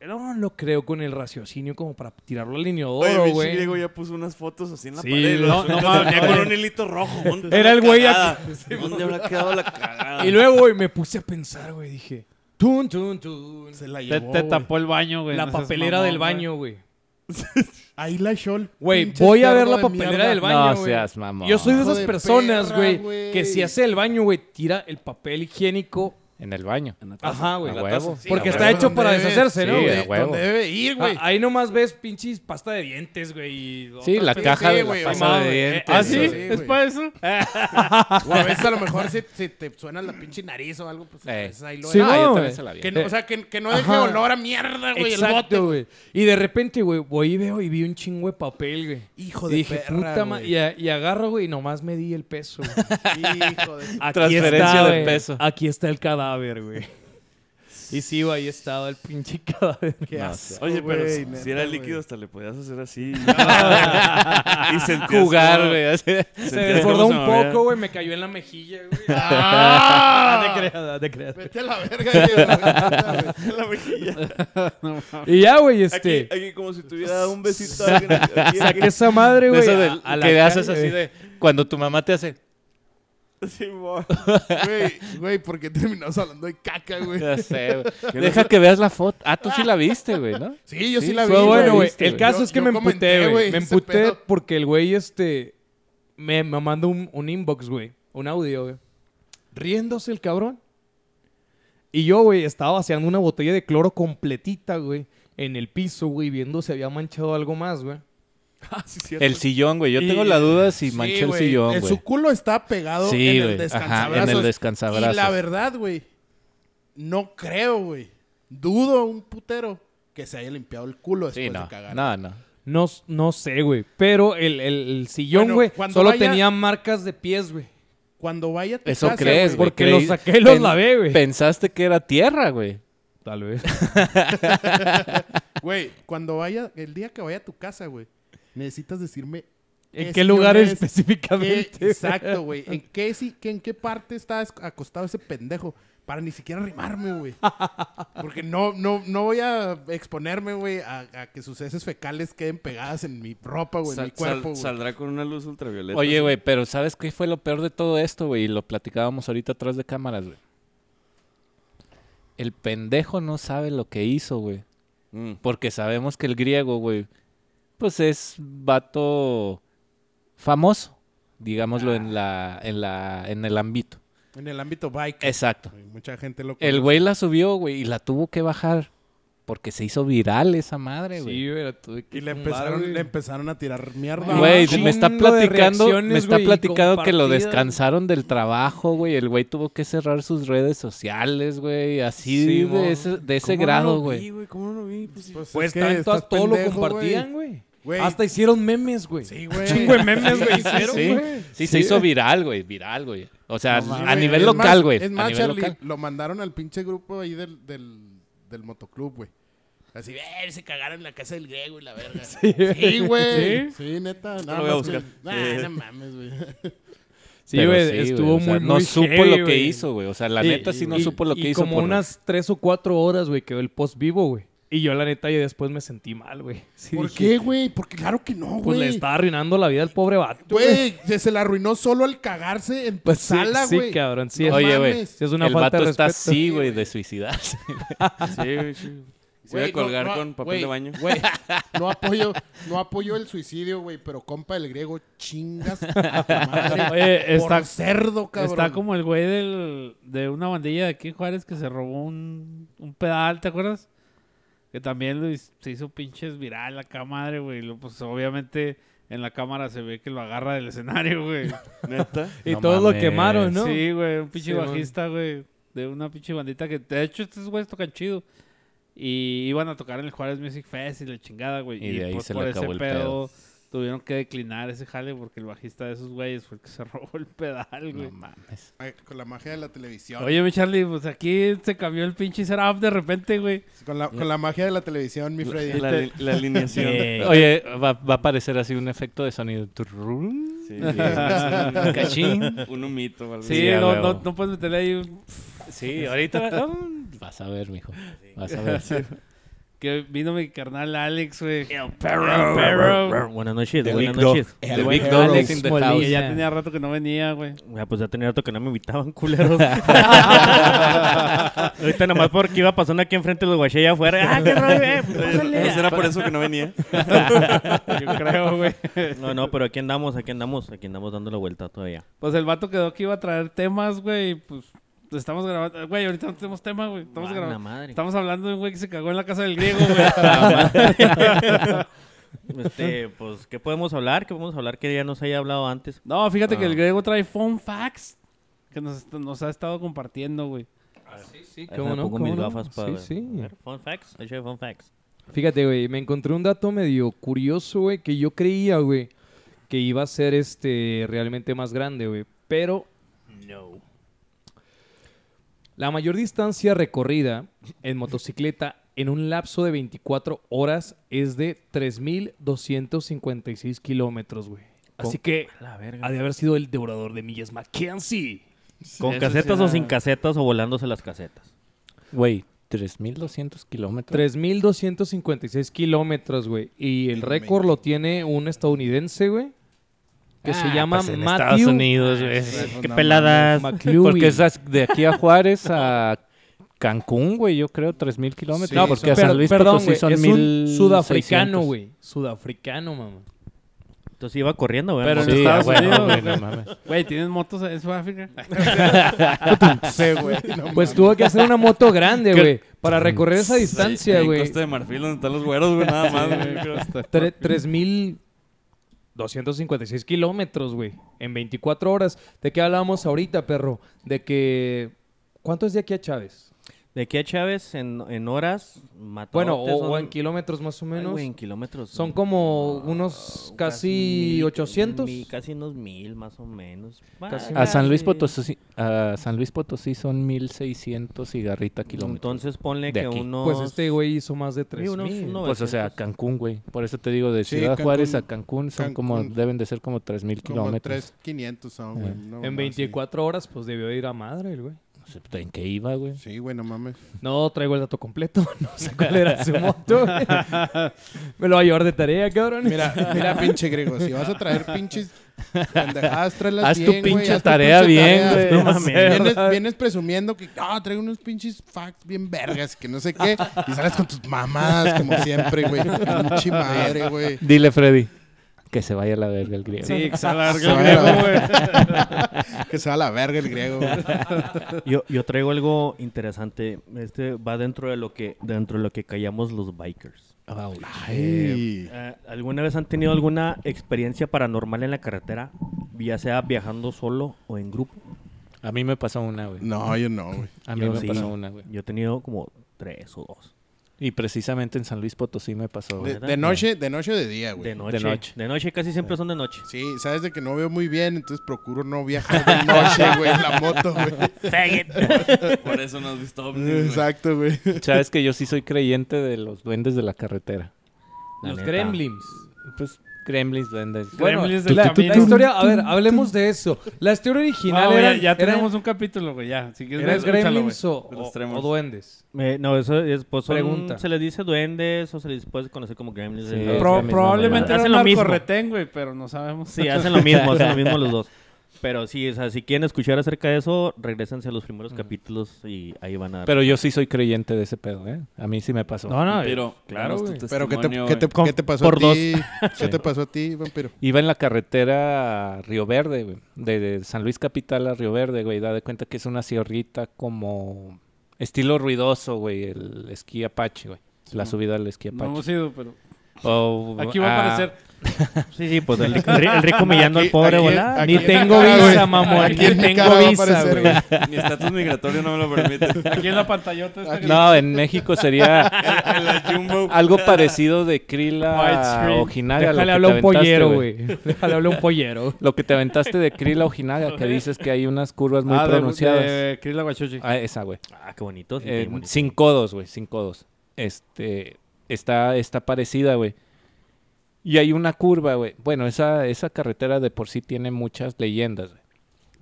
Speaker 4: no lo creo con el raciocinio como para tirarlo al
Speaker 3: Oye,
Speaker 4: lineodoro,
Speaker 3: pinche
Speaker 4: güey.
Speaker 3: griego ya puso unas fotos así en la
Speaker 4: Sí,
Speaker 3: pared. No, no,
Speaker 1: mames.
Speaker 3: con un hilito rojo. ¿Dónde
Speaker 4: Era el
Speaker 3: habrá
Speaker 4: güey
Speaker 3: cagada?
Speaker 4: aquí.
Speaker 3: ¿Dónde habrá quedado la cagada?
Speaker 4: Y luego, güey, me puse a pensar, güey. Dije, tun, tun, tun.
Speaker 5: se la
Speaker 1: te,
Speaker 5: llevó,
Speaker 1: te
Speaker 5: güey.
Speaker 1: tapó el baño, güey.
Speaker 4: La
Speaker 1: no seas
Speaker 4: papelera
Speaker 1: mamón,
Speaker 4: del
Speaker 1: güey.
Speaker 4: baño, güey.
Speaker 5: [LAUGHS] Ahí la Shol.
Speaker 4: Güey,
Speaker 5: pinche
Speaker 4: voy a ver
Speaker 5: cerdo
Speaker 4: la
Speaker 5: de
Speaker 4: papelera
Speaker 5: mierda.
Speaker 4: del baño,
Speaker 2: No
Speaker 4: güey.
Speaker 2: seas mamón.
Speaker 4: Yo soy de
Speaker 5: Hijo
Speaker 4: esas
Speaker 5: de
Speaker 4: personas,
Speaker 5: perra,
Speaker 4: güey,
Speaker 5: güey.
Speaker 4: que si hace el baño, güey, tira el papel higiénico.
Speaker 2: En el baño.
Speaker 3: En la taza.
Speaker 4: Ajá, güey.
Speaker 2: A
Speaker 3: la
Speaker 2: huevo.
Speaker 3: taza.
Speaker 2: Sí,
Speaker 4: Porque
Speaker 2: a
Speaker 4: está
Speaker 2: huevo.
Speaker 4: hecho para
Speaker 5: Donde debe-
Speaker 4: deshacerse, ¿no?
Speaker 2: Sí,
Speaker 4: güey?
Speaker 2: a huevo.
Speaker 5: Donde debe ir, güey.
Speaker 4: Ah, Ahí nomás ves pinches pasta de dientes, güey. y
Speaker 2: Sí,
Speaker 4: otras
Speaker 2: la
Speaker 4: cosas.
Speaker 2: caja
Speaker 5: sí,
Speaker 2: de
Speaker 5: güey,
Speaker 2: la pasta
Speaker 4: mamá,
Speaker 2: de
Speaker 4: güey.
Speaker 2: dientes.
Speaker 1: ¿Ah, sí?
Speaker 5: Sí,
Speaker 1: ¿Es
Speaker 5: güey.
Speaker 1: para eso?
Speaker 5: O a veces a lo mejor si, si te suena la pinche nariz o algo, pues a
Speaker 2: Eh.
Speaker 5: veces ahí lo
Speaker 4: Sí,
Speaker 5: dejas.
Speaker 2: Ah, yo
Speaker 4: no,
Speaker 2: también
Speaker 4: güey.
Speaker 2: se la vi.
Speaker 5: Que no- o sea, que, que no deje
Speaker 4: Ajá.
Speaker 5: olor a mierda, güey, el bote.
Speaker 4: Exacto, güey. Y de repente, güey, voy y veo y vi un chingo de papel, güey.
Speaker 5: Hijo
Speaker 4: Y
Speaker 5: de
Speaker 4: dije,
Speaker 5: perra,
Speaker 4: puta madre.
Speaker 5: güey.
Speaker 4: Y, a- y agarro, güey, y nomás me di el
Speaker 2: [LAUGHS]
Speaker 4: peso, güey.
Speaker 5: Hijo de...
Speaker 4: Aquí
Speaker 2: Transferencia
Speaker 4: está,
Speaker 2: de
Speaker 4: güey.
Speaker 2: peso.
Speaker 4: Aquí está el
Speaker 2: [LAUGHS]
Speaker 4: cadáver, güey. Y sí, güey, ahí estaba el pinche [LAUGHS] cadáver.
Speaker 5: Qué
Speaker 2: No,
Speaker 4: [LAUGHS]
Speaker 5: asco,
Speaker 3: Oye, pero
Speaker 5: güey,
Speaker 3: si-
Speaker 5: neta,
Speaker 3: si era
Speaker 5: güey.
Speaker 3: líquido hasta le podías hacer así.
Speaker 2: Y [LAUGHS] jugar, güey. así.
Speaker 4: Se
Speaker 3: Sentías cómo
Speaker 4: desbordó un
Speaker 3: se movía.
Speaker 4: poco, güey, me cayó en la mejilla, [LAUGHS] güey. [LAUGHS]
Speaker 5: ¡Ah!
Speaker 4: creas, te creas.
Speaker 5: [LAUGHS] Vete a la verga, Diego, la neta, güey.
Speaker 3: La mejilla.
Speaker 4: Y ya, güey,
Speaker 3: Aquí,
Speaker 4: este.
Speaker 3: aquí como si tuviera dado un besito. a alguien, aquí, aquí, [LAUGHS]
Speaker 4: Saqué esa madre,
Speaker 2: De
Speaker 4: güey.
Speaker 2: eso
Speaker 4: a-
Speaker 2: del-
Speaker 4: a la
Speaker 2: que haces
Speaker 4: calle,
Speaker 2: así
Speaker 4: güey.
Speaker 2: de. Cuando tu mamá te hace. [LAUGHS]
Speaker 3: Simón.
Speaker 5: Güey, güey, ¿por qué terminamos hablando de caca, güey?
Speaker 2: Ya sé, güey. Deja que veas la foto. Ah, tú sí la viste, güey,
Speaker 5: [LAUGHS]
Speaker 2: ¿no?
Speaker 5: Sí, yo sí,
Speaker 2: Sí,
Speaker 5: la vi.
Speaker 4: Fue bueno,
Speaker 5: güey.
Speaker 4: güey.
Speaker 2: viste,
Speaker 4: El
Speaker 2: güey.
Speaker 4: caso
Speaker 5: Yo-
Speaker 4: es que
Speaker 5: yo
Speaker 4: me
Speaker 5: comenté,
Speaker 4: emputé, güey.
Speaker 5: güey,
Speaker 4: Me
Speaker 5: ese
Speaker 4: emputé
Speaker 5: pedo.
Speaker 4: porque el güey, este. Me, me mandó un, un inbox, güey. Un audio, güey. Riéndose el cabrón. Y yo, güey, estaba vaciando una botella de cloro completita, güey. En el piso, güey, viendo si había manchado algo más, güey.
Speaker 3: Ah, sí, cierto.
Speaker 2: El sillón, güey. Yo tengo la duda si manché
Speaker 5: Sí,
Speaker 2: el
Speaker 5: güey,
Speaker 2: sillón,
Speaker 5: en
Speaker 2: güey.
Speaker 5: Su culo está pegado
Speaker 2: Sí,
Speaker 5: en
Speaker 2: güey, ajá,
Speaker 5: el descansabrazos.
Speaker 2: en el descansabrazos.
Speaker 5: Y la verdad, güey, no creo, güey. Dudo un putero que se haya limpiado el culo después
Speaker 2: Sí, no.
Speaker 5: de cagar.
Speaker 2: No, no.
Speaker 4: No, s- no sé, güey. Pero el, el- el sillón,
Speaker 5: Bueno,
Speaker 4: güey,
Speaker 5: cuando
Speaker 4: solo
Speaker 5: vaya-
Speaker 4: tenía marcas de pies, güey.
Speaker 5: Cuando vaya a tu
Speaker 2: Eso
Speaker 5: casa,
Speaker 2: crees, güey.
Speaker 5: güey.
Speaker 4: Porque los saqué y los
Speaker 2: pen-
Speaker 4: lavé, güey.
Speaker 2: Pensaste que era tierra, güey.
Speaker 4: Tal vez.
Speaker 5: Güey, cuando vaya, el día que vaya a tu casa, güey, necesitas decirme...
Speaker 4: ¿En
Speaker 5: qué
Speaker 4: qué lugar
Speaker 5: sillón es,
Speaker 4: específicamente?
Speaker 5: qué-
Speaker 4: [LAUGHS]
Speaker 5: exacto, güey. ¿En qué, si, que, ¿En qué parte está es- acostado ese pendejo? Para ni siquiera rimarme, güey. Porque no, no, no voy a exponerme, güey, a, a que sus heces fecales queden pegadas en mi ropa, güey, en
Speaker 3: Sal-
Speaker 5: mi cuerpo,
Speaker 3: sal-
Speaker 5: güey.
Speaker 3: Saldrá con una luz ultravioleta.
Speaker 2: Oye, güey, pero ¿sabes qué fue lo peor de todo esto, güey? Y lo platicábamos ahorita atrás de cámaras, güey. El pendejo no sabe lo que hizo, güey.
Speaker 3: Mm.
Speaker 2: Porque sabemos que el griego, güey, pues es vato famoso, digámoslo, en la, en la, en el ámbito.
Speaker 5: En el ámbito bike.
Speaker 2: Exacto.
Speaker 5: güey, Mucha gente lo
Speaker 2: El
Speaker 5: conoce.
Speaker 2: güey la subió, güey, y la tuvo que bajar. Porque se hizo viral esa madre, güey.
Speaker 4: Sí, güey, la tuve que
Speaker 5: Y le
Speaker 4: tumbar,
Speaker 5: empezaron,
Speaker 4: güey.
Speaker 5: le em- empezaron a tirar mierda. Ah,
Speaker 2: Güey,
Speaker 4: Chingo
Speaker 2: me está
Speaker 4: de
Speaker 2: platicando,
Speaker 4: reacciones,
Speaker 2: me está
Speaker 4: güey,
Speaker 2: platicando que lo
Speaker 4: compartidas.
Speaker 2: descansaron del trabajo, güey. El güey tuvo que cerrar sus redes sociales, güey. Así
Speaker 4: Sí, mo.
Speaker 2: de ese, de ese
Speaker 3: ¿Cómo no
Speaker 2: grado,
Speaker 3: lo
Speaker 2: güey.
Speaker 3: vi, ¿Cómo no lo vi? Pues, sí.
Speaker 5: Pues,
Speaker 4: Pues
Speaker 5: es que
Speaker 4: tanto,
Speaker 5: estás
Speaker 4: todo lo
Speaker 5: pendejo, güey.
Speaker 4: compartían, güey.
Speaker 5: Güey.
Speaker 4: Hasta hicieron memes, güey.
Speaker 5: Sí, güey.
Speaker 4: Chingo de memes, güey.
Speaker 5: Sí, sí,
Speaker 4: hicieron,
Speaker 2: sí,
Speaker 4: güey.
Speaker 2: sí, se hizo viral, güey. Viral, güey. O sea,
Speaker 5: Sí,
Speaker 2: a
Speaker 5: güey.
Speaker 2: nivel
Speaker 5: Es
Speaker 2: local,
Speaker 5: más-
Speaker 2: güey.
Speaker 5: Es
Speaker 2: a
Speaker 5: más,
Speaker 2: nivel
Speaker 5: Charlie,
Speaker 2: local.
Speaker 5: lo mandaron al pinche grupo ahí del, del, del motoclub, güey. Así, eh, se cagaron en la casa del griego y la verga. Sí, güey. ¿Sí? neta. No,
Speaker 3: lo voy a buscar.
Speaker 5: No, no mames, güey.
Speaker 4: Sí,
Speaker 2: Pero
Speaker 4: güey,
Speaker 2: sí,
Speaker 4: estuvo
Speaker 2: o sea,
Speaker 4: muy,
Speaker 2: No
Speaker 4: muy
Speaker 2: supo
Speaker 4: heavy,
Speaker 2: lo que
Speaker 4: güey.
Speaker 2: hizo, güey. O sea, la
Speaker 4: Y-
Speaker 2: neta sí no
Speaker 4: y-
Speaker 2: supo lo
Speaker 4: y
Speaker 2: que hizo.
Speaker 4: como
Speaker 2: por-
Speaker 4: unas tres o cuatro horas, güey, quedó el post vivo, güey. Y yo, la neta, yo después me sentí mal, güey. Sí,
Speaker 5: ¿Por
Speaker 4: dije,
Speaker 5: qué, güey? Porque claro que no, güey.
Speaker 4: Pues le estaba arruinando la vida al pobre vato, güey.
Speaker 5: Güey, se, se la arruinó solo al cagarse en tu
Speaker 4: Pues sí,
Speaker 5: sala,
Speaker 4: sí,
Speaker 5: güey.
Speaker 4: cabrón, sí,
Speaker 5: No
Speaker 2: Oye, güey.
Speaker 5: mames.
Speaker 4: Sí, es una
Speaker 2: el
Speaker 4: falta
Speaker 2: vato
Speaker 4: de
Speaker 2: está
Speaker 4: respeto. [LAUGHS]
Speaker 2: así, güey, de suicidarse.
Speaker 3: Sí, güey, sí. Se iba a
Speaker 5: Güey,
Speaker 3: colgar
Speaker 5: no- no-
Speaker 3: con papel
Speaker 5: güey,
Speaker 3: de baño.
Speaker 5: Güey, no apoyo, no apoyo el suicidio, güey, pero compa del griego, chingas. a tu madre
Speaker 1: Oye,
Speaker 5: por
Speaker 1: está,
Speaker 5: cerdo, cabrón.
Speaker 1: está como el güey del, de una bandilla de aquí en Juárez que se robó un, un pedal, ¿te acuerdas? Que también lo hiz- se hizo pinches viral acá, madre, güey. Lo- Pues obviamente en la cámara se ve que lo agarra del escenario, güey.
Speaker 3: Neta.
Speaker 2: [LAUGHS]
Speaker 4: Y
Speaker 2: No
Speaker 4: todos
Speaker 2: mames.
Speaker 4: lo quemaron, ¿no?
Speaker 1: Sí, güey, un pinche
Speaker 4: Sí, bueno.
Speaker 1: bajista, güey. De una pinche bandita que, de hecho, estos güeyes tocan chido. Y iban a tocar en el Juárez Music Fest y pues la chingada, güey.
Speaker 2: Y de ahí se le acabó el pedo.
Speaker 1: Tuvieron que declinar ese jale porque el bajista de esos güeyes fue el que se [LAUGHS] robó el pedal, güey.
Speaker 2: No mames.
Speaker 5: Ay, Con la magia de la televisión.
Speaker 1: Oye, mi Charlie, pues aquí se cambió el pinche setup de repente, güey.
Speaker 5: Con la, con la magia de la televisión, mi Freddy.
Speaker 3: La, la- la alineación.
Speaker 4: Eh.
Speaker 2: Oye, va, va a aparecer así un efecto de
Speaker 4: [LAUGHS]
Speaker 2: sonido. Turrún,
Speaker 3: Sí.
Speaker 2: Cachín.
Speaker 3: Un humito. o algo
Speaker 1: Sí,
Speaker 3: así.
Speaker 2: a
Speaker 1: no,
Speaker 2: huevo.
Speaker 1: no, no puedes meterle ahí un-
Speaker 2: Sí, ahorita va- um, vas a ver, mijo. Vas a [LAUGHS] ver.
Speaker 1: que vino mi carnal Alex, güey. El
Speaker 6: Perro.
Speaker 1: perro.
Speaker 6: Buenas noches,
Speaker 2: The
Speaker 6: buenas
Speaker 2: Big Dog.
Speaker 6: noches.
Speaker 2: El
Speaker 6: The
Speaker 2: buen
Speaker 6: Big
Speaker 2: Alex
Speaker 6: Dog.
Speaker 2: in the
Speaker 6: Molina.
Speaker 2: house.
Speaker 1: Que ya tenía rato que no venía, [LAUGHS] güey.
Speaker 6: Ah, pues ya tenía rato que no me invitaban, [LAUGHS] culeros. Ahorita nomás porque iba pasando aquí enfrente los guaché allá afuera. ¡Ah, qué rollo, eh!
Speaker 1: pues,
Speaker 6: Pásale.
Speaker 3: ¿No será Pues por eso que no venía?
Speaker 1: Yo creo, güey.
Speaker 6: No, no, pero aquí andamos, aquí andamos, aquí andamos dando la vuelta todavía.
Speaker 1: Pues el vato quedó que iba a traer temas, güey. y Pues estamos grabando. Güey, ahorita no tenemos tema, güey. Estamos
Speaker 6: Vana
Speaker 1: grabando.
Speaker 6: Ah, madre.
Speaker 1: Estamos hablando de un güey que se cagó en la casa del griego, güey.
Speaker 2: [LAUGHS]
Speaker 6: Este, pues, ¿qué podemos hablar? ¿Qué podemos hablar que ya nos haya hablado antes?
Speaker 1: no, fíjate que
Speaker 6: Ah.
Speaker 1: el griego trae fun facts que nos, est- nos ha estado compartiendo, güey.
Speaker 4: Sí,
Speaker 6: Ahí
Speaker 4: ¿cómo
Speaker 6: me
Speaker 4: no?
Speaker 6: pongo
Speaker 4: ¿Cómo
Speaker 6: mis
Speaker 4: no?
Speaker 6: gafas para
Speaker 4: Sí, sí.
Speaker 6: ver. Fun facts, I share fun facts.
Speaker 4: Fíjate, güey, me encontré un dato medio curioso, güey, que yo creía, güey, que iba a ser este realmente más grande, güey. Pero
Speaker 6: No.
Speaker 4: la mayor distancia recorrida en motocicleta en un lapso de 24 horas es de 3.256 kilómetros, güey. Así que
Speaker 6: La verga.
Speaker 4: ha de haber sido el devorador de millas Mackenzie.
Speaker 6: ¿Con
Speaker 1: Eso
Speaker 6: casetas
Speaker 1: sí
Speaker 6: o
Speaker 1: era-
Speaker 6: sin casetas o volándose las casetas?
Speaker 2: Güey, 3200 kilómetros.
Speaker 4: 3.256 kilómetros, güey. Y el récord lo tiene un estadounidense, güey. Que se
Speaker 2: Ah,
Speaker 4: llama
Speaker 2: pues en
Speaker 4: Matthew
Speaker 2: Estados Unidos, güey.
Speaker 6: ¡Qué peladas!
Speaker 2: [LAUGHS]
Speaker 4: McLuhan.
Speaker 2: Porque esas de aquí a Juárez a Cancún, güey, yo creo 3000 kilómetros.
Speaker 5: Sí,
Speaker 2: no, porque
Speaker 5: son-
Speaker 2: a San
Speaker 4: Per-
Speaker 2: Luis
Speaker 4: perdón,
Speaker 2: Potosí
Speaker 4: güey,
Speaker 2: son
Speaker 4: es
Speaker 2: 1600.
Speaker 4: un sudafricano, güey. Sudafricano, mamá.
Speaker 6: Entonces iba corriendo, güey.
Speaker 1: Pero
Speaker 6: Pero
Speaker 1: en
Speaker 2: Sí,
Speaker 1: Estados
Speaker 2: ah, bueno,
Speaker 1: Unidos,
Speaker 2: güey, no
Speaker 1: güey.
Speaker 2: mames.
Speaker 1: Güey, ¿tienen motos en
Speaker 2: [LAUGHS]
Speaker 1: Sudáfrica?
Speaker 5: [LAUGHS] Sí, güey. no
Speaker 4: Pues
Speaker 5: mames.
Speaker 4: tuvo que hacer una moto grande, güey, para recorrer esa distancia,
Speaker 3: En
Speaker 4: güey.
Speaker 3: Costa de Marfil, donde están los güeros, güey, nada más. güey.
Speaker 4: Tre- 3.256 kilómetros, güey, en 24 horas. ¿De qué hablábamos ahorita, perro? De que... ¿Cuánto es de aquí a Chávez?
Speaker 6: De aquí a Chávez, en, en horas, mató.
Speaker 4: Bueno, o, o en kilómetros más o menos.
Speaker 6: en kilómetros.
Speaker 4: Son
Speaker 6: ¿no?
Speaker 4: como unos
Speaker 6: Ah,
Speaker 4: casi
Speaker 6: mil,
Speaker 4: 800.
Speaker 6: mil, casi unos mil, más o menos.
Speaker 4: Casi
Speaker 2: A San Luis
Speaker 6: sí.
Speaker 2: Potosí, a San Luis Potosí son 1600 cigarrita kilómetros.
Speaker 6: Entonces ponle
Speaker 2: De
Speaker 6: que
Speaker 2: aquí.
Speaker 6: unos...
Speaker 4: Pues este güey hizo más de
Speaker 6: Sí, unos
Speaker 4: 3.000.
Speaker 6: no-
Speaker 2: pues o sea,
Speaker 6: 900.
Speaker 2: Cancún, güey. Por eso te digo de
Speaker 5: Sí,
Speaker 2: Ciudad
Speaker 5: Cancún-
Speaker 2: Juárez a Cancún son como
Speaker 5: Cancún.
Speaker 2: deben de ser como 3000
Speaker 5: Como
Speaker 2: kilómetros.
Speaker 5: 3,500 son, güey. no mames,
Speaker 4: En 24 horas, pues debió ir a madre, el güey.
Speaker 2: No sé, puta, ¿En qué iba, güey?
Speaker 5: Sí, Sí, güey, no mames.
Speaker 4: No traigo el dato completo, [LAUGHS] no sé cuál era su moto. güey. Me lo va a llevar de tarea, cabrón.
Speaker 5: Mira, mira, pinche griego. Si vas a traer pinches pendejadas, tráelas
Speaker 2: Haz tu
Speaker 5: bien, güey,
Speaker 2: pinche
Speaker 5: haz tu
Speaker 2: tarea
Speaker 5: pinche
Speaker 2: bien,
Speaker 5: tarea.
Speaker 2: güey.
Speaker 6: No
Speaker 2: Ya
Speaker 6: mames.
Speaker 2: sé,
Speaker 5: Vienes,
Speaker 2: ¿verdad?
Speaker 5: vienes presumiendo que no, traigo unos pinches facts bien vergas, que no sé qué. Y sales con tus mamadas, como siempre, güey. Pinche madre, güey.
Speaker 2: Dile, Freddy, que se vaya a la verga el griego.
Speaker 1: Sí, que se alarga
Speaker 5: Se
Speaker 1: el
Speaker 5: va a
Speaker 1: griego,
Speaker 5: la
Speaker 1: güey.
Speaker 5: [LAUGHS] Que se va a la verga el griego. güey.
Speaker 6: Yo, yo traigo algo interesante. Este va dentro de lo que dentro de lo que callamos los bikers.
Speaker 5: Ay.
Speaker 6: Eh, ¿Alguna vez han tenido alguna experiencia paranormal en la carretera? Ya sea viajando solo o en grupo.
Speaker 2: A mí me pasó una, güey.
Speaker 5: No, yo no, güey.
Speaker 2: A mí
Speaker 6: Yo
Speaker 2: me
Speaker 6: sí.
Speaker 2: pasó una, güey.
Speaker 6: Yo he tenido como tres o dos.
Speaker 2: Y precisamente en San Luis Potosí me pasó, güey.
Speaker 5: De, de noche, de noche o de día, güey.
Speaker 6: De noche. De
Speaker 2: noche.
Speaker 6: noche. casi siempre son de noche.
Speaker 5: Sí, sabes de que no veo muy bien, entonces procuro no viajar de noche, güey, en la
Speaker 3: [LAUGHS]
Speaker 5: moto, güey.
Speaker 3: Por eso no has visto ovnis, güey.
Speaker 5: Exacto, güey.
Speaker 2: Sabes que yo sí soy creyente de los duendes de la carretera.
Speaker 6: La
Speaker 4: Los
Speaker 6: neta.
Speaker 4: gremlins.
Speaker 2: Pues gremlins, duendes.
Speaker 4: Bueno,
Speaker 1: Gremlins del
Speaker 4: la,
Speaker 1: camino.
Speaker 4: la historia, a ver, hablemos de eso. La historia original
Speaker 1: Ah, güey,
Speaker 4: era,
Speaker 1: ya- ya
Speaker 4: era-
Speaker 1: tenemos un capítulo, güey, ya. Si quieres,
Speaker 4: ¿eran
Speaker 1: escúchalo,
Speaker 4: gremlins o,
Speaker 3: De los
Speaker 4: o-
Speaker 3: tremos.
Speaker 4: o duendes.
Speaker 6: Eh, no, eso es pues son-
Speaker 4: Pregunta.
Speaker 6: Se les dice duendes o se les puede conocer como gremlins.
Speaker 2: Sí.
Speaker 6: Eh,
Speaker 1: güey.
Speaker 2: Es
Speaker 1: Pro-
Speaker 2: la misma
Speaker 1: probablemente
Speaker 6: mamada.
Speaker 1: era
Speaker 6: Hacen
Speaker 1: un
Speaker 6: lo mismo.
Speaker 1: narcorretén, güey, pero no sabemos.
Speaker 6: Sí, hacen lo mismo, hacen lo mismo los dos. Pero sí, o sea, si quieren escuchar acerca de eso, regresense a los primeros capítulos y ahí van a...
Speaker 2: Pero yo sí soy creyente de ese pedo, ¿eh? A mí sí me pasó.
Speaker 4: No, no,
Speaker 3: Pero,
Speaker 6: claro,
Speaker 3: danos tu
Speaker 6: güey.
Speaker 5: Pero ¿qué te,
Speaker 3: testimonio,
Speaker 5: qué te-
Speaker 3: güey.
Speaker 5: qué te pasó
Speaker 6: por
Speaker 5: a
Speaker 6: dos.
Speaker 5: ti? ¿Qué
Speaker 6: Sí.
Speaker 5: te pasó a ti, vampiro?
Speaker 2: Iba en la carretera a Río Verde, güey. De, de San Luis Capital a Río Verde, güey. Da de cuenta que es una sierrita como... Estilo ruidoso, güey. El esquí Apache, güey. La subida al esquí
Speaker 1: No
Speaker 2: Apache.
Speaker 1: hemos ido, pero
Speaker 2: O,
Speaker 6: Pues,
Speaker 1: aquí va a
Speaker 2: ah,
Speaker 1: aparecer.
Speaker 6: Oh, Sí, sí, pues el, rico- el ri- el rico humillando al
Speaker 5: Aquí-
Speaker 6: pobre,
Speaker 5: aquí-
Speaker 6: bola.
Speaker 5: aquí
Speaker 4: Ni
Speaker 5: en mi
Speaker 4: tengo
Speaker 5: cara, güey.
Speaker 4: visa, mamón.
Speaker 5: Aquí
Speaker 4: Ni
Speaker 5: en mi
Speaker 4: tengo
Speaker 5: cara va a
Speaker 4: visa,
Speaker 5: aparecer,
Speaker 4: güey.
Speaker 3: Mi estatus migratorio no me lo
Speaker 5: [LAUGHS]
Speaker 3: permite.
Speaker 1: Aquí en la pantallota está que-
Speaker 2: No, en
Speaker 1: [LAUGHS]
Speaker 2: México sería
Speaker 3: En la Jumbo.
Speaker 2: algo parecido de Krila
Speaker 1: Widescreen.
Speaker 2: o Jinaga.
Speaker 4: Déjale
Speaker 2: lo que
Speaker 4: hablar
Speaker 2: te
Speaker 4: un
Speaker 2: aventaste,
Speaker 4: pollero, güey. Déjale hablar un pollero.
Speaker 2: Lo que te aventaste de Krila o Jinaga, que dices que hay unas curvas muy
Speaker 1: Ah, de-
Speaker 2: pronunciadas.
Speaker 1: de Chris Laguachochi.
Speaker 2: Ah, esa, güey.
Speaker 6: Ah, qué bonito. sí,
Speaker 2: Eh,
Speaker 6: qué bonito.
Speaker 2: sin codos, güey, sin codos. Este, está, está parecida, güey. Y hay una curva, güey. Bueno, esa, esa carretera de por sí tiene muchas leyendas, güey.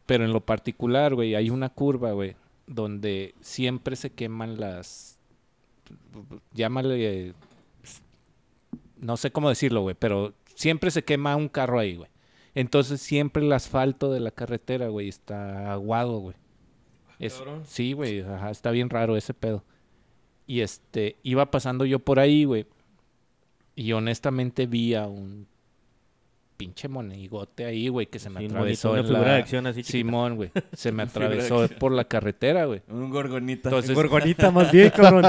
Speaker 2: Pero en lo particular, güey, hay una curva, güey, donde siempre se queman las... Llámale... eh, No sé cómo decirlo, güey, pero siempre se quema un carro ahí, güey. Entonces siempre el asfalto de la carretera, güey, está aguado, güey. Es-
Speaker 4: cabrón.
Speaker 2: sí, güey, ajá, está bien raro ese pedo. Y este, iba pasando yo por ahí, güey. Y honestamente vi a un pinche monigote ahí, güey, que se me
Speaker 6: Sí,
Speaker 2: atravesó.
Speaker 6: bonito,
Speaker 2: en
Speaker 6: una figura
Speaker 2: la-
Speaker 6: de acción así chiquita.
Speaker 2: Simón, güey. Se
Speaker 6: [LAUGHS]
Speaker 2: me
Speaker 3: figura de
Speaker 2: atravesó
Speaker 3: acción.
Speaker 2: por la carretera, güey.
Speaker 3: Un gorgonita.
Speaker 2: Entonces,
Speaker 6: Gorgonita [LAUGHS] más bien, cabrón.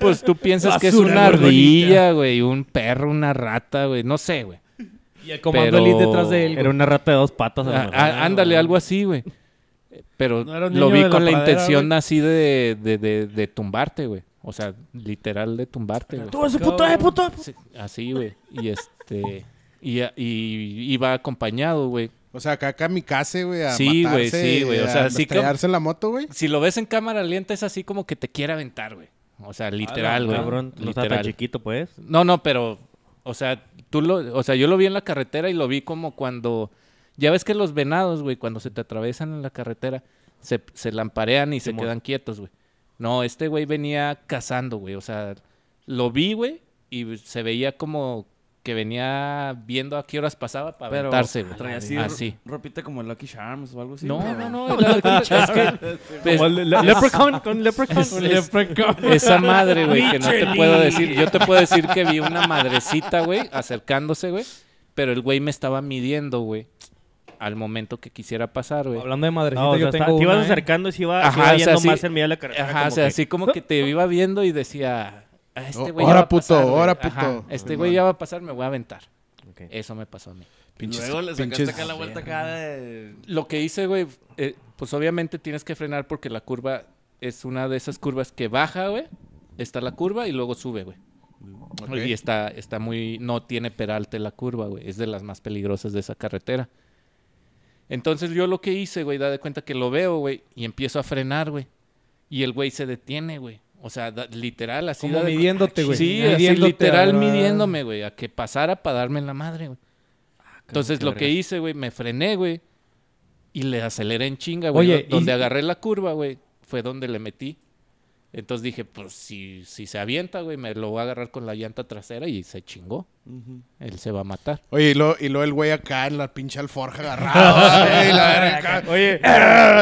Speaker 2: pues tú piensas que es
Speaker 6: Basura,
Speaker 2: una
Speaker 6: gorgonita.
Speaker 2: ardilla, güey, un perro, una rata, güey, no sé, güey.
Speaker 4: Y el comando
Speaker 2: Pero-
Speaker 4: elite detrás de él. güey.
Speaker 6: Era una rata de dos patas. a lo
Speaker 2: Ah,
Speaker 6: mejor.
Speaker 2: ah, Ándale, algo así, güey. Eh, Pero
Speaker 1: No era un
Speaker 2: lo
Speaker 1: niño
Speaker 2: vi
Speaker 1: de la
Speaker 2: con la,
Speaker 1: pradera,
Speaker 2: intención así de, de, de, de tumbarte, güey. O sea, literal de tumbarte, güey.
Speaker 6: ¡Tú ese puto, eh, puto!
Speaker 2: Sí, Así, güey. Y este... Y, y iba acompañado, güey.
Speaker 5: O sea, acá acá mi casa, güey, a
Speaker 2: Sí, güey,
Speaker 5: matarse,
Speaker 2: sí, güey, o
Speaker 5: a
Speaker 2: sea, sí que-
Speaker 5: estrellarse en la moto, güey.
Speaker 2: Si lo ves en cámara lenta es así como que te quiere aventar, güey. O sea, literal, güey.
Speaker 6: Cabrón, no está tan
Speaker 2: literal.
Speaker 6: chiquito, pues.
Speaker 2: No, no, pero, o sea, tú lo, o sea, yo lo vi en la carretera y lo vi como cuando, ya ves que los venados, güey, cuando se te atravesan en la carretera, se, se lamparean y se
Speaker 6: Simón.
Speaker 2: quedan quietos, güey. No, este güey venía cazando, güey, o sea, lo vi, güey, y se veía como que venía viendo a qué horas pasaba para
Speaker 3: Pero
Speaker 2: aventarse, güey.
Speaker 3: traía así,
Speaker 2: Así.
Speaker 3: ro- ropita como Lucky Charms o algo así.
Speaker 2: No,
Speaker 3: güey.
Speaker 2: no, no, la- la- es que- pues,
Speaker 6: Como el le- Leprechaun, con Leprechaun.
Speaker 2: es- es- esa madre, güey, que no te puedo decir. Yo te puedo decir que vi una madrecita, güey, acercándose, güey. Pero el güey me estaba midiendo, güey, al momento que quisiera pasar, güey.
Speaker 4: Hablando de madrecita,
Speaker 6: No, o sea,
Speaker 4: yo
Speaker 6: está-
Speaker 4: tengo
Speaker 6: te
Speaker 4: una,
Speaker 6: ibas
Speaker 4: ¿eh?
Speaker 6: acercando y se iba, se
Speaker 2: Ajá,
Speaker 6: iba
Speaker 2: o sea,
Speaker 6: yendo
Speaker 2: sí.
Speaker 6: más en medio de la carretera.
Speaker 2: Ajá, o
Speaker 6: como
Speaker 2: sea,
Speaker 6: que-
Speaker 2: así como que te iba viendo y decía, "Ah, este
Speaker 5: Oh,
Speaker 2: güey ya
Speaker 5: ahora
Speaker 2: va a
Speaker 5: puto,
Speaker 2: pasar, güey".
Speaker 5: ahora
Speaker 2: Ajá,
Speaker 5: puto.
Speaker 2: este güey ya va a pasar, me voy a aventar.
Speaker 6: Ok.
Speaker 2: Eso me pasó a mí.
Speaker 5: Pinches-
Speaker 3: Luego le sacaste
Speaker 5: pinches-
Speaker 3: acá la vuelta acá de...
Speaker 2: Lo que hice, güey, eh, pues obviamente tienes que frenar porque la curva es una de esas curvas que baja, güey. Está la curva y luego sube, güey.
Speaker 5: Ok.
Speaker 2: Y está, está muy. No tiene peralte la curva, güey. Es de las más peligrosas de esa carretera. Entonces yo lo que hice, güey, da de cuenta que lo veo, güey, y empiezo a frenar, güey. Y el güey se detiene, güey. O sea, da- literal, así.
Speaker 4: Como
Speaker 2: da de-
Speaker 4: midiéndote, güey.
Speaker 2: Sí, así
Speaker 4: Midiéndote, ah.
Speaker 2: literal
Speaker 4: ¿verdad?
Speaker 2: midiéndome, güey. A que pasara para darme en la madre, güey. Entonces lo que hice, güey, me frené, güey. Y le aceleré en chinga, güey.
Speaker 4: Oye,
Speaker 2: Lo- Donde
Speaker 4: y-
Speaker 2: agarré la curva, güey, fue donde le metí. Entonces dije, pues si, si se avienta, güey, me lo voy a agarrar con la llanta trasera y se chingó. Él se va a matar.
Speaker 5: Oye, y luego, y luego el güey acá en la pinche alforja agarrado, [LAUGHS] güey, y la verga acá.
Speaker 2: [LAUGHS]
Speaker 6: Oye,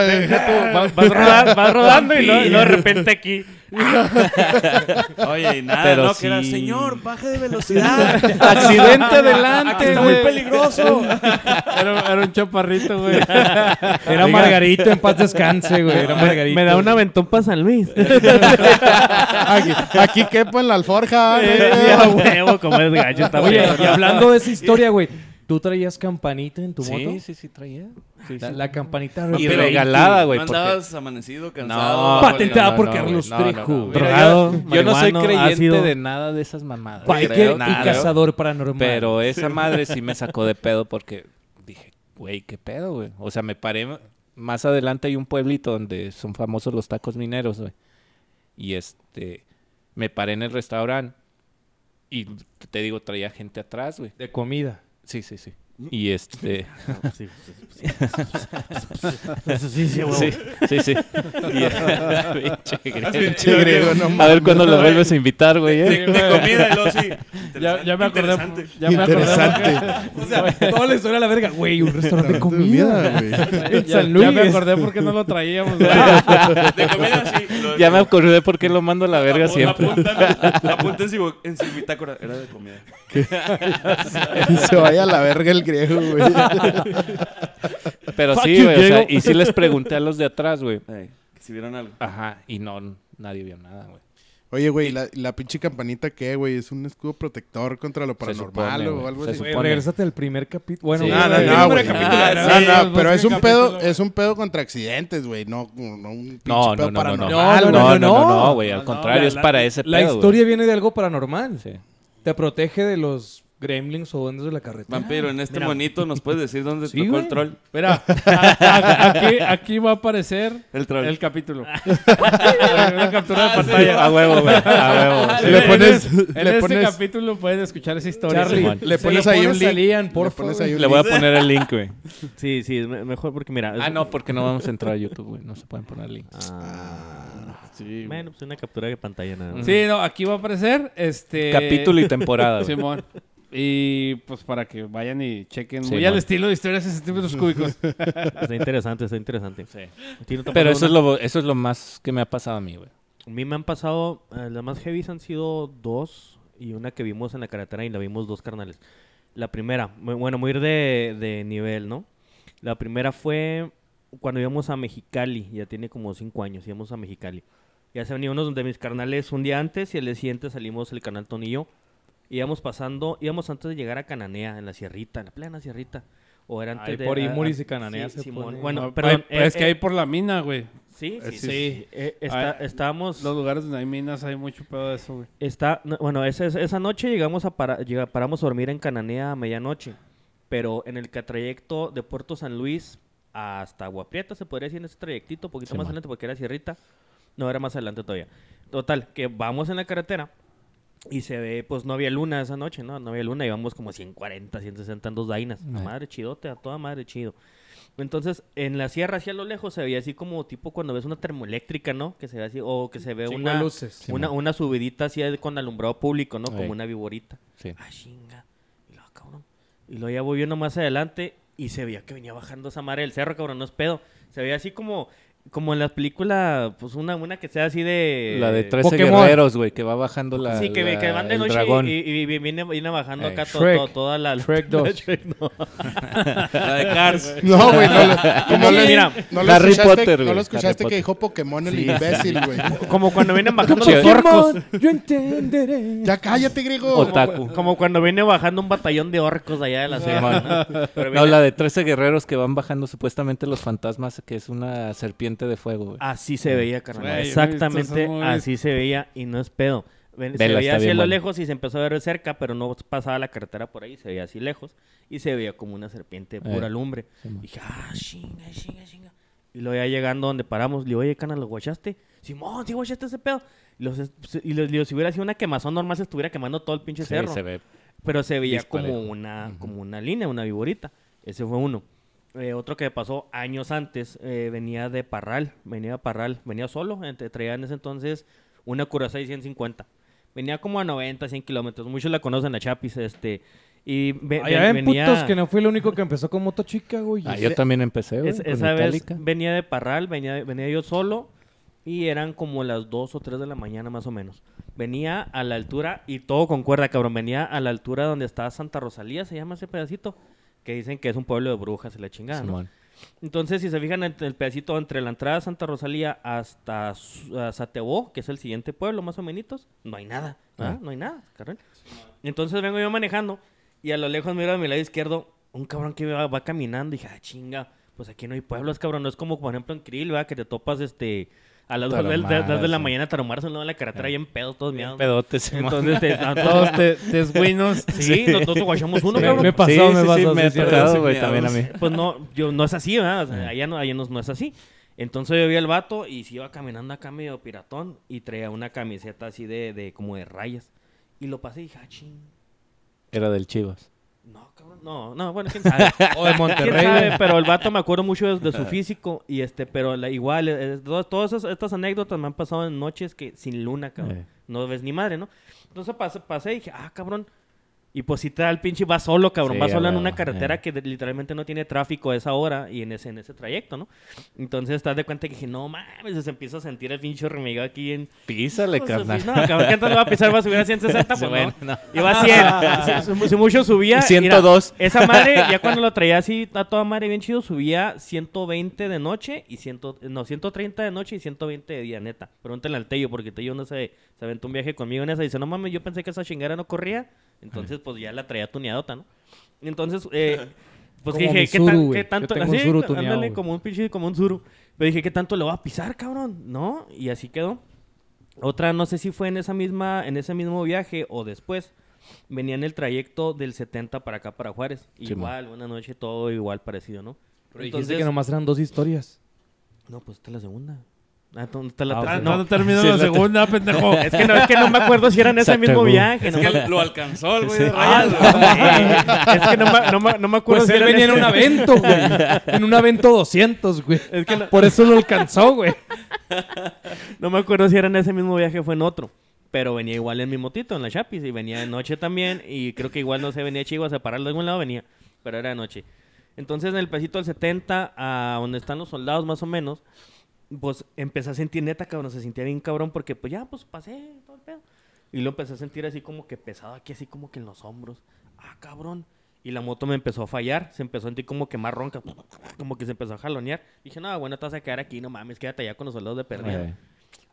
Speaker 6: deja tú, vas, vas roda-
Speaker 4: [LAUGHS]
Speaker 6: vas rodando y luego, y luego de repente aquí.
Speaker 3: Oye, y nada,
Speaker 2: Pero
Speaker 3: no, que era,
Speaker 2: sí.
Speaker 3: señor, baje de velocidad.
Speaker 2: [LAUGHS] ¡Accidente
Speaker 1: adelante,
Speaker 3: está muy
Speaker 1: güey.
Speaker 3: peligroso.
Speaker 1: Era, era un chaparrito, güey.
Speaker 4: Era Margarito, en paz descanse, güey. Era Margarito.
Speaker 6: Me da un aventón para San Luis.
Speaker 5: Aquí, aquí quepo en la alforja. güey.
Speaker 6: Ya, huevo, como es gacho. Está
Speaker 4: Oye,
Speaker 6: perro.
Speaker 4: y hablando de esa historia, güey. ¿Tú traías campanita en tu
Speaker 2: Sí,
Speaker 4: moto?
Speaker 2: sí, sí, traía.
Speaker 4: La, la campanita
Speaker 2: Y
Speaker 4: roja.
Speaker 2: regalada, güey.
Speaker 3: ¿No
Speaker 2: porque-
Speaker 3: andabas amanecido,
Speaker 4: [LAUGHS]
Speaker 3: cansado?
Speaker 4: patentada
Speaker 3: Oye,
Speaker 4: por
Speaker 2: güey,
Speaker 4: Carlos Trejo.
Speaker 2: Mira,
Speaker 6: Drogado,
Speaker 2: yo, yo no soy
Speaker 6: marihuano,
Speaker 2: creyente
Speaker 6: ácido.
Speaker 2: de nada de esas mamadas.
Speaker 4: Biker
Speaker 2: creo,
Speaker 4: y
Speaker 2: nada,
Speaker 4: cazador paranormal.
Speaker 2: Pero esa madre sí me sacó de pedo porque dije, güey, qué pedo, güey. O sea, me paré. Más adelante hay un pueblito donde son famosos los tacos mineros, güey. Y este, me paré en el restaurante y te digo, traía gente atrás, güey.
Speaker 4: De comida.
Speaker 2: Sí, sí, sí. Y este.
Speaker 6: Sí, sí, sí, huevo.
Speaker 2: Sí, sí, sí. Y- [LAUGHS] Pinche Grego.
Speaker 3: Pinche griego,
Speaker 2: A ver cuándo lo vuelves a invitar, güey.
Speaker 3: De,
Speaker 2: ¿eh?
Speaker 3: de comida, y luego sí.
Speaker 1: Ya, ya me acordé.
Speaker 3: Interesante.
Speaker 1: Ya me acordé.
Speaker 5: Interesante.
Speaker 4: O sea, [LAUGHS] todo le suena a la verga. Güey, un restaurante de comida.
Speaker 5: Comida, güey.
Speaker 1: Ya,
Speaker 4: San
Speaker 1: ya me
Speaker 4: Luis.
Speaker 1: acordé por qué no lo traíamos. güey.
Speaker 3: [LAUGHS] De comida, sí. y luego-
Speaker 2: Ya me acordé por qué lo mando a la verga
Speaker 3: Apu-
Speaker 2: siempre.
Speaker 3: Apuntan, apunten si bo- en su bitácora. Era de comida.
Speaker 5: [LAUGHS] Se vaya a la verga el griego, güey.
Speaker 2: Pero
Speaker 1: Fuck
Speaker 2: sí,
Speaker 1: you,
Speaker 2: güey. o sea,
Speaker 1: Diego.
Speaker 2: y sí les pregunté a los de atrás, güey.
Speaker 3: Ey, que si vieron algo.
Speaker 2: Ajá. Y no, nadie vio nada, güey.
Speaker 5: Oye, güey, ¿la, la pinche campanita qué, güey? ¿Es un escudo protector contra lo
Speaker 2: Se supone,
Speaker 5: paranormal
Speaker 2: güey.
Speaker 5: o algo
Speaker 2: Se
Speaker 5: así?
Speaker 2: supone.
Speaker 4: Güey, regrésate al primer capítulo. Bueno,
Speaker 2: Sí.
Speaker 5: No, no,
Speaker 4: güey.
Speaker 5: no,
Speaker 1: Nombre
Speaker 5: güey.
Speaker 1: de capítulo,
Speaker 5: Ah,
Speaker 1: era,
Speaker 5: No,
Speaker 1: güey,
Speaker 5: no,
Speaker 1: los
Speaker 5: pero
Speaker 1: dos
Speaker 5: es un
Speaker 1: capítulos,
Speaker 5: pedo,
Speaker 1: güey.
Speaker 5: es un pedo contra accidentes, güey, no, no un pinche
Speaker 2: No,
Speaker 5: pedo
Speaker 2: no, no, no, no.
Speaker 5: paranormal,
Speaker 2: No,
Speaker 5: güey.
Speaker 2: no,
Speaker 4: güey.
Speaker 2: no, no,
Speaker 4: No,
Speaker 2: güey.
Speaker 1: no,
Speaker 2: Al
Speaker 1: no,
Speaker 2: contrario,
Speaker 1: la-
Speaker 2: es para
Speaker 1: la-
Speaker 2: ese
Speaker 4: La
Speaker 2: pedo,
Speaker 4: historia viene de algo paranormal.
Speaker 2: güey. Sí.
Speaker 4: Te protege de los gremlins o duendes de la carretera.
Speaker 3: Vampiro, en este monito nos puedes decir dónde
Speaker 4: Sí,
Speaker 3: tocó
Speaker 4: güey.
Speaker 3: el troll.
Speaker 1: Mira, a- a- aquí, aquí va a aparecer
Speaker 3: El troll.
Speaker 1: el capítulo. Una captura de pantalla.
Speaker 2: [LAUGHS] A huevo, güey. A huevo.
Speaker 1: Ah, [LAUGHS]
Speaker 2: sí.
Speaker 5: Le
Speaker 1: en-
Speaker 5: pones-
Speaker 1: en, en
Speaker 5: le
Speaker 1: este
Speaker 5: pones-
Speaker 1: capítulo pueden escuchar esa historia.
Speaker 4: Charlie,
Speaker 2: Simón.
Speaker 5: Le
Speaker 4: se
Speaker 5: pones
Speaker 4: lo
Speaker 5: ahí un
Speaker 4: pones
Speaker 5: link.
Speaker 4: a Lian,
Speaker 5: Le
Speaker 4: porfa,
Speaker 5: pones
Speaker 4: güey.
Speaker 5: ahí un
Speaker 2: Le voy a
Speaker 5: link.
Speaker 2: poner el link, güey.
Speaker 6: Sí, sí, es me- mejor porque mira. es-
Speaker 2: Ah, no, porque no vamos a entrar a YouTube, güey. No se pueden poner links.
Speaker 6: Ah,
Speaker 3: Sí,
Speaker 6: Bueno, pues una captura de pantalla nada más.
Speaker 1: Sí, no, aquí va a aparecer este
Speaker 2: Eh, Capítulo y temporada, güey.
Speaker 1: Simón. Y pues para que vayan y chequen muy
Speaker 2: Simón.
Speaker 1: al estilo de historias en centímetros cúbicos.
Speaker 6: Está interesante, está interesante. ¿A ti no te ha
Speaker 2: Pero
Speaker 6: pasado
Speaker 2: eso es,
Speaker 6: una-
Speaker 2: lo, eso es lo más que me ha pasado a mí, güey.
Speaker 6: A mí me han pasado, eh, las más heavy han sido dos y una que vimos en la carretera y la vimos dos carnales. La primera, mu- bueno, muy de, de nivel, ¿no? La primera fue cuando íbamos a Mexicali, ya tiene como cinco años, íbamos a Mexicali. Ya se han ido unos de mis carnales un día antes y el día siguiente salimos el canal Tony y yo. Íbamos pasando, íbamos antes de llegar a Cananea, en la sierrita, en la plena sierrita. O era antes
Speaker 4: Ahí
Speaker 6: de...
Speaker 4: por ahí
Speaker 6: a- a-
Speaker 4: Muris y Cananea
Speaker 6: sí,
Speaker 4: se
Speaker 6: Simón.
Speaker 4: pone-
Speaker 6: Bueno,
Speaker 1: No,
Speaker 6: perdón.
Speaker 1: hay- Ah, es
Speaker 6: eh,
Speaker 1: que
Speaker 6: eh,
Speaker 1: hay por la mina, güey.
Speaker 6: Sí, sí,
Speaker 1: sí,
Speaker 6: sí.
Speaker 1: sí.
Speaker 6: Eh, está-
Speaker 1: Ah,
Speaker 6: estábamos...
Speaker 1: Los lugares donde hay minas hay mucho pedo de eso, güey.
Speaker 6: Está, no, bueno, esa, esa- esa noche llegamos a para- llega- paramos a dormir en Cananea a medianoche, pero en el ca- trayecto de Puerto San Luis hasta Agua Prieta, se podría decir en ese trayectito, poquito
Speaker 2: Simón.
Speaker 6: más adelante porque era Sierrita, no era más adelante todavía. Total, que vamos en la carretera y se ve, pues no había luna esa noche, ¿no? No había luna, íbamos como 140, 160 en dos dainas. A
Speaker 2: Ay.
Speaker 6: madre chidote, a toda madre chido. Entonces, en la sierra hacia lo lejos se veía así como tipo cuando ves una termoeléctrica, ¿no? Que se ve así, o que se ve
Speaker 4: Chingo de
Speaker 6: una,
Speaker 4: luces.
Speaker 6: una, una subidita así de- con alumbrado público, ¿no?
Speaker 2: Ey.
Speaker 6: Como una viborita.
Speaker 2: Sí.
Speaker 6: Ah, chinga. Y luego, cabrón. Y luego ya voy viendo más adelante y se veía que venía bajando esa madre del cerro, cabrón, no es pedo. Se veía así como, como en las películas, pues una, una que sea así de...
Speaker 2: La de 13
Speaker 4: Pokémon.
Speaker 2: guerreros, güey, que va bajando la.
Speaker 6: Eh, Sí, que, ve-
Speaker 2: la-
Speaker 6: que van de
Speaker 2: el
Speaker 6: noche y-
Speaker 2: dragón.
Speaker 6: y,
Speaker 2: [LAUGHS]
Speaker 6: y vi- viene, viene bajando
Speaker 2: Ey.
Speaker 6: acá to-
Speaker 4: Shrek.
Speaker 6: to- toda la... [LAUGHS]
Speaker 4: Shrek 2.
Speaker 3: La de Cars.
Speaker 5: No, güey,
Speaker 2: [LAUGHS]
Speaker 5: no, lo-
Speaker 6: Como
Speaker 5: no lo-
Speaker 6: que, mira,
Speaker 5: no lo
Speaker 2: Harry
Speaker 5: escuchaste,
Speaker 2: Potter,
Speaker 5: no
Speaker 2: güey,
Speaker 5: lo escuchaste
Speaker 2: Harry
Speaker 5: que
Speaker 2: Potter.
Speaker 5: dijo Pokémon el imbécil, güey.
Speaker 6: Ah, Como cuando vienen bajando
Speaker 2: Sí.
Speaker 6: los orcos.
Speaker 4: Yo entenderé.
Speaker 5: Ya cállate, griego.
Speaker 2: Otaku.
Speaker 6: Como cuando viene bajando un batallón de orcos de allá de la sierra, ¿no? Pero
Speaker 2: No,
Speaker 6: viene-
Speaker 2: la de 13 guerreros que van bajando supuestamente los fantasmas, que es una serpiente de fuego, güey.
Speaker 6: Así se veía, carnal.
Speaker 1: Güey, estos
Speaker 6: Exactamente
Speaker 1: son movies.
Speaker 6: así se veía y no es pedo. Ven- se
Speaker 2: Vela,
Speaker 6: veía
Speaker 2: está
Speaker 6: así a
Speaker 2: bien
Speaker 6: lo
Speaker 2: buena.
Speaker 6: lejos y se empezó a ver de cerca, pero no pasaba la carretera por ahí, se veía así lejos y se veía como una serpiente de pura
Speaker 2: Eh,
Speaker 6: lumbre.
Speaker 2: sí, man.
Speaker 6: dije, ah, chinga, chinga, chinga. Y luego ya llegando donde paramos, le digo, oye, cana, ¿lo guachaste? Simón, sí guachaste ese pedo. Y, los, es- y les digo, si hubiera sido una quemazón normal, se estuviera quemando todo el pinche
Speaker 2: Sí,
Speaker 6: cerro.
Speaker 2: se ve.
Speaker 6: Pero se veía como
Speaker 2: Disparejo.
Speaker 6: una, como una línea, una viborita. Ese fue uno. Eh, otro que pasó años antes, eh, venía de Parral, venía de Parral, venía solo, ent- traía en ese entonces una Curaçao de 150. Venía como a 90, 100 kilómetros, muchos la conocen a Chapis, este, y ve-
Speaker 4: Allá
Speaker 6: ven-
Speaker 4: Ah, ven
Speaker 6: venía...
Speaker 4: putos que no fui el único que empezó con moto chica, güey.
Speaker 2: Ah, yo también empecé, güey.
Speaker 6: es-
Speaker 2: ¿eh? con
Speaker 6: esa vez
Speaker 2: Metallica.
Speaker 6: venía de Parral, venía, venía yo solo y eran como las 2 o 3 de la mañana más o menos. Venía a la altura, y todo concuerda, cabrón, venía a la altura donde está Santa Rosalía, se llama ese pedacito, que dicen que es un pueblo de brujas y la chingada, ¿no?
Speaker 2: Simón.
Speaker 6: Entonces, si se fijan en el pedacito entre la entrada de Santa Rosalía hasta Su- a Satebó, que es el siguiente pueblo, más o menos, no hay nada. ¿verdad?
Speaker 2: Ah.
Speaker 6: No hay nada, carnal. Entonces vengo yo manejando y a lo lejos miro a mi lado izquierdo un cabrón que va, va caminando y dije, ah, chinga, pues aquí no hay pueblos, cabrón. No es como, por ejemplo, en Krill, ¿verdad? Que te topas este, a las 2 de,
Speaker 2: Taromadas,
Speaker 6: las de la
Speaker 2: sí.
Speaker 6: mañana taromarse en lado de la carretera y en pedos, todos miados.
Speaker 2: Pedote, Simón. [LAUGHS]
Speaker 6: Entonces, te, a todos
Speaker 1: Todos te, [LAUGHS] tesguinos.
Speaker 6: Sí, nosotros guachamos uno,
Speaker 4: Me,
Speaker 6: cabrón.
Speaker 4: me pasó,
Speaker 2: Sí,
Speaker 4: me
Speaker 2: sí,
Speaker 4: pasó.
Speaker 2: sí,
Speaker 4: sí,
Speaker 2: me ha
Speaker 4: sí, sí.
Speaker 2: tocado, güey, también a mí.
Speaker 6: Pues no, yo no es así, ¿verdad? O sea, allá no, allá no, no es así. Entonces yo vi al vato y se iba caminando acá medio piratón y traía una camiseta así de, de como de rayas. Y lo pasé y dije, ah, ching.
Speaker 2: Era del Chivas.
Speaker 6: No, cabrón. No, no, bueno, quién sabe.
Speaker 4: O Oh, de
Speaker 6: ¿Quién
Speaker 4: Monterrey.
Speaker 6: sabe?
Speaker 4: güey.
Speaker 6: Pero el vato me acuerdo mucho de, de su físico. Y este, pero la- igual, eh, eh, todo- todas esas- estas anécdotas me han pasado en noches que sin luna, cabrón.
Speaker 2: Eh.
Speaker 6: No ves ni madre, ¿no? Entonces pasé, pasé y dije, ah, cabrón. Y pues si te da el pinche, va solo, cabrón.
Speaker 2: Sí,
Speaker 6: va solo
Speaker 2: a
Speaker 6: en
Speaker 2: huevo,
Speaker 6: una carretera
Speaker 2: eh.
Speaker 6: que de- literalmente no tiene tráfico a esa hora y en ese, en ese trayecto, ¿no? Entonces estás de cuenta que dije, no mames, se empieza a sentir el pinche hormigueo aquí en.
Speaker 2: Písale,
Speaker 6: Pues, No,
Speaker 2: carnal. [LAUGHS]
Speaker 6: cabrón, ¿qué tanto va a pisar? Va a subir a 160,
Speaker 2: Sí,
Speaker 6: pues
Speaker 2: bueno,
Speaker 6: no.
Speaker 2: no.
Speaker 6: Iba a 100. si, si- si mucho subía. mira,
Speaker 2: 102.
Speaker 6: esa madre, ya cuando lo traía así a toda madre bien chido, subía 120 de noche y 100, no, 130 de noche y 120 de día, neta. Pregúntale al Tello, porque Tello no se, se aventó un viaje conmigo en esa. Dice, no mames, yo pensé que esa chingada no corría. Entonces, pues ya la traía tuneadota, ¿no? Y Entonces,
Speaker 4: [LAUGHS]
Speaker 6: eh, pues
Speaker 4: Como mi
Speaker 6: dije, ¿qué,
Speaker 4: Zuru,
Speaker 6: tan-
Speaker 4: güey.
Speaker 6: qué
Speaker 4: Yo
Speaker 6: tanto?
Speaker 4: tengo un Zuru tuneado,
Speaker 6: ándale,
Speaker 4: güey.
Speaker 6: como un pinche, como un Zuru. Pero dije, ¿qué tanto le va a pisar, cabrón? ¿No? Y así quedó. Otra, no sé si fue en, esa misma, en ese mismo viaje o después. Venía en el trayecto del 70 para acá, para Juárez.
Speaker 2: Simón.
Speaker 6: igual, una noche, todo igual, parecido, ¿no?
Speaker 4: Pero dijiste que nomás eran dos historias.
Speaker 6: No, pues esta es la segunda. Ah, entonces, esta es la
Speaker 4: Ah,
Speaker 6: tercera.
Speaker 4: pues,
Speaker 1: No,
Speaker 6: No,
Speaker 1: no termino la segunda, pendejo. [LAUGHS]
Speaker 6: es que no, es que no me acuerdo si era en ese
Speaker 2: Se
Speaker 6: mismo
Speaker 2: acabó.
Speaker 6: viaje.
Speaker 3: Es
Speaker 6: no me-
Speaker 3: que lo alcanzó el güey de
Speaker 6: Ah,
Speaker 3: rayas, güey.
Speaker 6: no, güey. [LAUGHS] es que no me, no me- no me acuerdo
Speaker 4: Pues
Speaker 6: si
Speaker 4: él
Speaker 6: era
Speaker 4: venía en
Speaker 6: ese-
Speaker 4: un avento, güey. En un avento 200, güey. Por eso lo alcanzó, güey.
Speaker 6: No me acuerdo si era en ese mismo viaje o fue en otro. Pero venía igual en mi motito, en la Chapis. Y venía de noche también. Y creo que igual no se venía chivo a separarlo de algún lado, venía. Pero era de noche. Entonces, en el pasito del 70, a donde están los soldados más o menos, pues empecé a sentir neta, cabrón. Se sentía bien cabrón porque, pues ya, pues pasé todo el pedo. Y lo empecé a sentir así como que pesado aquí, así como que en los hombros. Ah, cabrón. Y la moto me empezó a fallar, se empezó a sentir como que más ronca, como que se empezó a jalonear. Dije, no, bueno, te vas a quedar aquí, no mames, quédate allá con los soldados de perdida
Speaker 2: Eh,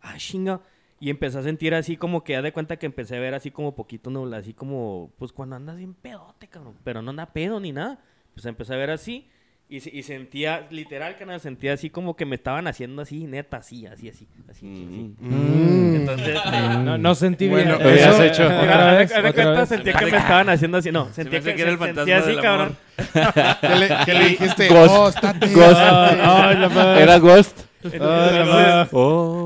Speaker 6: ah, chinga. Y empecé a sentir así como que, haz de cuenta que empecé a ver así como poquito nubla, así como, pues cuando andas bien pedote, cabrón, pero no anda pedo ni nada. Pues empecé a ver así y, se- y sentía, literal, canal, sentía así como que me estaban haciendo así, neta, así, así, así, así.
Speaker 3: Mm.
Speaker 6: así.
Speaker 5: Mm,
Speaker 2: Mm.
Speaker 3: [LAUGHS]
Speaker 6: Entonces, eh,
Speaker 4: No, no sentí
Speaker 5: Bueno,
Speaker 4: bien.
Speaker 2: hubieras
Speaker 4: Eso-
Speaker 2: hecho.
Speaker 4: Otra vez,
Speaker 6: haz de
Speaker 4: otra
Speaker 6: cuenta,
Speaker 4: vez.
Speaker 6: sentía que me estaban haciendo así, no, sentía
Speaker 3: hace
Speaker 6: que,
Speaker 3: que era el
Speaker 6: sentía
Speaker 3: fantasma
Speaker 6: así,
Speaker 3: del amor.
Speaker 6: cabrón.
Speaker 5: ¿Qué le, qué le dijiste?
Speaker 2: [LAUGHS] Ghost.
Speaker 5: Oh, está bien.
Speaker 2: Ghost.
Speaker 5: Ah,
Speaker 1: Ay, la madre.
Speaker 2: Era Ghost.
Speaker 6: Entonces-
Speaker 1: la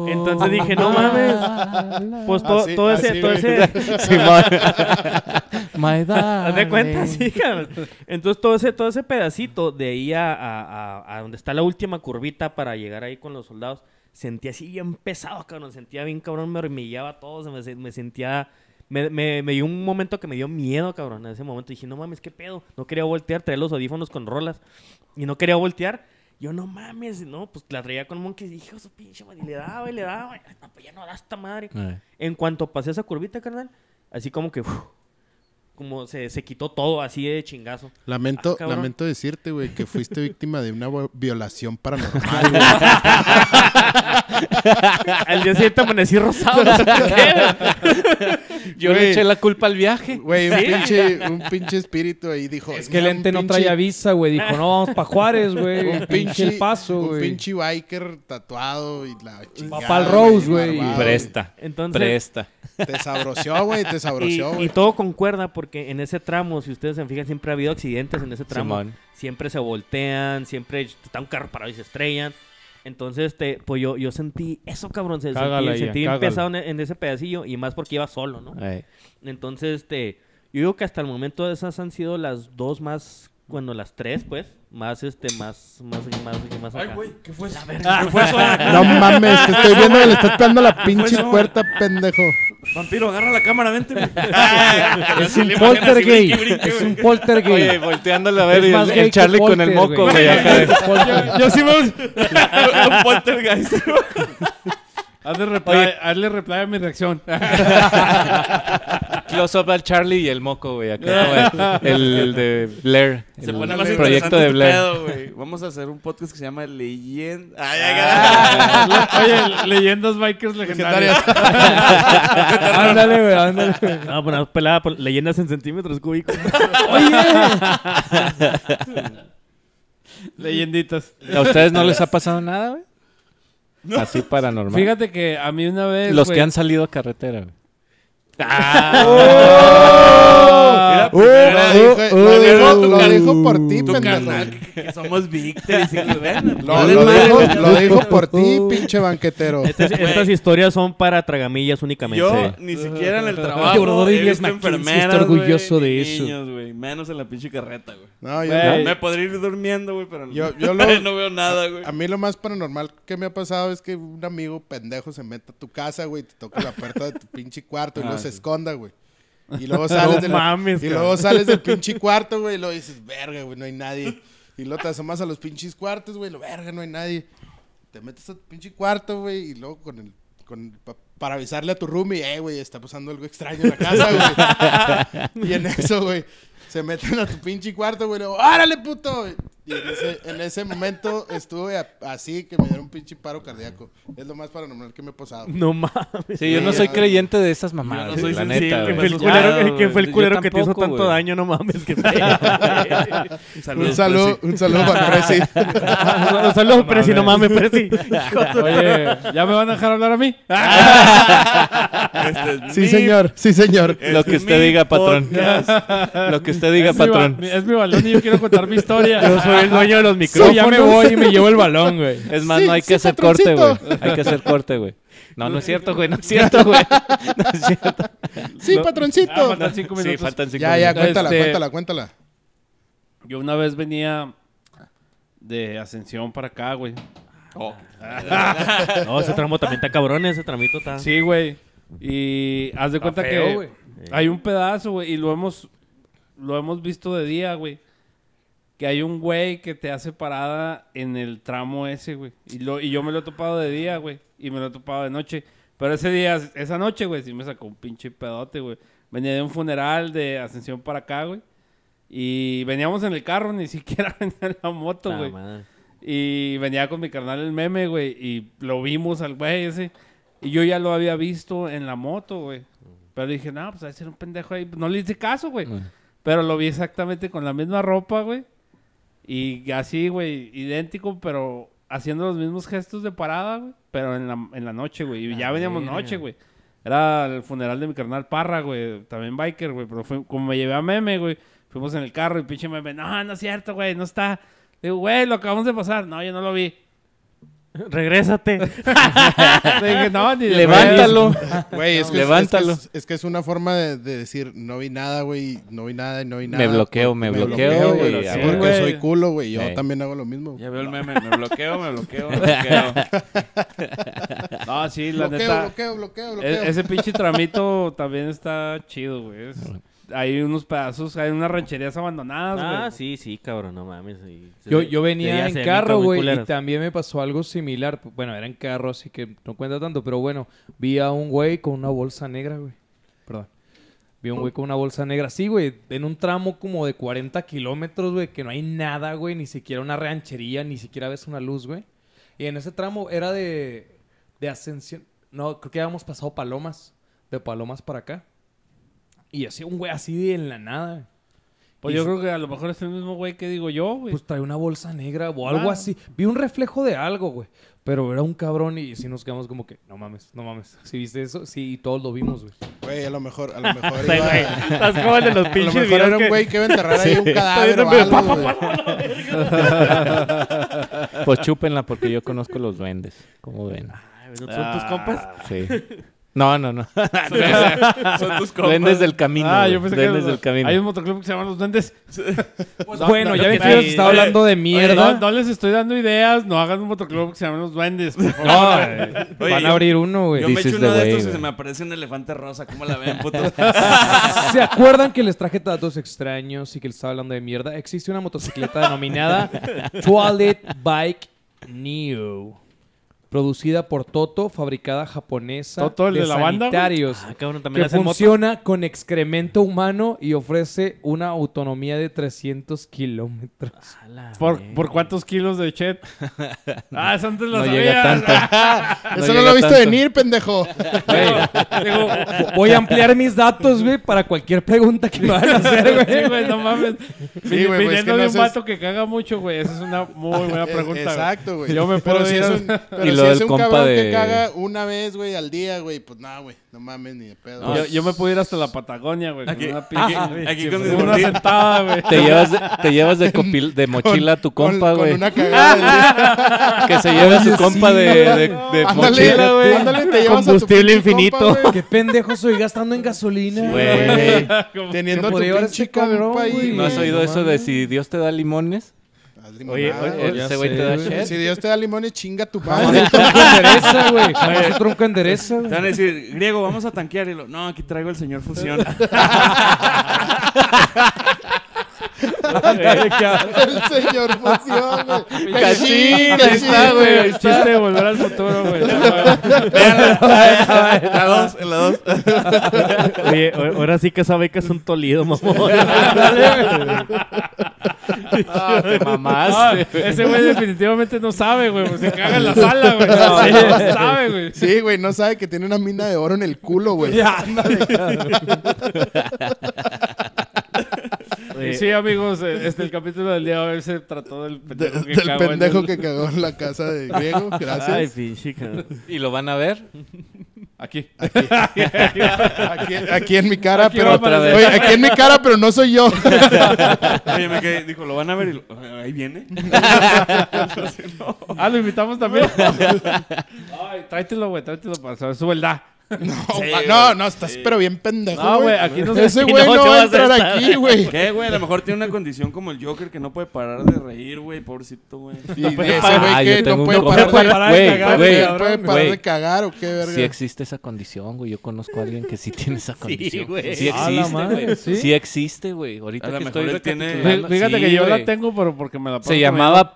Speaker 6: Entonces dije, no mames. Pues
Speaker 4: Ah,
Speaker 6: todo,
Speaker 5: Así-
Speaker 6: todo ese,
Speaker 5: así,
Speaker 6: todo
Speaker 5: güey.
Speaker 2: [LAUGHS]
Speaker 6: ese,
Speaker 2: Simón. My
Speaker 6: Haz de
Speaker 2: darling.
Speaker 6: cuenta, sí, cabrón. Entonces, todo ese, todo ese pedacito de ahí a, a- a- a donde está la última curvita para llegar ahí con los soldados, sentía así bien pesado, cabrón. Sentía bien, cabrón, me hormigueaba todo, se me, se- me sentía... Me, me, me dio un momento que me dio miedo, cabrón. En ese momento dije, no mames, qué pedo. No quería voltear, traía los audífonos con rolas y no quería voltear. Yo, no mames, no, pues la traía con monkeys y dije, "Hijo de su pinche madre, y le daba y le daba. y, No, pues ya no da esta madre.
Speaker 2: Eh,
Speaker 6: En cuanto pasé esa curvita, carnal, así como que... uf, como se, se quitó todo así de chingazo. [LAUGHS]
Speaker 5: Lamento,
Speaker 6: Ah, cabrón.
Speaker 5: lamento decirte, güey, que fuiste víctima de una vo- violación paranormal, güey.
Speaker 6: Al día siguiente amanecí rosado. no sé por qué.
Speaker 2: Yo
Speaker 5: Güey.
Speaker 2: le eché la culpa al viaje.
Speaker 5: Güey, un, pinche, un pinche espíritu ahí dijo...
Speaker 4: Es que el
Speaker 5: "Mira,
Speaker 4: ente
Speaker 5: un
Speaker 4: no
Speaker 5: pinche-
Speaker 4: traía visa, güey. Dijo, no, vamos para Juárez, güey.
Speaker 5: Un
Speaker 4: Un pinche el paso,
Speaker 5: un
Speaker 4: güey.
Speaker 5: pinche biker tatuado y la chingada.
Speaker 4: Papal Rose, güey.
Speaker 5: barbado,
Speaker 2: Presta.
Speaker 6: Entonces,
Speaker 2: Presta.
Speaker 5: Te sabroció, güey, te
Speaker 6: y,
Speaker 5: sabroció,
Speaker 6: y
Speaker 5: güey.
Speaker 6: todo con cuerda porque en ese tramo, si ustedes se fijan, siempre ha habido accidentes en ese tramo.
Speaker 2: Simón.
Speaker 6: Siempre se voltean, siempre está un carro parado y se estrellan. Entonces, este, pues yo, yo sentí eso, cabrón. Se
Speaker 4: Cágala,
Speaker 6: sentí,
Speaker 4: Ian,
Speaker 6: sentí bien
Speaker 4: cágala.
Speaker 6: pesado en, en ese pedacillo y más porque iba solo, ¿no?
Speaker 2: Eh,
Speaker 6: Entonces, este, yo digo que hasta el momento esas han sido las dos más, bueno, las tres, pues, más, este, más, más, más, más acá.
Speaker 3: ¿qué fue eso?
Speaker 1: Ah, [LAUGHS]
Speaker 5: No mames, te estoy viendo que le estás pegando la pinche
Speaker 3: Bueno.
Speaker 5: puerta, pendejo.
Speaker 3: Vampiro, agarra la cámara, vente.
Speaker 4: Es un poltergeist. Es
Speaker 2: [LAUGHS]
Speaker 4: un
Speaker 2: Oye,
Speaker 4: poltergeist.
Speaker 2: volteándole a ver
Speaker 4: Es
Speaker 2: y
Speaker 4: más
Speaker 2: el,
Speaker 4: gay
Speaker 2: el
Speaker 4: que
Speaker 2: Charlie con el
Speaker 4: Polter,
Speaker 2: moco,
Speaker 4: güey.
Speaker 2: güey. acá de-
Speaker 1: Pues Yo sí me...
Speaker 3: [LAUGHS] un poltergeist.
Speaker 1: Hazle reply, hazle reply a mi reacción.
Speaker 2: [LAUGHS] Close up al Charlie y el moco, güey. [LAUGHS] Acá como el, el de Blair.
Speaker 3: Se
Speaker 2: el
Speaker 3: pone más
Speaker 2: proyecto
Speaker 3: interesante
Speaker 2: de
Speaker 3: este
Speaker 2: Blair.
Speaker 3: pedo, güey. Vamos a hacer un podcast que se llama Leyenda. Ay, ay, Ah.
Speaker 1: Oye, leyendas bikers legendarias.
Speaker 4: Ándale, güey, ándale.
Speaker 6: [LAUGHS]
Speaker 4: güey.
Speaker 6: No, pero no, pelada, por- leyendas en centímetros [LAUGHS] cúbicos.
Speaker 1: [LAUGHS] Leyenditas.
Speaker 2: ¿A ustedes no les ha pasado nada, güey? Así paranormal.
Speaker 1: Fíjate que a mí una vez.
Speaker 2: Los
Speaker 1: güey,
Speaker 2: que han salido a carretera, güey. Oh.
Speaker 3: Ah.
Speaker 5: Uh,
Speaker 3: Era
Speaker 5: lo
Speaker 3: primera,
Speaker 5: dije-
Speaker 3: no,
Speaker 5: lo
Speaker 3: no,
Speaker 5: dijo-
Speaker 3: tu
Speaker 5: lo
Speaker 3: car-
Speaker 5: dijo por ti,
Speaker 3: tu
Speaker 5: pendejo.
Speaker 3: carnal, que, que somos víctimas y que ven.
Speaker 5: Lo, lo dijo, lo dijo
Speaker 4: [LAUGHS]
Speaker 5: por ti, pinche banquetero.
Speaker 6: Estas, estas historias son para tragamillas únicamente.
Speaker 3: Yo ni siquiera en el
Speaker 4: Lloró
Speaker 3: trabajo
Speaker 4: de
Speaker 3: he
Speaker 4: Díaz
Speaker 3: visto
Speaker 4: McKinsey,
Speaker 3: enfermeras,
Speaker 4: está orgulloso
Speaker 3: güey,
Speaker 4: de
Speaker 3: ni
Speaker 4: eso.
Speaker 3: niños, güey, menos en la pinche carreta, güey.
Speaker 5: No, yo,
Speaker 1: Güey.
Speaker 3: Me podría ir durmiendo, güey, pero
Speaker 5: Yo-
Speaker 3: no, [LAUGHS]
Speaker 5: yo lo-
Speaker 3: no veo nada, güey.
Speaker 5: a mí lo más paranormal que me ha pasado es que un amigo pendejo se meta a tu casa, güey, te toca la puerta de tu pinche cuarto y
Speaker 3: Ah,
Speaker 5: luego se
Speaker 3: sí.
Speaker 5: esconda, güey. Y luego sales, del,
Speaker 6: mames,
Speaker 5: y
Speaker 6: cabrón.
Speaker 5: luego sales del pinche cuarto, güey, y luego dices, verga, güey, no hay nadie. Y luego te asomas a los pinches cuartos, güey, y lo verga, no hay nadie. Te metes a tu pinche cuarto, güey, y luego con el... Con, pa- para avisarle a tu roomie, eh, güey, está pasando algo extraño en la casa, güey. y en eso, güey, se meten a tu pinche cuarto, güey, y luego, ¡árale, puto! Y en ese, en ese momento estuve a- así que me dieron un pinche paro cardíaco. Es lo más paranormal que me ha pasado.
Speaker 6: No mames.
Speaker 2: Sí, yo no soy creyente de esas mamadas,
Speaker 3: Yo no
Speaker 2: güey, la
Speaker 3: soy sensible,
Speaker 2: neta,
Speaker 3: güey.
Speaker 2: güey.
Speaker 6: ¿Quién fue el
Speaker 3: Pues
Speaker 6: culero,
Speaker 3: ya,
Speaker 2: güey, yo
Speaker 6: que- quién fue el culero que te hizo
Speaker 2: tampoco,
Speaker 6: tanto
Speaker 2: güey.
Speaker 6: daño? No mames, [LAUGHS] que
Speaker 5: un
Speaker 3: pues,
Speaker 5: saludo, un saludo para Presi.
Speaker 6: Saludos, Presi, no mames, Presi.
Speaker 1: Oye, ¿ya me van a dejar hablar a mí?
Speaker 6: Ah,
Speaker 1: Ah,
Speaker 3: Este
Speaker 2: [LAUGHS]
Speaker 3: es
Speaker 5: Sí,
Speaker 3: mi-
Speaker 5: señor. Sí, señor.
Speaker 3: este
Speaker 2: Lo que
Speaker 3: es
Speaker 2: usted
Speaker 3: mi
Speaker 2: diga, patrón.
Speaker 3: podcast.
Speaker 2: Lo que usted diga,
Speaker 1: es, mi ba-
Speaker 2: patrón.
Speaker 1: mi, es mi balón y yo quiero contar mi historia.
Speaker 6: Yo soy el dueño de los
Speaker 1: Sí,
Speaker 6: micrófonos.
Speaker 1: ya me voy y me llevo el balón, güey.
Speaker 2: Es más,
Speaker 5: Sí,
Speaker 2: no hay que
Speaker 5: sí,
Speaker 2: hacer corte, güey.
Speaker 5: patroncito.
Speaker 2: Hay que hacer corte, güey. No, no es cierto, güey. No es cierto, güey. No es cierto.
Speaker 5: Sí,
Speaker 1: Ah,
Speaker 5: patroncito.
Speaker 1: faltan cinco minutos.
Speaker 2: Sí, faltan cinco
Speaker 5: Ya, ya,
Speaker 2: minutos.
Speaker 5: cuéntala,
Speaker 1: Este-
Speaker 5: cuéntala, cuéntala.
Speaker 1: Yo una vez venía de Ascensión para acá, güey.
Speaker 3: Oh,
Speaker 6: No, ese tramo también está cabrón, ese tramito está.
Speaker 1: Sí, güey. Y haz de cuenta
Speaker 4: feo,
Speaker 1: que
Speaker 4: güey.
Speaker 1: hay un pedazo, güey, y lo hemos lo hemos visto de día, güey. Que hay un güey que te hace parada en el tramo ese, güey. Y, lo, y yo me lo he topado de día, güey. Y me lo he topado de noche. Pero ese día, esa noche, güey, sí me sacó un pinche pedote, güey. Venía de un funeral de Ascensión para acá, güey. Y veníamos en el carro, ni siquiera [LAUGHS] venía en la moto,
Speaker 6: Ah,
Speaker 1: güey.
Speaker 6: madre.
Speaker 1: Y venía con mi carnal el meme, güey. Y lo vimos al güey ese. Y yo ya lo había visto en la moto, güey. Pero dije, no, pues a ser un pendejo ahí. No le hice caso, güey. Pero lo vi exactamente con la misma ropa, güey. Y así, güey, idéntico, pero haciendo los mismos gestos de parada, güey. Pero en la, en la noche, güey. Y ya veníamos
Speaker 6: verga.
Speaker 1: noche, güey. Era el funeral de mi carnal Parra, güey. También biker, güey. Pero fue- como me llevé a meme, güey. Fuimos en el carro y pinche meme. No, no es cierto, güey. No está. Le Digo, güey, lo acabamos de pasar. No, yo no lo vi. [LAUGHS]
Speaker 6: [LAUGHS] Regrésate.
Speaker 1: Le dije, no, ni de
Speaker 2: Levántalo.
Speaker 5: Güey, es que,
Speaker 2: Levántalo.
Speaker 5: Es, que es, es que es una forma de, de decir, no vi nada, güey, no vi nada, y no vi nada.
Speaker 2: Me bloqueo, me bloqueo,
Speaker 5: güey,
Speaker 2: güey.
Speaker 5: sí,
Speaker 2: a
Speaker 1: sí,
Speaker 5: porque
Speaker 2: huevo.
Speaker 1: güey.
Speaker 5: soy culo, güey. Yo
Speaker 2: Ey.
Speaker 5: también hago lo mismo.
Speaker 3: ya veo el meme. Me bloqueo, me
Speaker 2: [LAUGHS]
Speaker 3: bloqueo, me bloqueo.
Speaker 1: pedo. No, sí, la
Speaker 5: Bloqueo,
Speaker 1: neta.
Speaker 5: bloqueo, bloqueo,
Speaker 1: E-
Speaker 5: bloqueo.
Speaker 1: ese pinche tramito también está chido, güey. Es- Hay unos pedazos, hay unas rancherías abandonadas, güey.
Speaker 6: Ah, sí, sí, cabrón, no mames. sí.
Speaker 4: Yo, yo
Speaker 6: Sería
Speaker 4: venía en
Speaker 6: semita,
Speaker 4: carro,
Speaker 6: muy
Speaker 4: güey, y
Speaker 6: culeras.
Speaker 4: también me pasó algo similar. Bueno, era en carro, así que no cuenta tanto, pero bueno, vi a un güey con una bolsa negra, güey. Perdón. Vi a un güey con una bolsa negra. Sí, güey, en un tramo como de 40 kilómetros, güey, que no hay nada, güey, ni siquiera una ranchería, ni siquiera ves una luz, güey. Y en ese tramo era de, de ascensión. No, creo que habíamos pasado Palomas, de Palomas para acá. Y así, un güey así de en la nada, güey.
Speaker 1: Pues
Speaker 4: Y
Speaker 1: yo
Speaker 4: si-
Speaker 1: creo que a lo mejor es el mismo güey que digo yo, güey. Ah.
Speaker 4: pues trae una bolsa negra o algo
Speaker 1: Claro.
Speaker 4: así. Vi un reflejo de algo, güey. Pero era un cabrón y si nos quedamos como que, no mames, no mames. ¿Sí viste eso? Sí, y todos lo vimos, güey.
Speaker 5: Güey, a lo mejor, a lo mejor
Speaker 6: Ay,
Speaker 5: iba-
Speaker 6: güey, Estás como el
Speaker 1: [LAUGHS]
Speaker 6: de los
Speaker 5: A lo
Speaker 6: pinches
Speaker 5: mejor era
Speaker 6: videos
Speaker 5: un
Speaker 6: que...
Speaker 5: güey que iba a enterrar ahí un cadáver o
Speaker 6: viendo medio
Speaker 5: algo, güey.
Speaker 2: [LAUGHS] Pues chúpenla porque yo conozco los duendes. ¿Cómo ven?
Speaker 6: Ay, ¿no ¿Son tus compas?
Speaker 2: Sí. No, no, no.
Speaker 3: Ah,
Speaker 2: [LAUGHS]
Speaker 3: Son tus compas.
Speaker 2: Duendes del camino.
Speaker 1: ah, yo
Speaker 2: güey.
Speaker 1: pensé que
Speaker 2: Duendes
Speaker 1: era-
Speaker 2: del camino.
Speaker 1: Hay un motoclub que se llama Los [LAUGHS] Duendes.
Speaker 4: bueno,
Speaker 1: no,
Speaker 4: ya
Speaker 1: no,
Speaker 4: ven
Speaker 1: que
Speaker 4: que ellos
Speaker 1: sí.
Speaker 4: está
Speaker 1: Oye,
Speaker 4: hablando de mierda.
Speaker 1: Oye, no, no les estoy dando ideas. No hagan un motoclub que se llama Los Duendes. por favor.
Speaker 4: No,
Speaker 3: Oye,
Speaker 4: van a
Speaker 3: yo-
Speaker 4: abrir uno,
Speaker 3: Yo
Speaker 4: güey.
Speaker 3: me
Speaker 2: This
Speaker 3: echo
Speaker 2: is
Speaker 3: uno
Speaker 2: the
Speaker 3: de
Speaker 2: way,
Speaker 3: estos y se
Speaker 2: güey.
Speaker 3: me [LAUGHS] aparece un elefante rosa. ¿Cómo la ven, [LAUGHS] puto?
Speaker 4: [LAUGHS] ¿Se acuerdan que les traje datos extraños y que les estaba hablando de mierda? Existe una
Speaker 1: [LAUGHS]
Speaker 4: motocicleta denominada Toilet Bike Neo. Producida por Toto, fabricada japonesa.
Speaker 1: ¿Toto, el de la banda, güey?
Speaker 4: sanitarios.
Speaker 6: Ah, cabrón, también
Speaker 4: que
Speaker 6: hacen moto.
Speaker 4: funciona con excremento humano y ofrece una autonomía de 300 kilómetros.
Speaker 6: A la
Speaker 1: ¿Por,
Speaker 6: verga.
Speaker 1: ¿Por cuántos kilos de chet?
Speaker 2: [LAUGHS]
Speaker 1: ah, eso antes lo
Speaker 2: No
Speaker 1: sabía.
Speaker 2: llega tanto.
Speaker 5: Eso no
Speaker 2: llega
Speaker 5: lo he visto
Speaker 2: tanto.
Speaker 5: venir, [LAUGHS] pendejo.
Speaker 1: [LAUGHS] Digo,
Speaker 4: Voy a ampliar mis datos, güey, para cualquier pregunta que me van a hacer, güey.
Speaker 1: sí, güey, no mames.
Speaker 5: güey, pues, es
Speaker 1: Viniendo
Speaker 5: que no
Speaker 1: de un
Speaker 5: sé-
Speaker 1: vato que caga mucho, güey. Esa es una muy buena pregunta. güey.
Speaker 5: Exacto, güey.
Speaker 1: Yo me
Speaker 5: Pero
Speaker 1: puedo
Speaker 5: si
Speaker 1: ir
Speaker 5: es
Speaker 1: a-
Speaker 5: un- pero
Speaker 2: Y
Speaker 5: si
Speaker 2: luego
Speaker 5: es
Speaker 2: el
Speaker 5: un
Speaker 2: compa
Speaker 5: cabrón que
Speaker 2: de-
Speaker 5: caga una vez, güey, al día, güey, pues nada, güey, no mames ni de pedo.
Speaker 3: No,
Speaker 1: yo,
Speaker 5: güey.
Speaker 1: yo me puedo ir hasta la Patagonia, güey.
Speaker 3: Aquí-
Speaker 1: con una
Speaker 3: aquí-
Speaker 1: pinche-
Speaker 3: aquí con
Speaker 1: una
Speaker 3: mi-
Speaker 1: sentada, güey.
Speaker 2: Te llevas de, te llevas de, copil- de mochila a tu
Speaker 5: Con-
Speaker 2: compa,
Speaker 5: con,
Speaker 2: güey.
Speaker 5: una cagada. del día.
Speaker 2: [LAUGHS] Que se lleve a su compa de, de, de mochila, güey.
Speaker 5: ándale, te llevas a tu
Speaker 6: Combustible
Speaker 5: pinche
Speaker 6: infinito.
Speaker 5: compa,
Speaker 4: [LAUGHS]
Speaker 5: güey.
Speaker 4: Qué pendejo soy gastando en gasolina.
Speaker 2: Güey,
Speaker 5: Teniendo
Speaker 4: ¿Qué
Speaker 5: a tu
Speaker 4: podría llevar
Speaker 5: pinche
Speaker 4: este cabrón,
Speaker 5: compa ahí,
Speaker 4: güey?
Speaker 2: ¿No has
Speaker 5: güey.
Speaker 2: oído eso de si Dios te da limones?
Speaker 5: Haz
Speaker 6: Oye,
Speaker 5: limonada,
Speaker 6: oye,
Speaker 5: güey. Pues,
Speaker 4: ya
Speaker 2: ese güey
Speaker 4: sé,
Speaker 2: te da
Speaker 4: güey.
Speaker 2: shit.
Speaker 5: Si Dios te da limones, chinga tu
Speaker 4: Jamás
Speaker 5: padre.
Speaker 4: el tronco endereza, güey. Jamás el tronco endereza,
Speaker 3: Te
Speaker 4: güey.
Speaker 3: van a decir, griego, vamos a tanquear. Y lo, no, aquí traigo el
Speaker 2: [LAUGHS]
Speaker 3: señor fusión.
Speaker 5: [LAUGHS] El señor fusión,
Speaker 2: Cachín,
Speaker 5: güey. Cachín,
Speaker 2: ahí está, güey.
Speaker 1: El chiste de volver al futuro, güey. No, güey.
Speaker 3: la dos, en la dos.
Speaker 6: Oye, a- ahora sí que sabe que es un tolido, mamón.
Speaker 2: Ah, te
Speaker 1: Ah,
Speaker 2: mamaste.
Speaker 1: ese güey definitivamente no sabe, güey. pues se caga en la sala, güey. No, no sabe, güey.
Speaker 5: Sí, güey, no sabe que tiene una mina de oro en el culo, güey.
Speaker 1: Y sí, amigos, eh, este, el capítulo del día de hoy se trató del
Speaker 5: [LAUGHS] De-
Speaker 1: pendejo que
Speaker 5: del
Speaker 1: cagó en
Speaker 5: pendejo
Speaker 1: el-
Speaker 5: que cagó en la
Speaker 1: [LAUGHS]
Speaker 5: casa de griego.
Speaker 6: Ay,
Speaker 5: Gracias.
Speaker 6: pinche cabrón.
Speaker 2: ¿Y lo van a ver?
Speaker 1: Aquí. [LAUGHS]
Speaker 5: [LAUGHS] Aquí, aquí en mi cara,
Speaker 1: Aquí
Speaker 5: pero.
Speaker 1: va para-
Speaker 5: Oye, aquí en mi cara, pero no
Speaker 1: [LAUGHS]
Speaker 5: soy yo. [LAUGHS]
Speaker 3: Oye, me quedé, dijo, lo van a ver y lo-
Speaker 2: [LAUGHS]
Speaker 3: ahí viene.
Speaker 1: Ah, lo invitamos
Speaker 5: [LAUGHS]
Speaker 1: también. Ay, tráetelo, güey, tráetelo para saber su verdad.
Speaker 5: No, ma- no, no, estás pero bien pendejo.
Speaker 1: No, güey,
Speaker 5: güey.
Speaker 1: aquí no se...
Speaker 5: Ese
Speaker 6: aquí
Speaker 5: güey
Speaker 6: no
Speaker 5: no,
Speaker 6: te
Speaker 5: va a
Speaker 6: vas a
Speaker 5: entrar
Speaker 6: estar.
Speaker 1: [LAUGHS]
Speaker 5: aquí, güey.
Speaker 3: ¿Qué, güey? A lo mejor tiene una condición como el Joker que no puede parar de reír, güey. Pobrecito, güey.
Speaker 5: Y ese güey
Speaker 2: Ah, yo
Speaker 5: que
Speaker 2: tengo
Speaker 5: no
Speaker 2: un
Speaker 5: puede
Speaker 2: compa-
Speaker 1: parar
Speaker 5: parar de,
Speaker 1: de
Speaker 2: Güey,
Speaker 1: cagar,
Speaker 2: güey,
Speaker 5: no puede parar de
Speaker 2: güey.
Speaker 5: cagar o qué, verga.
Speaker 2: Sí existe esa condición, güey. Yo conozco a alguien que sí tiene esa condición.
Speaker 6: güey.
Speaker 2: Sí
Speaker 4: A la
Speaker 2: existe,
Speaker 4: madre,
Speaker 2: güey.
Speaker 4: ¿sí?
Speaker 2: Sí existe, güey.
Speaker 3: A
Speaker 2: Ahorita
Speaker 3: lo
Speaker 2: que
Speaker 3: mejor
Speaker 2: estoy
Speaker 3: él tiene-
Speaker 2: recapitulando-
Speaker 1: Fíjate
Speaker 2: Sí,
Speaker 1: que yo la
Speaker 2: güey.
Speaker 1: tengo, pero porque me la paso
Speaker 2: Se llamaba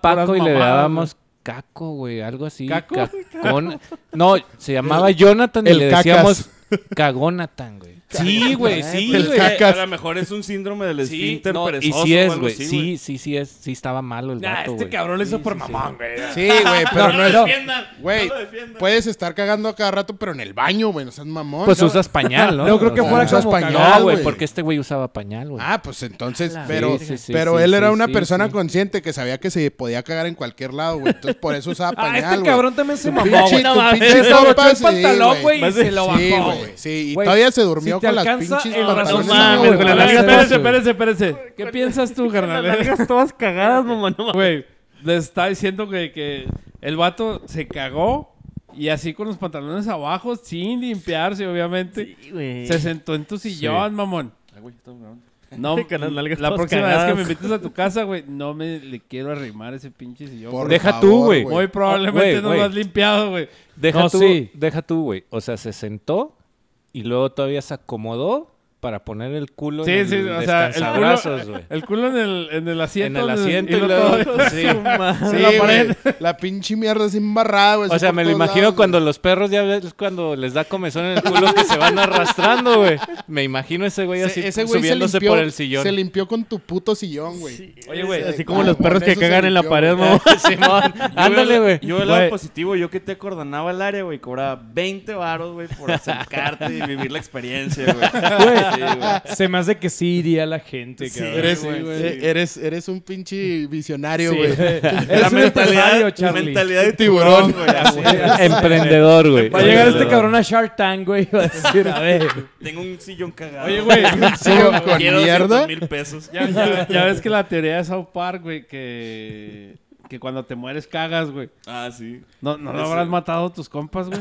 Speaker 1: comiendo puras
Speaker 2: Paco y le
Speaker 1: mamadas,
Speaker 2: dábamos Caco, güey, algo así.
Speaker 1: ¿Caco?
Speaker 2: Cacón. No, se llamaba Jonathan y
Speaker 5: el
Speaker 2: le
Speaker 5: cacas.
Speaker 2: decíamos Cagonatan, güey. Sí, güey, sí,
Speaker 5: El
Speaker 2: güey.
Speaker 5: cacas.
Speaker 3: pues, A lo mejor es un síndrome del
Speaker 2: Sí,
Speaker 3: esfínter
Speaker 2: no, y
Speaker 3: perezoso.
Speaker 2: sí
Speaker 3: o
Speaker 2: es,
Speaker 3: algo
Speaker 2: güey.
Speaker 3: así,
Speaker 2: Sí, sí, sí es. Sí estaba malo el
Speaker 1: Nah,
Speaker 2: vato, güey.
Speaker 1: cabrón le hizo por mamón, güey.
Speaker 5: Sí, güey, pero no, es.
Speaker 3: Defiendan,
Speaker 5: Güey,
Speaker 3: no lo defiendan.
Speaker 5: puedes estar cagando a cada rato, pero en el baño, güey, no seas mamón.
Speaker 2: Pues
Speaker 5: No.
Speaker 2: usas pañal, ¿no?
Speaker 4: No creo que
Speaker 2: O sea,
Speaker 4: fuera
Speaker 5: usas
Speaker 4: como
Speaker 5: pañal,
Speaker 2: No, güey,
Speaker 5: güey.
Speaker 2: porque este güey usaba pañal, güey.
Speaker 5: Ah, pues entonces,
Speaker 2: la
Speaker 5: pero,
Speaker 2: verga. Sí, sí,
Speaker 5: pero
Speaker 2: sí,
Speaker 5: él
Speaker 2: sí,
Speaker 5: era una
Speaker 2: sí,
Speaker 5: persona
Speaker 2: sí.
Speaker 5: consciente que sabía que se podía cagar en cualquier lado, güey. Entonces por eso usaba
Speaker 4: Ah,
Speaker 5: pañal,
Speaker 4: este
Speaker 5: güey.
Speaker 4: cabrón también se mamó,
Speaker 5: pinche-
Speaker 4: güey.
Speaker 5: tu
Speaker 4: No mames,
Speaker 5: pinche
Speaker 4: se abrochó
Speaker 5: sopa,
Speaker 4: el
Speaker 5: sí,
Speaker 4: pantalón, güey, y
Speaker 5: güey.
Speaker 4: se lo bajó,
Speaker 5: Sí,
Speaker 4: güey.
Speaker 5: güey. Sí, y
Speaker 4: Güey,
Speaker 5: todavía se
Speaker 4: si
Speaker 5: durmió
Speaker 4: te
Speaker 5: con las
Speaker 4: alcanza
Speaker 5: pinches
Speaker 4: el
Speaker 5: pantalones.
Speaker 4: razón,
Speaker 5: No,
Speaker 4: güey,
Speaker 5: güey,
Speaker 4: con la
Speaker 5: no, güey.
Speaker 4: nalga-
Speaker 1: Espérense,
Speaker 4: espérense,
Speaker 1: espérense, espérense. ¿Qué piensas tú,
Speaker 6: Las
Speaker 1: carnal?
Speaker 6: nalgas todas cagadas, mamón. No
Speaker 1: [LAUGHS]
Speaker 6: mames.
Speaker 1: Güey, le está diciendo que, que el vato se cagó y así con los pantalones abajo, sin limpiarse, obviamente.
Speaker 6: Sí, güey.
Speaker 1: Se sentó en tu sillón, mamón.
Speaker 3: Ah, güey, estamos grabando.
Speaker 2: [LAUGHS]
Speaker 1: No,
Speaker 6: Con las nalgas
Speaker 1: la
Speaker 6: todas
Speaker 1: próxima
Speaker 6: cagadas.
Speaker 1: vez que me invites a tu casa, güey, no me le quiero arrimar ese pinche sillón.
Speaker 5: Por
Speaker 1: güey.
Speaker 2: Deja
Speaker 5: favor,
Speaker 2: tú, güey.
Speaker 1: Muy probablemente
Speaker 2: Güey,
Speaker 1: no
Speaker 2: güey.
Speaker 1: lo has limpiado, güey.
Speaker 2: Deja
Speaker 4: No,
Speaker 2: tú,
Speaker 4: sí.
Speaker 2: deja tú, güey. O sea, se sentó y luego todavía se acomodó para poner el culo
Speaker 1: Sí,
Speaker 2: en
Speaker 1: sí,
Speaker 2: el
Speaker 1: o sea, el
Speaker 2: descansabrazos,
Speaker 1: culo, [LAUGHS]
Speaker 2: güey.
Speaker 1: el culo en el, en el asiento.
Speaker 2: En el asiento y
Speaker 1: lo
Speaker 2: luego...
Speaker 1: todo-
Speaker 2: sí.
Speaker 5: Sí,
Speaker 1: la pared.
Speaker 5: güey, La pinche mierda es embarrada, güey.
Speaker 2: O sea, me lo imagino cuando los perros ya ves cuando les da comezón en el culo que se van arrastrando, güey. Me imagino ese güey así
Speaker 5: ese güey se
Speaker 2: subiéndose
Speaker 5: limpió,
Speaker 2: por el sillón. [LAUGHS]
Speaker 5: se limpió con tu puto sillón, güey.
Speaker 1: Oye, güey,
Speaker 6: Así
Speaker 5: Sí,
Speaker 6: como los
Speaker 5: mamón,
Speaker 6: perros que
Speaker 5: eso se
Speaker 6: cagan en la
Speaker 5: limpió,
Speaker 6: pared,
Speaker 5: güey.
Speaker 6: mamón.
Speaker 2: Simón,
Speaker 3: Yo
Speaker 2: ándale,
Speaker 3: el-
Speaker 2: güey.
Speaker 3: Yo el lado
Speaker 1: Güey.
Speaker 3: positivo, yo que te acordonaba el área, güey, cobraba 20 varos, güey, por acercarte y vivir la experiencia, güey. Sí, güey.
Speaker 4: Se me hace que sí iría la gente, cabrón.
Speaker 5: Eres,
Speaker 3: Sí, güey,
Speaker 5: eh,
Speaker 3: sí.
Speaker 5: eres, eres un pinche visionario, güey.
Speaker 4: Eres
Speaker 3: La
Speaker 4: un empresario,
Speaker 3: mentalidad,
Speaker 4: Charlie.
Speaker 3: mentalidad de tiburón, güey. así, así.
Speaker 2: Emprendedor, güey.
Speaker 4: Va a llegar este cabrón a Shark Tank, güey. y Va a decir, a ver.
Speaker 3: Tengo un sillón cagado.
Speaker 1: Oye,
Speaker 2: [LAUGHS]
Speaker 1: güey,
Speaker 5: Sí, güey, con
Speaker 3: Quiero
Speaker 5: mierda.
Speaker 3: 200 mil pesos.
Speaker 1: ya, ya- ya ves que la teoría de South Park, güey, que, que cuando te mueres cagas, güey.
Speaker 3: Ah, sí.
Speaker 1: No, no
Speaker 3: Ese-
Speaker 1: lo habrás matado a tus compas,
Speaker 2: [LAUGHS]
Speaker 1: güey.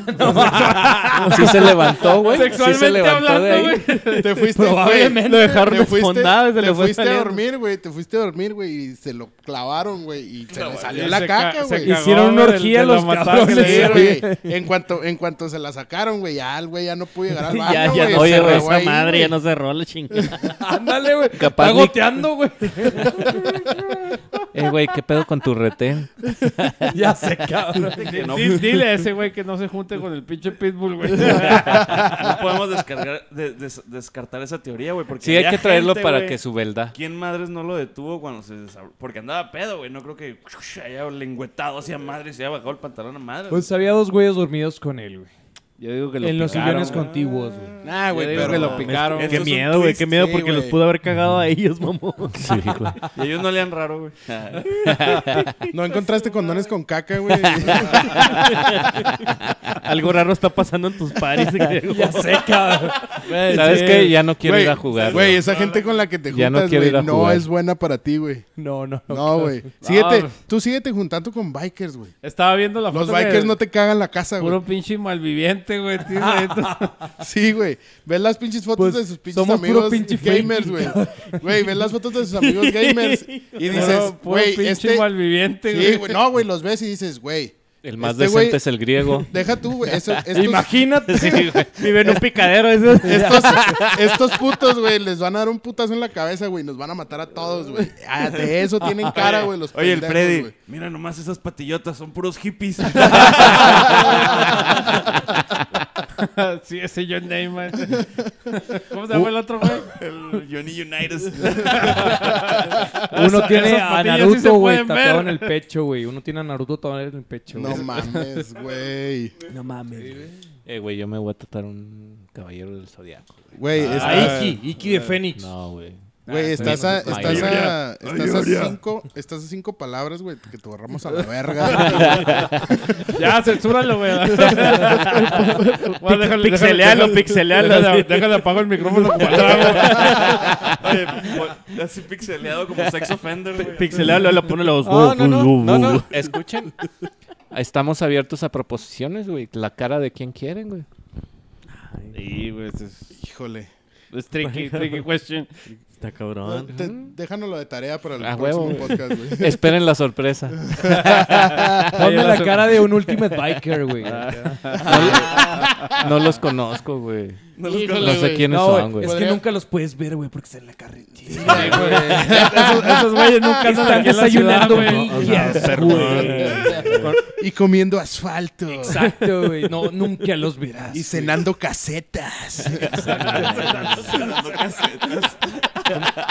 Speaker 2: Sí se levantó, güey. Sí
Speaker 1: Sexualmente
Speaker 2: se levantó de
Speaker 1: hablando,
Speaker 2: ahí.
Speaker 1: güey.
Speaker 5: [LAUGHS] Te fuiste,
Speaker 4: Probablemente
Speaker 5: güey.
Speaker 4: lo dejaron
Speaker 5: te fuiste,
Speaker 4: desfondado y se
Speaker 5: te
Speaker 4: le fue
Speaker 5: fuiste a
Speaker 4: saliendo.
Speaker 5: dormir, güey. Te fuiste a dormir, güey. Y se lo clavaron, güey. Y se le salió
Speaker 1: Se
Speaker 5: la
Speaker 1: ca-
Speaker 5: caca,
Speaker 1: se
Speaker 5: güey.
Speaker 1: cagó,
Speaker 4: Hicieron una
Speaker 1: güey,
Speaker 4: orgía
Speaker 1: de lo
Speaker 4: los
Speaker 1: matado que le
Speaker 4: cabrones.
Speaker 5: Sí,
Speaker 1: dieron.
Speaker 5: güey. En cuanto, en cuanto se la sacaron, güey, ya el güey ya no pudo llegar al baño,
Speaker 6: Ya, ya
Speaker 5: güey,
Speaker 6: no
Speaker 5: se
Speaker 6: cerró
Speaker 5: regó
Speaker 6: esa
Speaker 5: ahí,
Speaker 6: madre,
Speaker 5: güey.
Speaker 6: ya no cerró la chingada.
Speaker 4: [LAUGHS] Ándale, güey.
Speaker 2: Capaz
Speaker 4: Está
Speaker 2: ni-
Speaker 4: goteando, güey. [LAUGHS]
Speaker 2: Eh, güey, ¿qué pedo con tu retén?
Speaker 4: Ya se cabrón.
Speaker 3: Que no,
Speaker 1: Di- Dile a ese güey que no se junte con el pinche Pitbull, güey. [LAUGHS]
Speaker 2: [LAUGHS]
Speaker 3: no podemos descargar, de- des- descartar esa teoría, güey. Porque
Speaker 2: Sí, hay
Speaker 3: había
Speaker 2: que traerlo
Speaker 3: gente,
Speaker 2: para
Speaker 3: güey,
Speaker 2: que su verdad.
Speaker 3: ¿Quién madres no lo detuvo cuando se desab- Porque andaba pedo, güey. No creo que [LAUGHS] haya lengüetado hacia madre y se haya bajado el pantalón a madre.
Speaker 5: Pues,
Speaker 4: Pues había dos güeyes dormidos con él, güey.
Speaker 1: Yo digo que lo
Speaker 4: En los
Speaker 1: picaron,
Speaker 4: sillones
Speaker 1: güey.
Speaker 4: contiguos, güey. [LAUGHS]
Speaker 3: Nah,
Speaker 1: Yo digo que lo picaron.
Speaker 3: Eso
Speaker 6: Qué
Speaker 3: es un
Speaker 6: miedo, güey,
Speaker 3: twist,
Speaker 6: qué miedo,
Speaker 3: sí,
Speaker 6: porque los
Speaker 3: güey.
Speaker 6: pudo haber cagado a ellos, mamón.
Speaker 4: [LAUGHS]
Speaker 3: Y ellos no lean raro,
Speaker 5: [LAUGHS]
Speaker 3: güey.
Speaker 5: No encontraste condones con caca, güey.
Speaker 6: Algo raro está pasando en tus pares.
Speaker 4: Ya sé, cabrón.
Speaker 1: Güey,
Speaker 2: ¿Sabes
Speaker 1: sí.
Speaker 2: qué? Ya no quiero
Speaker 5: Güey,
Speaker 2: ir a jugar.
Speaker 5: [LAUGHS] Güey, esa gente con la que te
Speaker 2: Ya no
Speaker 5: juntas,
Speaker 2: quiero
Speaker 5: güey,
Speaker 2: ir a
Speaker 5: no,
Speaker 2: jugar.
Speaker 5: es buena para ti, güey.
Speaker 4: No, no, no.
Speaker 5: No, güey. Síguete,
Speaker 1: No.
Speaker 5: tú síguete juntando con bikers, güey.
Speaker 1: Estaba viendo la
Speaker 5: Los
Speaker 1: foto. que-
Speaker 5: bikers no te cagan la casa, güey.
Speaker 1: Puro pinche malviviente, güey. tío, [LAUGHS] neta.
Speaker 5: Sí, güey. Ves las pinches fotos
Speaker 4: Pues,
Speaker 5: de sus pinches
Speaker 4: somos puro
Speaker 5: amigos
Speaker 4: pinche
Speaker 5: gamers,
Speaker 4: faking,
Speaker 5: güey. Güey, ves las fotos de
Speaker 4: [LAUGHS]
Speaker 5: sus amigos gamers y dices,
Speaker 1: Puro- puro
Speaker 5: güey,
Speaker 1: pinche
Speaker 5: este...
Speaker 1: malviviente,
Speaker 5: Sí, güey. No, güey, los ves y dices, güey,
Speaker 2: El más
Speaker 5: Este
Speaker 2: decente
Speaker 5: güey-
Speaker 2: es el
Speaker 5: [LAUGHS]
Speaker 2: griego.
Speaker 5: deja tú, güey.
Speaker 4: [LAUGHS]
Speaker 5: eso- estos,
Speaker 4: Imagínate.
Speaker 6: Vive en un picadero. Eso.
Speaker 5: estos, estos putos, güey, les van a dar un putazo en la cabeza, güey. Nos van a matar a todos, güey. Ah, De eso tienen cara, güey, los
Speaker 3: Oye, el
Speaker 5: pendejos,
Speaker 3: Freddy,
Speaker 5: güey.
Speaker 3: mira nomás esas patillotas, son puros hippies.
Speaker 5: [LAUGHS]
Speaker 1: [LAUGHS] sí, ese John [LAUGHS] Neyman. ¿Cómo se llama el otro, güey?
Speaker 3: El Johnny
Speaker 5: [LAUGHS]
Speaker 3: United.
Speaker 4: Uno
Speaker 1: Esas-
Speaker 4: tiene
Speaker 1: esas
Speaker 4: a
Speaker 1: patillas sí se
Speaker 4: Naruto, güey,
Speaker 1: pueden ver.
Speaker 4: tatuado en el pecho, güey. Uno tiene a Naruto tatuado en el pecho, güey.
Speaker 5: No mames, güey.
Speaker 6: No mames.
Speaker 2: Eh, güey, yo me voy a tratar un caballero del zodiaco. güey.
Speaker 5: Güey,
Speaker 4: A
Speaker 5: estás,
Speaker 4: Iki, Iki de Fénix.
Speaker 2: No, güey.
Speaker 5: güey, estás a, estás a,
Speaker 2: Mayoría.
Speaker 5: estás a cinco, estás a cinco palabras, güey, que te borramos a
Speaker 2: [LAUGHS]
Speaker 5: la verga.
Speaker 1: Ya, censúralo, [LAUGHS] güey.
Speaker 6: Pixelealo, pixelealo.
Speaker 1: Déjale, déjale, apago el micrófono como al trago.
Speaker 3: Oye, po- así pixeleado como sex offender, güey.
Speaker 6: Pixelealo, le pone
Speaker 4: Ah,
Speaker 6: los
Speaker 2: No, no, no, no, no. Escuchen. Estamos abiertos a proposiciones, güey. La cara de quien quieren, güey.
Speaker 1: Sí, güey, eso es,
Speaker 5: Híjole.
Speaker 1: es tricky, tricky question.
Speaker 6: Está cabrón.
Speaker 5: Te- déjanoslo de tarea para el
Speaker 2: A huevo,
Speaker 5: próximo
Speaker 2: güey.
Speaker 5: podcast, güey. [LAUGHS]
Speaker 2: Esperen la sorpresa.
Speaker 4: Ponme la cara de un Ultimate Biker, güey.
Speaker 1: Ah,
Speaker 2: No los conozco, güey.
Speaker 3: No los
Speaker 5: Híjole,
Speaker 2: No sé
Speaker 5: güey.
Speaker 2: quiénes
Speaker 4: No,
Speaker 2: son,
Speaker 4: güey,
Speaker 2: güey.
Speaker 4: es que
Speaker 5: Podría-
Speaker 4: nunca los puedes ver, güey, porque están en la carretera. [LAUGHS]
Speaker 1: Esos, esos güeyes nunca andan
Speaker 4: Están
Speaker 1: aquí en la ciudad,
Speaker 4: desayunando
Speaker 1: güey.
Speaker 4: millas, güey.
Speaker 5: Y comiendo asfalto.
Speaker 4: Exacto, güey. No, nunca los verás.
Speaker 5: Y cenando casetas.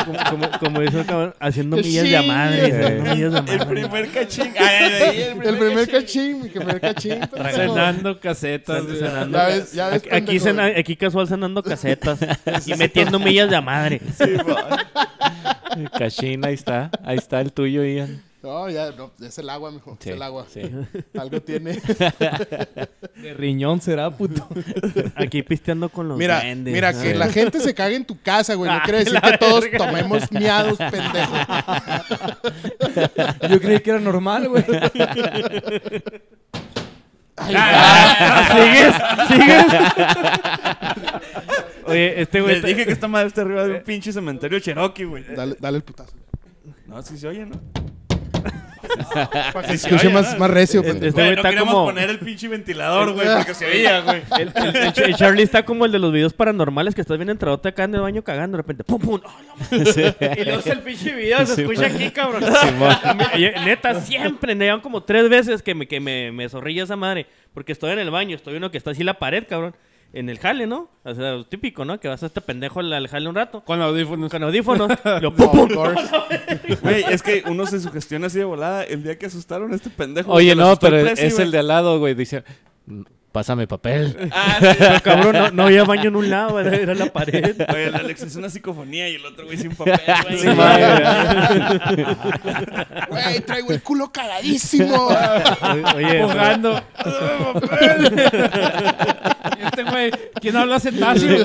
Speaker 6: Como, como, como dice el cabrón, haciendo
Speaker 5: Sí,
Speaker 6: millas de a madre.
Speaker 5: sí.
Speaker 6: haciendo millas de a
Speaker 3: El
Speaker 6: madre.
Speaker 3: primer cachín. Ay, ay, ay,
Speaker 5: [LAUGHS] el primer cachín, mi primer cachín. pues, pendejo.
Speaker 1: Cenando casetas, güey.
Speaker 5: Ya ves, ya ves,
Speaker 6: Aquí, aquí,
Speaker 5: pendejo.
Speaker 6: cena- aquí casual cenando casetas y metiendo millas de a madre.
Speaker 2: Cachín, ahí está. Ahí está el tuyo, Ian.
Speaker 5: No, ya, no, es el agua, mijo.
Speaker 2: Sí,
Speaker 5: es el agua.
Speaker 2: sí.
Speaker 5: [LAUGHS] Algo tiene.
Speaker 4: De riñón será, puto.
Speaker 6: Aquí pisteando con los
Speaker 5: Mira,
Speaker 6: duendes.
Speaker 5: mira, que la gente se cague en tu casa, güey. No quiere decir que todos tomemos miados, pendejo.
Speaker 4: Yo creí que era normal, güey.
Speaker 6: Ah, ¿Sigues? ¿Sigues? Oye, este güey.
Speaker 3: Les
Speaker 6: está-
Speaker 3: dije que esta madre está arriba de un pinche cementerio Cherokee, güey.
Speaker 5: Dale, dale el putazo.
Speaker 3: No, si se oye, ¿no?
Speaker 5: Para que se escuche más, más recio, pendejo.
Speaker 6: Este güey
Speaker 3: Güey, no
Speaker 6: está
Speaker 3: queríamos
Speaker 6: como.
Speaker 3: poner el pinche ventilador, güey, porque se oía, güey.
Speaker 6: El, el- el Ch- el Charlie está como el de los videos paranormales que estás bien entradote acá en el baño cagando. De repente, pum, pum. ¡Ah, la madre! Y luego el pinche video se escucha aquí, cabrón. A [LAUGHS] mí- y- Neta, siempre me llevan como tres veces que me, que me, me zorrilla esa madre. Porque estoy en el baño, estoy uno que está así en la pared, cabrón. En el jale, ¿no? O sea, lo típico, ¿no? Que vas a este pendejo al, al jale un rato.
Speaker 1: Con audífonos.
Speaker 6: Con audífonos.
Speaker 1: [LAUGHS]
Speaker 6: y lo
Speaker 5: No,
Speaker 6: pum, pum.
Speaker 5: Gors.
Speaker 3: Güey, es que uno se sugestiona así de volada el día que asustaron a este pendejo.
Speaker 2: Oye,
Speaker 3: que lo
Speaker 2: no,
Speaker 3: asustó
Speaker 2: pero
Speaker 3: Prezi,
Speaker 2: es
Speaker 3: güey.
Speaker 2: el de al lado, güey. Dice, "Mm, pásame papel.
Speaker 6: Pero, cabrón, no, no había baño en un lado, era era la pared.
Speaker 3: Oye, el Alex es una psicofonía y el otro güey sin papel, güey.
Speaker 2: Sí, madre.
Speaker 5: Güey, traigo el culo [LAUGHS] cagadísimo.
Speaker 4: [LAUGHS]
Speaker 6: Oye,
Speaker 1: Jugando. Y este güey, ¿quién habla cetáceo?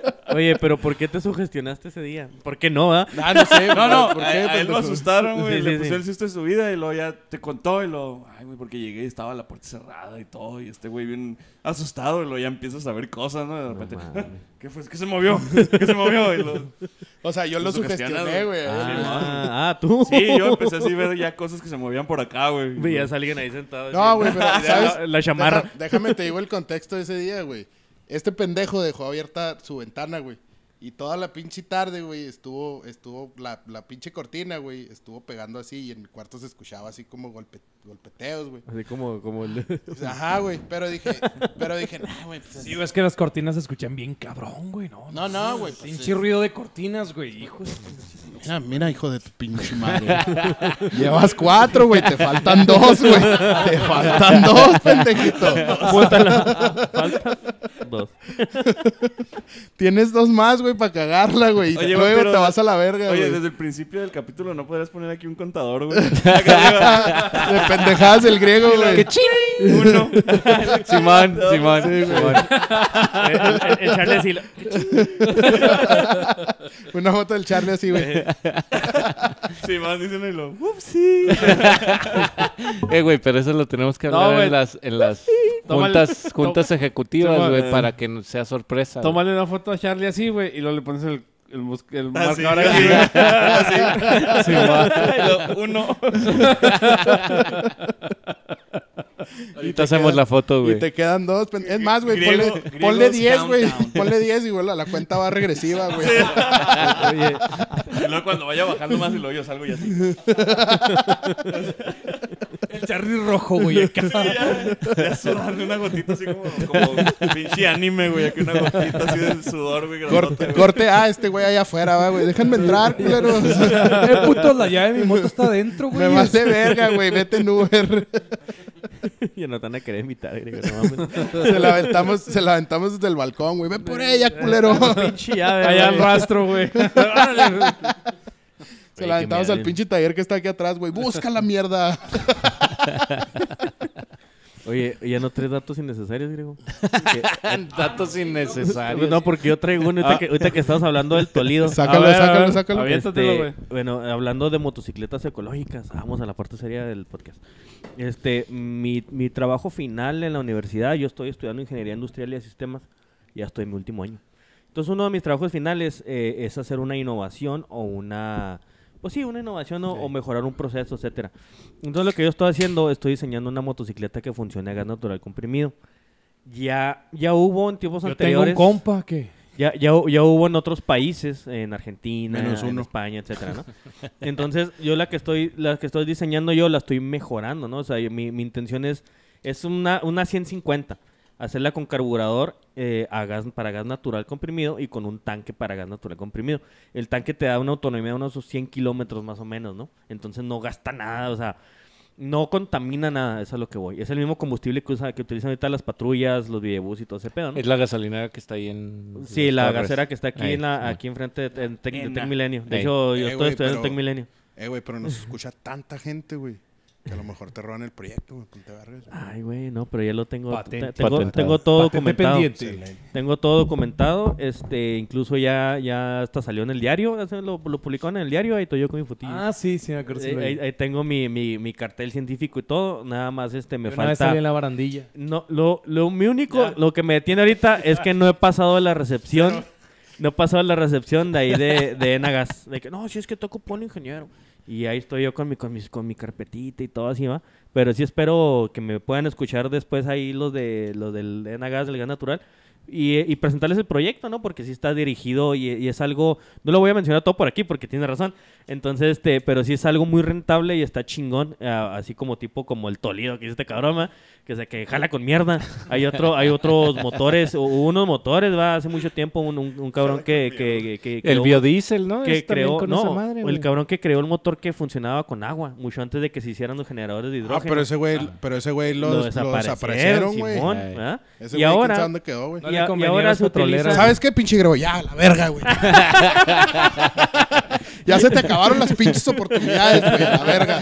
Speaker 6: Oye, pero ¿por qué te sugestionaste ese día? ¿Por qué no, ah?
Speaker 5: Ah, no sé.
Speaker 3: No, no,
Speaker 5: ¿por
Speaker 3: a,
Speaker 5: qué,
Speaker 3: a él lo
Speaker 5: pendejo?
Speaker 3: asustaron, güey.
Speaker 6: Sí,
Speaker 3: le
Speaker 6: sí,
Speaker 3: puso
Speaker 6: sí.
Speaker 3: el susto de su vida y luego ya te contó y lo. Ay, güey, porque llegué y estaba la puerta cerrada y todo. Y este güey bien asustado y luego ya empiezas a ver cosas, ¿no? De repente. "Ah, [LAUGHS] ¿Qué fue? ¿Qué se movió? ¿Qué se movió? Y lo-
Speaker 5: O sea, yo lo
Speaker 3: Lo sugestionaron.
Speaker 5: sugestioné, güey.
Speaker 6: Ah, ah, tú.
Speaker 3: Sí,
Speaker 5: [LAUGHS]
Speaker 3: yo empecé así a ver ya cosas que se movían por acá, güey.
Speaker 6: Veías a alguien ahí sentado.
Speaker 5: No, güey,
Speaker 4: [LAUGHS]
Speaker 5: pero ¿sabes?
Speaker 6: La, la chamarra.
Speaker 5: Deja- déjame te digo el contexto de ese día, güey. Este pendejo dejó abierta su ventana, güey. Y toda la pinche tarde, güey, estuvo, estuvo, la, la pinche cortina, güey, estuvo pegando así y en mi cuarto se escuchaba así como golpe, golpeteos, güey.
Speaker 7: Así como, como el de-
Speaker 5: Pues, Ajá, güey, pero dije, pero dije, nah, güey,
Speaker 4: [LAUGHS]
Speaker 5: pues,
Speaker 4: Sí, güey, es que las cortinas se escuchan bien cabrón, güey, ¿no?
Speaker 5: No, no, güey, pues,
Speaker 4: Pinche
Speaker 5: sí.
Speaker 4: ruido de cortinas, güey, hijo. de-
Speaker 5: Mira, mira, hijo de tu pinche madre. [LAUGHS] Llevas cuatro, güey. Te faltan dos, güey. Te faltan dos, pendejito.
Speaker 6: Dos.
Speaker 5: Tienes dos más, güey, para cagarla, güey. Y
Speaker 3: Oye, güey,
Speaker 5: luego
Speaker 3: pero-
Speaker 5: te vas a la verga,
Speaker 3: Oye,
Speaker 5: güey.
Speaker 3: desde el principio del capítulo no podrías poner aquí un contador,
Speaker 5: [LAUGHS]
Speaker 3: güey.
Speaker 5: De pendejadas del griego, güey.
Speaker 3: Uno.
Speaker 7: Simón, Simón, Simón.
Speaker 6: El, el- el Charlie así, lo-
Speaker 5: Una foto del Charlie así, güey.
Speaker 3: Eh, Sí, más dicen y lo.
Speaker 2: Eh, güey, pero eso lo tenemos que
Speaker 1: No,
Speaker 2: hablar
Speaker 1: güey.
Speaker 2: en las, en
Speaker 6: [LAUGHS]
Speaker 2: las
Speaker 1: Tómale-
Speaker 2: juntas, juntas ejecutivas,
Speaker 1: Tómale.
Speaker 2: güey, para que no sea sorpresa. güey.
Speaker 1: Tómale una foto a Charlie así, güey, y luego le pones el, el, bus- el
Speaker 3: Así,
Speaker 1: marcador
Speaker 3: así,
Speaker 1: aquí.
Speaker 3: Ah, güey.
Speaker 2: Sí, va.
Speaker 3: Y lo, Uno.
Speaker 2: Ahorita hacemos la foto, [LAUGHS]
Speaker 5: Y
Speaker 2: güey.
Speaker 5: te quedan dos. pen- Es más, güey,
Speaker 3: Griego-
Speaker 5: ponle,
Speaker 3: griegos
Speaker 5: ponle diez, güey.
Speaker 3: countdown.
Speaker 5: Ponle diez y, güey, la la cuenta va regresiva, güey.
Speaker 4: Oye,
Speaker 3: Y luego cuando vaya bajando más y lo yo salgo y así.
Speaker 4: el Charlie rojo,
Speaker 5: [LAUGHS]
Speaker 4: güey. acá.
Speaker 3: Ya sudarle una gotita así como, como pinche anime, güey. Aquí una gotita así del sudor, güey. grandote,
Speaker 5: Corte,
Speaker 3: güey.
Speaker 5: corte. Ah, este güey allá afuera, va, güey. Déjenme entrar, culeros.
Speaker 3: [LAUGHS]
Speaker 4: Eh, puto, la llave de mi moto está adentro, güey.
Speaker 5: Me vas de verga, güey. Vete en Uber.
Speaker 6: [LAUGHS] Ya no te van a querer invitar, griego, no mames.
Speaker 5: Se la aventamos, se la aventamos desde el balcón, güey. Ve por ella, culero.
Speaker 6: Pinche llave,
Speaker 1: Allá al
Speaker 6: güey.
Speaker 1: rastro, güey.
Speaker 5: Se la aventamos al pinche taller que está aquí atrás, güey. Busca la mierda.
Speaker 6: Oye, ya no tres datos innecesarios, griego.
Speaker 2: Datos innecesarios.
Speaker 6: Ah, No, porque yo traigo uno ahorita, que, ahorita que estamos hablando del Tolido.
Speaker 5: Sácalo,
Speaker 1: A ver, a
Speaker 5: sácalo,
Speaker 1: ver.
Speaker 5: sácalo.
Speaker 1: A ver.
Speaker 3: Este,
Speaker 1: Aviéntatelo, güey.
Speaker 6: Este, bueno, hablando de motocicletas ecológicas, vamos a la parte seria del podcast. Este, mi, mi trabajo final en la universidad, yo estoy estudiando ingeniería industrial y de sistemas, ya estoy en mi último año. Entonces, uno de mis trabajos finales eh, es hacer una innovación o una, pues sí, una innovación o, o mejorar un proceso, etcétera. Entonces, lo que yo estoy haciendo, estoy diseñando una motocicleta que funcione a gas natural comprimido. Ya, ya hubo en tiempos
Speaker 4: Yo tengo un
Speaker 6: anteriores.
Speaker 4: compa que...
Speaker 6: Ya, ya, hu- ya hubo en otros países, en Argentina,
Speaker 5: Menos
Speaker 6: en
Speaker 5: uno.
Speaker 6: España, etcétera,
Speaker 5: [LAUGHS]
Speaker 6: ¿no? Entonces, yo la que estoy, la que estoy diseñando yo la estoy mejorando, ¿no? O sea, yo- mi, mi intención es, es una, una 150, hacerla con carburador eh, a gas, para gas natural comprimido y con un tanque para gas natural comprimido. El tanque te da una autonomía de unos 100 kilómetros más o menos, ¿no? Entonces no gasta nada, o sea, no contamina nada, eso es a lo que voy. Es el mismo combustible que, usa, que utilizan ahorita las patrullas, los videobús y todo ese pedo, ¿no?
Speaker 2: Es la gasolinera que está ahí en.
Speaker 6: Sí,
Speaker 2: Pues, Las
Speaker 6: la
Speaker 2: Torres.
Speaker 6: gasera que está aquí,
Speaker 2: Ahí,
Speaker 6: en la,
Speaker 2: Simón.
Speaker 6: aquí enfrente de, en Tec- de
Speaker 3: Nena.
Speaker 6: Tec Milenio. De
Speaker 2: Ey.
Speaker 6: hecho, yo
Speaker 5: Eh,
Speaker 6: estoy
Speaker 5: güey,
Speaker 6: estudiando en
Speaker 5: pero-
Speaker 6: Tec Milenio.
Speaker 5: Eh, güey, pero nos escucha tanta gente, güey. Que a lo mejor te roban el proyecto, güey. Ponte vergas. güey.
Speaker 6: Ay, güey, no, pero ya lo tengo.
Speaker 4: Patente.
Speaker 6: te- Tengo,
Speaker 2: Patentado.
Speaker 6: tengo todo
Speaker 4: Patente
Speaker 6: documentado.
Speaker 4: pendiente.
Speaker 6: Tengo todo documentado. Este, incluso ya, ya hasta salió en el diario. hace- Lo, lo publicó en el diario. Ahí estoy yo con mi fotillo.
Speaker 4: Ah, sí, sí, me acuerdo. sí
Speaker 6: Eh,
Speaker 4: lo vi.
Speaker 6: ahí, ahí tengo mi, mi, mi cartel científico y todo. Nada más este me
Speaker 4: Yo Una vez
Speaker 6: falta.
Speaker 4: salí en la barandilla.
Speaker 6: No, lo, lo mi único, lo que me detiene ahorita es que no he pasado la recepción. No he pasado la recepción de ahí de, de Enagas. De que, no, si es que toco polo ingeniero. Y ahí estoy yo con mi, con mis- con mi carpetita y todo así, ¿va? Pero sí espero que me puedan escuchar después ahí los de los del Enagas, del Gas Natural. Y, y presentarles el proyecto, ¿no? Porque sí está dirigido y, y es algo... No lo voy a mencionar todo por aquí porque tiene razón. Entonces, este... Pero sí es algo muy rentable y está chingón. ah, así como tipo como el Tolido que dice este cabrón, ¿va? que se que jala con mierda. Hay otro, hay otros motores, o hubo unos motores, va, hace mucho tiempo un, un- un cabrón que, que, que- que
Speaker 2: El
Speaker 6: creó-
Speaker 2: biodiesel, ¿no?
Speaker 6: que
Speaker 2: Es también
Speaker 6: creó,
Speaker 2: con
Speaker 6: no,
Speaker 2: esa madre,
Speaker 6: el
Speaker 2: güey.
Speaker 6: cabrón que creó el motor que funcionaba con agua, mucho antes de que se hicieran los generadores de
Speaker 5: Ah,
Speaker 6: hidrógeno.
Speaker 5: pero ese güey, pero ese güey
Speaker 6: Lo
Speaker 5: los, los desaparecieron, güey.
Speaker 6: Simón,
Speaker 2: Ay.
Speaker 6: ¿verdad?
Speaker 5: Ese
Speaker 6: y
Speaker 5: güey, quién
Speaker 6: ahora,
Speaker 5: sabe dónde quedó, güey.
Speaker 4: No
Speaker 6: y,
Speaker 4: le
Speaker 6: a- y
Speaker 4: convenía a
Speaker 6: ahora
Speaker 4: las
Speaker 6: se
Speaker 4: petroleras.
Speaker 6: utiliza...
Speaker 5: ¿Sabes qué, pinche grego? Ya, a la verga, güey. ya se te acabaron las pinches oportunidades, güey. A la verga.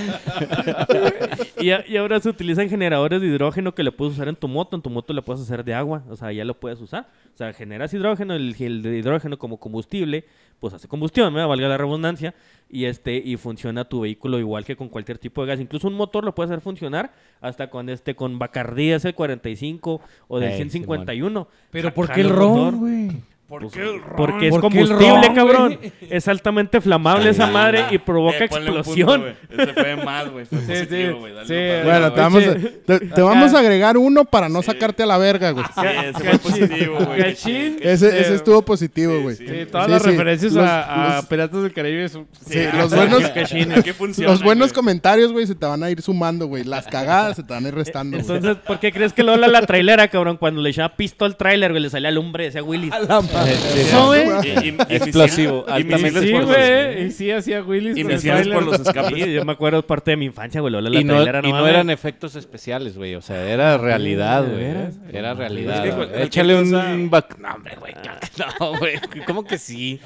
Speaker 6: y, a- y ahora se utilizan generadores de hidrógeno que le puedes usar en tu moto. En tu moto la puedes hacer de agua. O sea, ya lo puedes usar. O sea, generas hidrógeno, el, el de hidrógeno como combustible, pues hace combustión, ¿verdad? valga la redundancia. Y este, y funciona tu vehículo igual que con cualquier tipo de gas. Incluso un motor lo puedes hacer funcionar hasta con este, con Bacardí S45 o del
Speaker 2: Ey,
Speaker 6: 151.
Speaker 4: Pero
Speaker 6: Ja-
Speaker 4: ¿por qué
Speaker 6: jala
Speaker 4: el
Speaker 6: un motor.
Speaker 4: ron, güey?
Speaker 5: ¿Por
Speaker 6: Pues,
Speaker 5: qué el ron?
Speaker 6: Porque es
Speaker 4: ¿Por qué el
Speaker 6: combustible,
Speaker 4: ron,
Speaker 6: cabrón. Es altamente inflamable esa madre y provoca
Speaker 3: Eh, ponle un punto,
Speaker 6: explosión.
Speaker 3: güey. Este fue más, güey. Fue
Speaker 1: Sí, sí,
Speaker 3: positivo, güey. Dale
Speaker 1: sí.
Speaker 3: un paro,
Speaker 1: Bueno,
Speaker 5: Bueno,
Speaker 3: güey.
Speaker 5: te vamos, a, te- te vamos a agregar uno para no
Speaker 3: Sí.
Speaker 5: sacarte a la verga, güey.
Speaker 3: Sí, ese fue positivo, güey. Este,
Speaker 1: Cachín.
Speaker 5: Ese, ese estuvo positivo,
Speaker 3: Sí,
Speaker 5: güey.
Speaker 3: sí.
Speaker 1: Sí, todas
Speaker 5: Sí,
Speaker 1: las
Speaker 5: sí.
Speaker 1: referencias
Speaker 5: Los-
Speaker 1: a, a
Speaker 5: los-
Speaker 1: Piratas del Caribe son...
Speaker 5: Sí, los buenos,
Speaker 3: Aquí funciona.
Speaker 5: los buenos
Speaker 3: güey.
Speaker 5: comentarios, güey, se te van a ir sumando, güey. Las cagadas se te van a ir restando, güey.
Speaker 6: Entonces, ¿por qué crees que Lola la trailera, cabrón? Cuando le echaba pisto al trailer, güey, le salía lumbre, decía Willis.
Speaker 2: Ah,
Speaker 5: Eso, güey. [LAUGHS]
Speaker 3: Y- y- y misiles-
Speaker 2: Explosivo,
Speaker 3: Y
Speaker 2: altamente
Speaker 3: misiles
Speaker 1: Sí,
Speaker 3: por los-
Speaker 1: güey. Y sí hacía Willis
Speaker 3: y
Speaker 1: con el
Speaker 3: misiles por
Speaker 1: trailer.
Speaker 3: los escapes.
Speaker 6: Sí, yo me acuerdo, es parte de mi infancia, güey. Lola la
Speaker 2: Y no,
Speaker 6: trailera,
Speaker 2: y no
Speaker 6: mames.
Speaker 2: eran efectos especiales, güey. O sea, era realidad,
Speaker 6: ¿de
Speaker 2: güey.
Speaker 6: veras? Pues
Speaker 2: Era realidad.
Speaker 3: Es que, güey,
Speaker 2: güey.
Speaker 3: cualquier
Speaker 2: Échale un...
Speaker 3: cosa-
Speaker 2: vac- No, hombre, güey.
Speaker 6: Ah.
Speaker 2: No, güey. ¿Cómo que sí?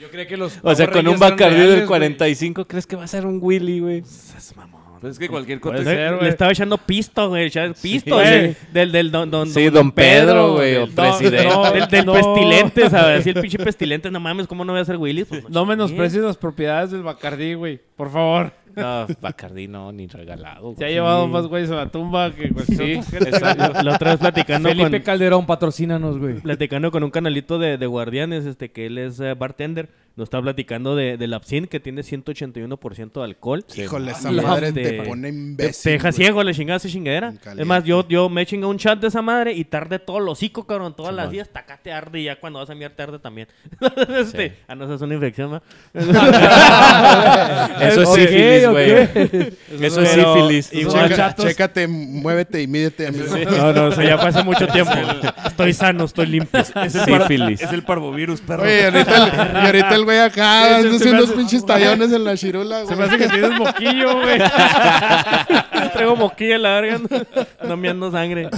Speaker 4: Yo creía que los.
Speaker 2: O sea,
Speaker 4: Power
Speaker 2: con un
Speaker 4: Rangers eran
Speaker 2: Bacardí
Speaker 4: reales,
Speaker 2: del
Speaker 4: güey.
Speaker 2: 45, ¿crees que va a ser un Willy, güey?
Speaker 3: Pues es que cualquier
Speaker 6: Le,
Speaker 3: cosa.
Speaker 1: ser,
Speaker 6: le
Speaker 1: güey.
Speaker 6: estaba echando pisto, güey. echaba Pisto,
Speaker 2: güey.
Speaker 6: güey. Del, del don, don,
Speaker 2: Sí, don Pedro, güey, o
Speaker 6: del-
Speaker 2: presidente.
Speaker 6: no, del, del
Speaker 1: No.
Speaker 6: pestilente, ¿sabes? Sí, el pinche pestilente, no mames, ¿cómo no voy a ser Willis? Pues,
Speaker 1: No
Speaker 6: chingues.
Speaker 1: menosprecies las propiedades del Bacardí, güey. Por favor.
Speaker 2: No, Bacardí no, ni regalado.
Speaker 1: Se ha
Speaker 2: güey.
Speaker 1: llevado más güeyes a la tumba que
Speaker 2: Sí,
Speaker 1: cualquier otro.
Speaker 2: exacto.
Speaker 6: La otra vez platicando
Speaker 4: Felipe
Speaker 6: con...
Speaker 4: Calderón, patrocínanos, güey.
Speaker 6: platicando con un canalito de, de guardianes, este, que él es eh, bartender. Nos está platicando de, del absinthe que tiene 181% de alcohol.
Speaker 5: Híjole, esa
Speaker 6: La
Speaker 5: madre
Speaker 6: de-
Speaker 5: te pone
Speaker 6: Te,
Speaker 5: imbécil.
Speaker 6: te deja
Speaker 5: güey.
Speaker 6: ciego, le chingada esa chingadera.
Speaker 5: En caliente.
Speaker 6: Es más, yo, yo me chingué un chat de esa madre y tarde todo el hocico, cabrón. Todas las días, hasta acá te arde y ya cuando vas a mirar te arde también. [LAUGHS] este, Ah, no, esa es una infección, ¿no?
Speaker 2: Eso es
Speaker 4: Ok,
Speaker 2: sífilis,
Speaker 4: ok.
Speaker 2: güey. Eso es
Speaker 6: Pero-
Speaker 2: sífilis.
Speaker 6: y-
Speaker 5: Checa-
Speaker 1: chatos.
Speaker 5: Chécate, muévete y mídete, amigo.
Speaker 6: No, no, eso ya fue hace mucho tiempo. Estoy sano, estoy limpio.
Speaker 3: [LAUGHS]
Speaker 2: Sífilis.
Speaker 3: Es el parvovirus, perro.
Speaker 5: Oye, ahorita el, y ahorita el güey acá
Speaker 1: Sí, se- se
Speaker 5: dándose
Speaker 1: me
Speaker 5: unos
Speaker 1: hace-
Speaker 5: pinches tallones en la chirula,
Speaker 1: Se me
Speaker 5: güey.
Speaker 1: hace que tienes moquillo, güey.
Speaker 6: [LAUGHS] Traigo moquilla en la verga. no- No me ando sangre.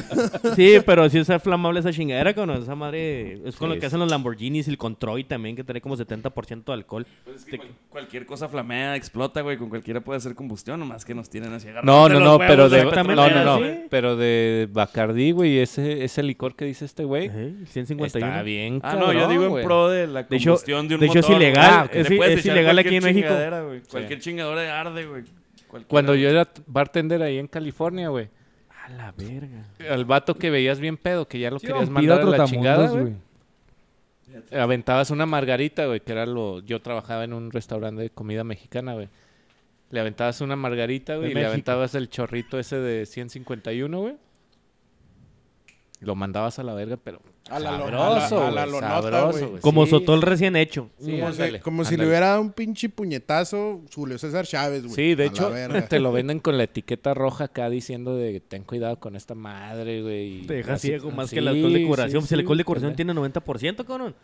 Speaker 6: Sí, pero sí es inflamable esa chingadera, cabrón. Esa madre es
Speaker 2: Sí,
Speaker 6: con lo
Speaker 2: sí.
Speaker 6: que hacen los Lamborghinis y el Controy también, que trae como 70% de alcohol.
Speaker 3: Pues es que cual- cualquier cosa flamea, explota, güey. Con cualquiera puede hacer combustión, nomás que nos tienen así agarrados.
Speaker 2: No,
Speaker 3: de
Speaker 2: no,
Speaker 3: los
Speaker 2: no, pero
Speaker 3: huevos,
Speaker 2: de,
Speaker 3: güey.
Speaker 6: exactamente
Speaker 2: no, no, no,
Speaker 6: así.
Speaker 2: pero de Bacardí, güey, ese, ese licor que dice este güey,
Speaker 6: Ajá, 151.
Speaker 2: está bien,
Speaker 3: Ah, no, yo digo en pro de la
Speaker 6: De hecho-
Speaker 3: combustión de, un
Speaker 6: de hecho es
Speaker 3: motor,
Speaker 6: ilegal,
Speaker 3: güey, Ah, que
Speaker 6: es-
Speaker 3: te puedes
Speaker 6: es
Speaker 3: echar
Speaker 6: ilegal aquí en
Speaker 3: cualquier
Speaker 6: México.
Speaker 3: chingadera, güey. Cualquier chingadora arde, güey. Cualquiera.
Speaker 2: Cuando yo era bartender ahí en California, güey,
Speaker 6: A la verga.
Speaker 2: al vato que veías bien pedo, que ya lo
Speaker 4: Sí,
Speaker 2: querías
Speaker 4: vampiro
Speaker 2: mandar a la chingada,
Speaker 4: trotamundos,
Speaker 2: güey, eh, aventabas una margarita, güey, que era lo... Yo trabajaba en un restaurante de comida mexicana, güey. Le aventabas una margarita, güey, y le
Speaker 4: México.
Speaker 2: aventabas el chorrito ese de 151, güey. Lo mandabas a la verga, pero
Speaker 5: A la lo-
Speaker 2: sabroso,
Speaker 5: a la- a la
Speaker 2: güey,
Speaker 5: lonota,
Speaker 2: sabroso,
Speaker 5: güey.
Speaker 2: güey,
Speaker 6: Como
Speaker 2: sí.
Speaker 6: Sotol recién hecho.
Speaker 2: Sí,
Speaker 5: como si,
Speaker 2: ándale,
Speaker 5: como si le
Speaker 2: ándale.
Speaker 5: hubiera dado un pinche puñetazo Julio César Chávez, güey.
Speaker 2: Sí, de
Speaker 5: A la
Speaker 2: hecho, [LAUGHS]
Speaker 5: verga.
Speaker 2: te lo venden con la etiqueta roja acá diciendo de ten cuidado con esta madre, güey. y
Speaker 6: Te deja
Speaker 2: así-
Speaker 6: ciego más
Speaker 2: así,
Speaker 6: que el alcohol de
Speaker 2: sí,
Speaker 6: curación. pues
Speaker 2: sí,
Speaker 6: el alcohol de curación
Speaker 2: sí.
Speaker 6: tiene 90%, cabrón.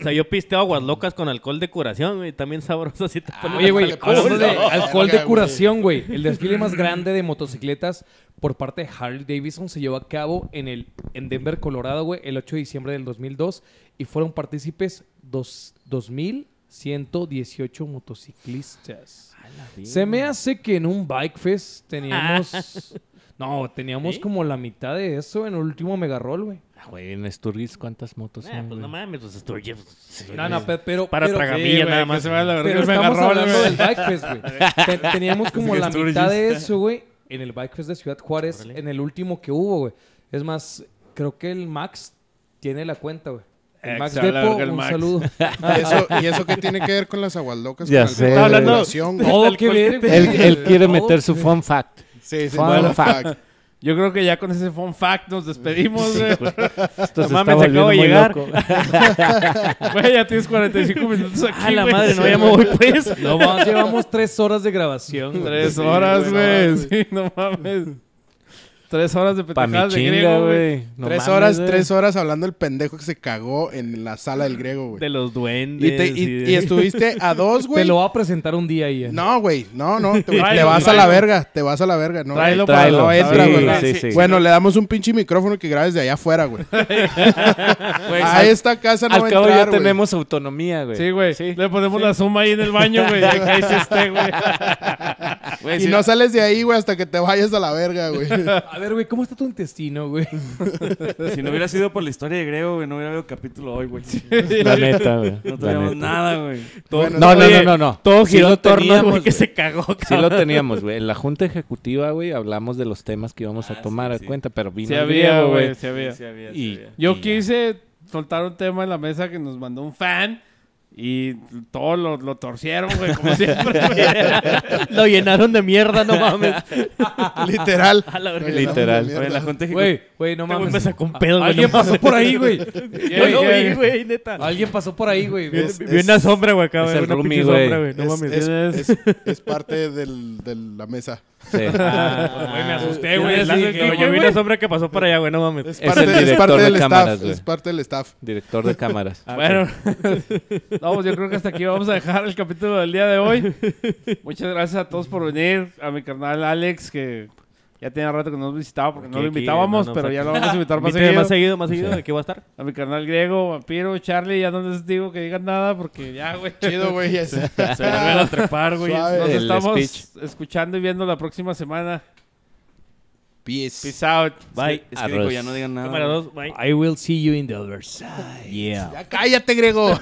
Speaker 6: O sea, yo pisteo aguas locas con alcohol de curación, güey. También sabroso así te pone
Speaker 4: Oye, güey,
Speaker 5: Alcohol,
Speaker 4: hablando de
Speaker 5: no.
Speaker 4: alcohol
Speaker 5: Verga,
Speaker 4: de
Speaker 5: güey.
Speaker 4: curación, güey. El desfile más grande de motocicletas por parte de Harley Davidson se llevó a cabo en, el, en Denver, Colorado, güey, el 8 de diciembre del 2002. Y fueron partícipes dos- 2.118 motociclistas. Se me hace que en un Bike Fest [LAUGHS] teníamos... No, teníamos como la mitad de eso en el último Mega Roll, güey.
Speaker 2: Ah, Güey, en Sturgis, ¿cuántas motos
Speaker 6: Ah,
Speaker 2: son,
Speaker 6: pues
Speaker 2: güey?
Speaker 6: no mames, pues Sturgis. pues,
Speaker 4: No, no, pe- pero...
Speaker 6: Para
Speaker 4: pero-
Speaker 6: tragar.
Speaker 1: Sí,
Speaker 6: Camilla,
Speaker 1: güey,
Speaker 6: nada
Speaker 1: que
Speaker 6: más.
Speaker 1: se vaya a la verga
Speaker 4: Pero
Speaker 1: el
Speaker 4: estamos
Speaker 1: Megarrol,
Speaker 4: hablando
Speaker 1: güey.
Speaker 4: del Bike Fest, güey. Te- teníamos como la mitad de eso, güey, en el Bike Fest de Ciudad Juárez,
Speaker 6: Órale.
Speaker 4: en el último que hubo, güey. Es más, creo que el Max tiene la cuenta, güey. El
Speaker 1: Eh,
Speaker 4: Max
Speaker 1: se habla
Speaker 4: Depo,
Speaker 1: verga el
Speaker 4: un
Speaker 1: Max.
Speaker 6: [LAUGHS]
Speaker 4: saludo.
Speaker 5: ¿Y eso, ¿Y eso qué tiene que ver con las agualdocas?
Speaker 2: Ya
Speaker 5: con
Speaker 2: sé, güey.
Speaker 5: alcohol de
Speaker 2: Hablando- Oh,
Speaker 5: curación, güey?
Speaker 4: Todo que ver, güey.
Speaker 2: Él, él quiere
Speaker 4: Todo
Speaker 2: meter
Speaker 4: que
Speaker 2: su
Speaker 4: ver.
Speaker 2: fun fact.
Speaker 5: Sí, sí,
Speaker 2: Fun
Speaker 5: bueno,
Speaker 2: fact.
Speaker 5: fuck.
Speaker 1: Yo creo que ya con ese fun fact nos despedimos, güey.
Speaker 2: Esto
Speaker 6: No mames, acabo de llegar.
Speaker 1: Güey, ya tienes 45 minutos aquí,
Speaker 6: Ah, la
Speaker 1: güey.
Speaker 6: madre, no, ya me voy, pues.
Speaker 4: No, vamos, llevamos tres horas de grabación, güey.
Speaker 1: Tres horas, güey. Sí, no mames. Tres horas de
Speaker 2: Pa' mi
Speaker 1: pendejadas de
Speaker 2: chinga,
Speaker 1: griego, güey.
Speaker 2: güey. No
Speaker 5: tres
Speaker 2: mames,
Speaker 5: horas,
Speaker 2: güey.
Speaker 5: tres horas hablando el pendejo que se cagó en la sala del griego, güey.
Speaker 6: De los duendes.
Speaker 5: Y, te- y-
Speaker 6: y de-
Speaker 5: y estuviste a [LAUGHS] dos,
Speaker 4: Te
Speaker 5: güey.
Speaker 4: lo va a presentar un día ahí. eh.
Speaker 5: No, güey, no, no, te, te
Speaker 1: Tráelo,
Speaker 5: vas a la
Speaker 1: tráelo.
Speaker 5: verga, te vas a la verga, no.
Speaker 1: Tráelo
Speaker 5: no,
Speaker 1: para-
Speaker 5: no
Speaker 2: Tráelo.
Speaker 5: entra,
Speaker 2: Sí,
Speaker 5: güey.
Speaker 2: sí, sí.
Speaker 5: Bueno, le damos un pinche micrófono que grabes de allá afuera, güey. a esta casa no
Speaker 2: Pues, Al
Speaker 5: va a
Speaker 2: cabo
Speaker 5: entrar,
Speaker 2: ya
Speaker 5: güey.
Speaker 2: tenemos autonomía, güey.
Speaker 1: Sí, güey. Le ponemos la suma ahí en el baño, güey. Ya que ahí se esté, güey.
Speaker 3: Güey,
Speaker 5: Y
Speaker 3: si-
Speaker 5: no sales de ahí, güey, hasta que te vayas a la verga, güey.
Speaker 4: A ver, güey, ¿cómo está tu intestino,
Speaker 6: [LAUGHS]
Speaker 4: güey?
Speaker 3: Si no hubiera sido por la historia de Grego, güey, no hubiera habido capítulo hoy, güey.
Speaker 2: La neta, güey.
Speaker 3: No
Speaker 2: la neta.
Speaker 3: teníamos nada, güey.
Speaker 5: Bueno,
Speaker 2: No, no,
Speaker 6: Oye,
Speaker 2: no, no, no.
Speaker 6: Todo
Speaker 2: Sí
Speaker 6: giró
Speaker 2: lo
Speaker 6: en torno al
Speaker 2: teníamos,
Speaker 6: güey que
Speaker 2: güey.
Speaker 6: se
Speaker 2: [LAUGHS]
Speaker 6: cagó, [LAUGHS]
Speaker 2: Sí
Speaker 6: cabrón.
Speaker 2: lo teníamos, güey. En la junta ejecutiva, güey, hablamos de los temas que íbamos a tomar a cuenta, pero vino
Speaker 1: Sí
Speaker 2: el
Speaker 1: había,
Speaker 2: griego,
Speaker 1: güey. Sí había.
Speaker 3: Sí, había, sí
Speaker 2: Y,
Speaker 3: había.
Speaker 1: Yo
Speaker 2: y ya.
Speaker 1: quise soltar un tema en la mesa que nos mandó un fan y todo lo, lo torcieron, güey, como siempre.
Speaker 6: Lo llenaron de mierda, no mames.
Speaker 5: [LAUGHS] Literal.
Speaker 6: A la verga.
Speaker 2: Literal.
Speaker 3: Oye, la gente
Speaker 4: Güey, güey, no
Speaker 6: Este güey
Speaker 4: mames.
Speaker 6: me sacó un pedo, güey.
Speaker 4: Alguien
Speaker 6: no mames.
Speaker 4: pasó por ahí,
Speaker 6: [LAUGHS]
Speaker 4: güey.
Speaker 1: Yo
Speaker 6: [LAUGHS] Yo
Speaker 1: no
Speaker 6: lo vi,
Speaker 1: vi, güey.
Speaker 6: güey, neta.
Speaker 4: Alguien pasó por ahí, güey. Este,
Speaker 5: Es-
Speaker 6: Vi una sombra, güey, acá,
Speaker 2: es
Speaker 6: güey.
Speaker 2: el
Speaker 6: Una
Speaker 2: roomie,
Speaker 6: pinche
Speaker 2: güey.
Speaker 6: sombra, güey. No
Speaker 5: es,
Speaker 6: mames.
Speaker 5: es-
Speaker 1: tienes-
Speaker 5: es- es parte del- de la mesa.
Speaker 2: Sí.
Speaker 4: Ah,
Speaker 6: Güey, me asusté,
Speaker 1: yo
Speaker 6: güey.
Speaker 1: ya
Speaker 6: Es la-
Speaker 1: Ah, sí
Speaker 6: Yo
Speaker 1: dije,
Speaker 6: yo vi
Speaker 1: güey.
Speaker 6: una sombra que pasó para allá, güey. No mames.
Speaker 5: Es
Speaker 2: el
Speaker 5: parte, es
Speaker 2: director
Speaker 5: parte
Speaker 2: de
Speaker 5: del staff.
Speaker 2: cámaras, güey.
Speaker 5: es parte del staff.
Speaker 2: Director de cámaras.
Speaker 6: Ah,
Speaker 1: Bueno, [LAUGHS] no, pues yo creo que hasta aquí vamos a dejar el capítulo del día de hoy. Muchas gracias a todos por venir, a mi carnal Alex, que ya tenía rato que no nos visitaba porque no
Speaker 6: Aquí,
Speaker 1: lo
Speaker 6: aquí,
Speaker 1: invitábamos,
Speaker 6: no, no,
Speaker 1: pero
Speaker 6: aquí.
Speaker 1: ya lo vamos a invitar más
Speaker 6: Invítame
Speaker 1: seguido.
Speaker 6: más seguido, más seguido. Aquí voy a estar.
Speaker 1: A mi carnal griego, vampiro, Charlie, ya no les digo que digan nada porque ya, güey.
Speaker 5: Chido, [LAUGHS] güey.
Speaker 1: [LAUGHS]
Speaker 5: es-
Speaker 1: Se van a ver a trepar, güey.
Speaker 5: Suave.
Speaker 1: Nos
Speaker 2: El
Speaker 1: estamos
Speaker 2: speech.
Speaker 1: escuchando y viendo la próxima semana.
Speaker 7: Peace.
Speaker 1: Peace out.
Speaker 3: Bye. Es que
Speaker 2: Arroz.
Speaker 3: dijo, ya no digan nada.
Speaker 6: Número dos, bye.
Speaker 4: I will see you in the other side. Yeah.
Speaker 5: Ya cállate, Grego.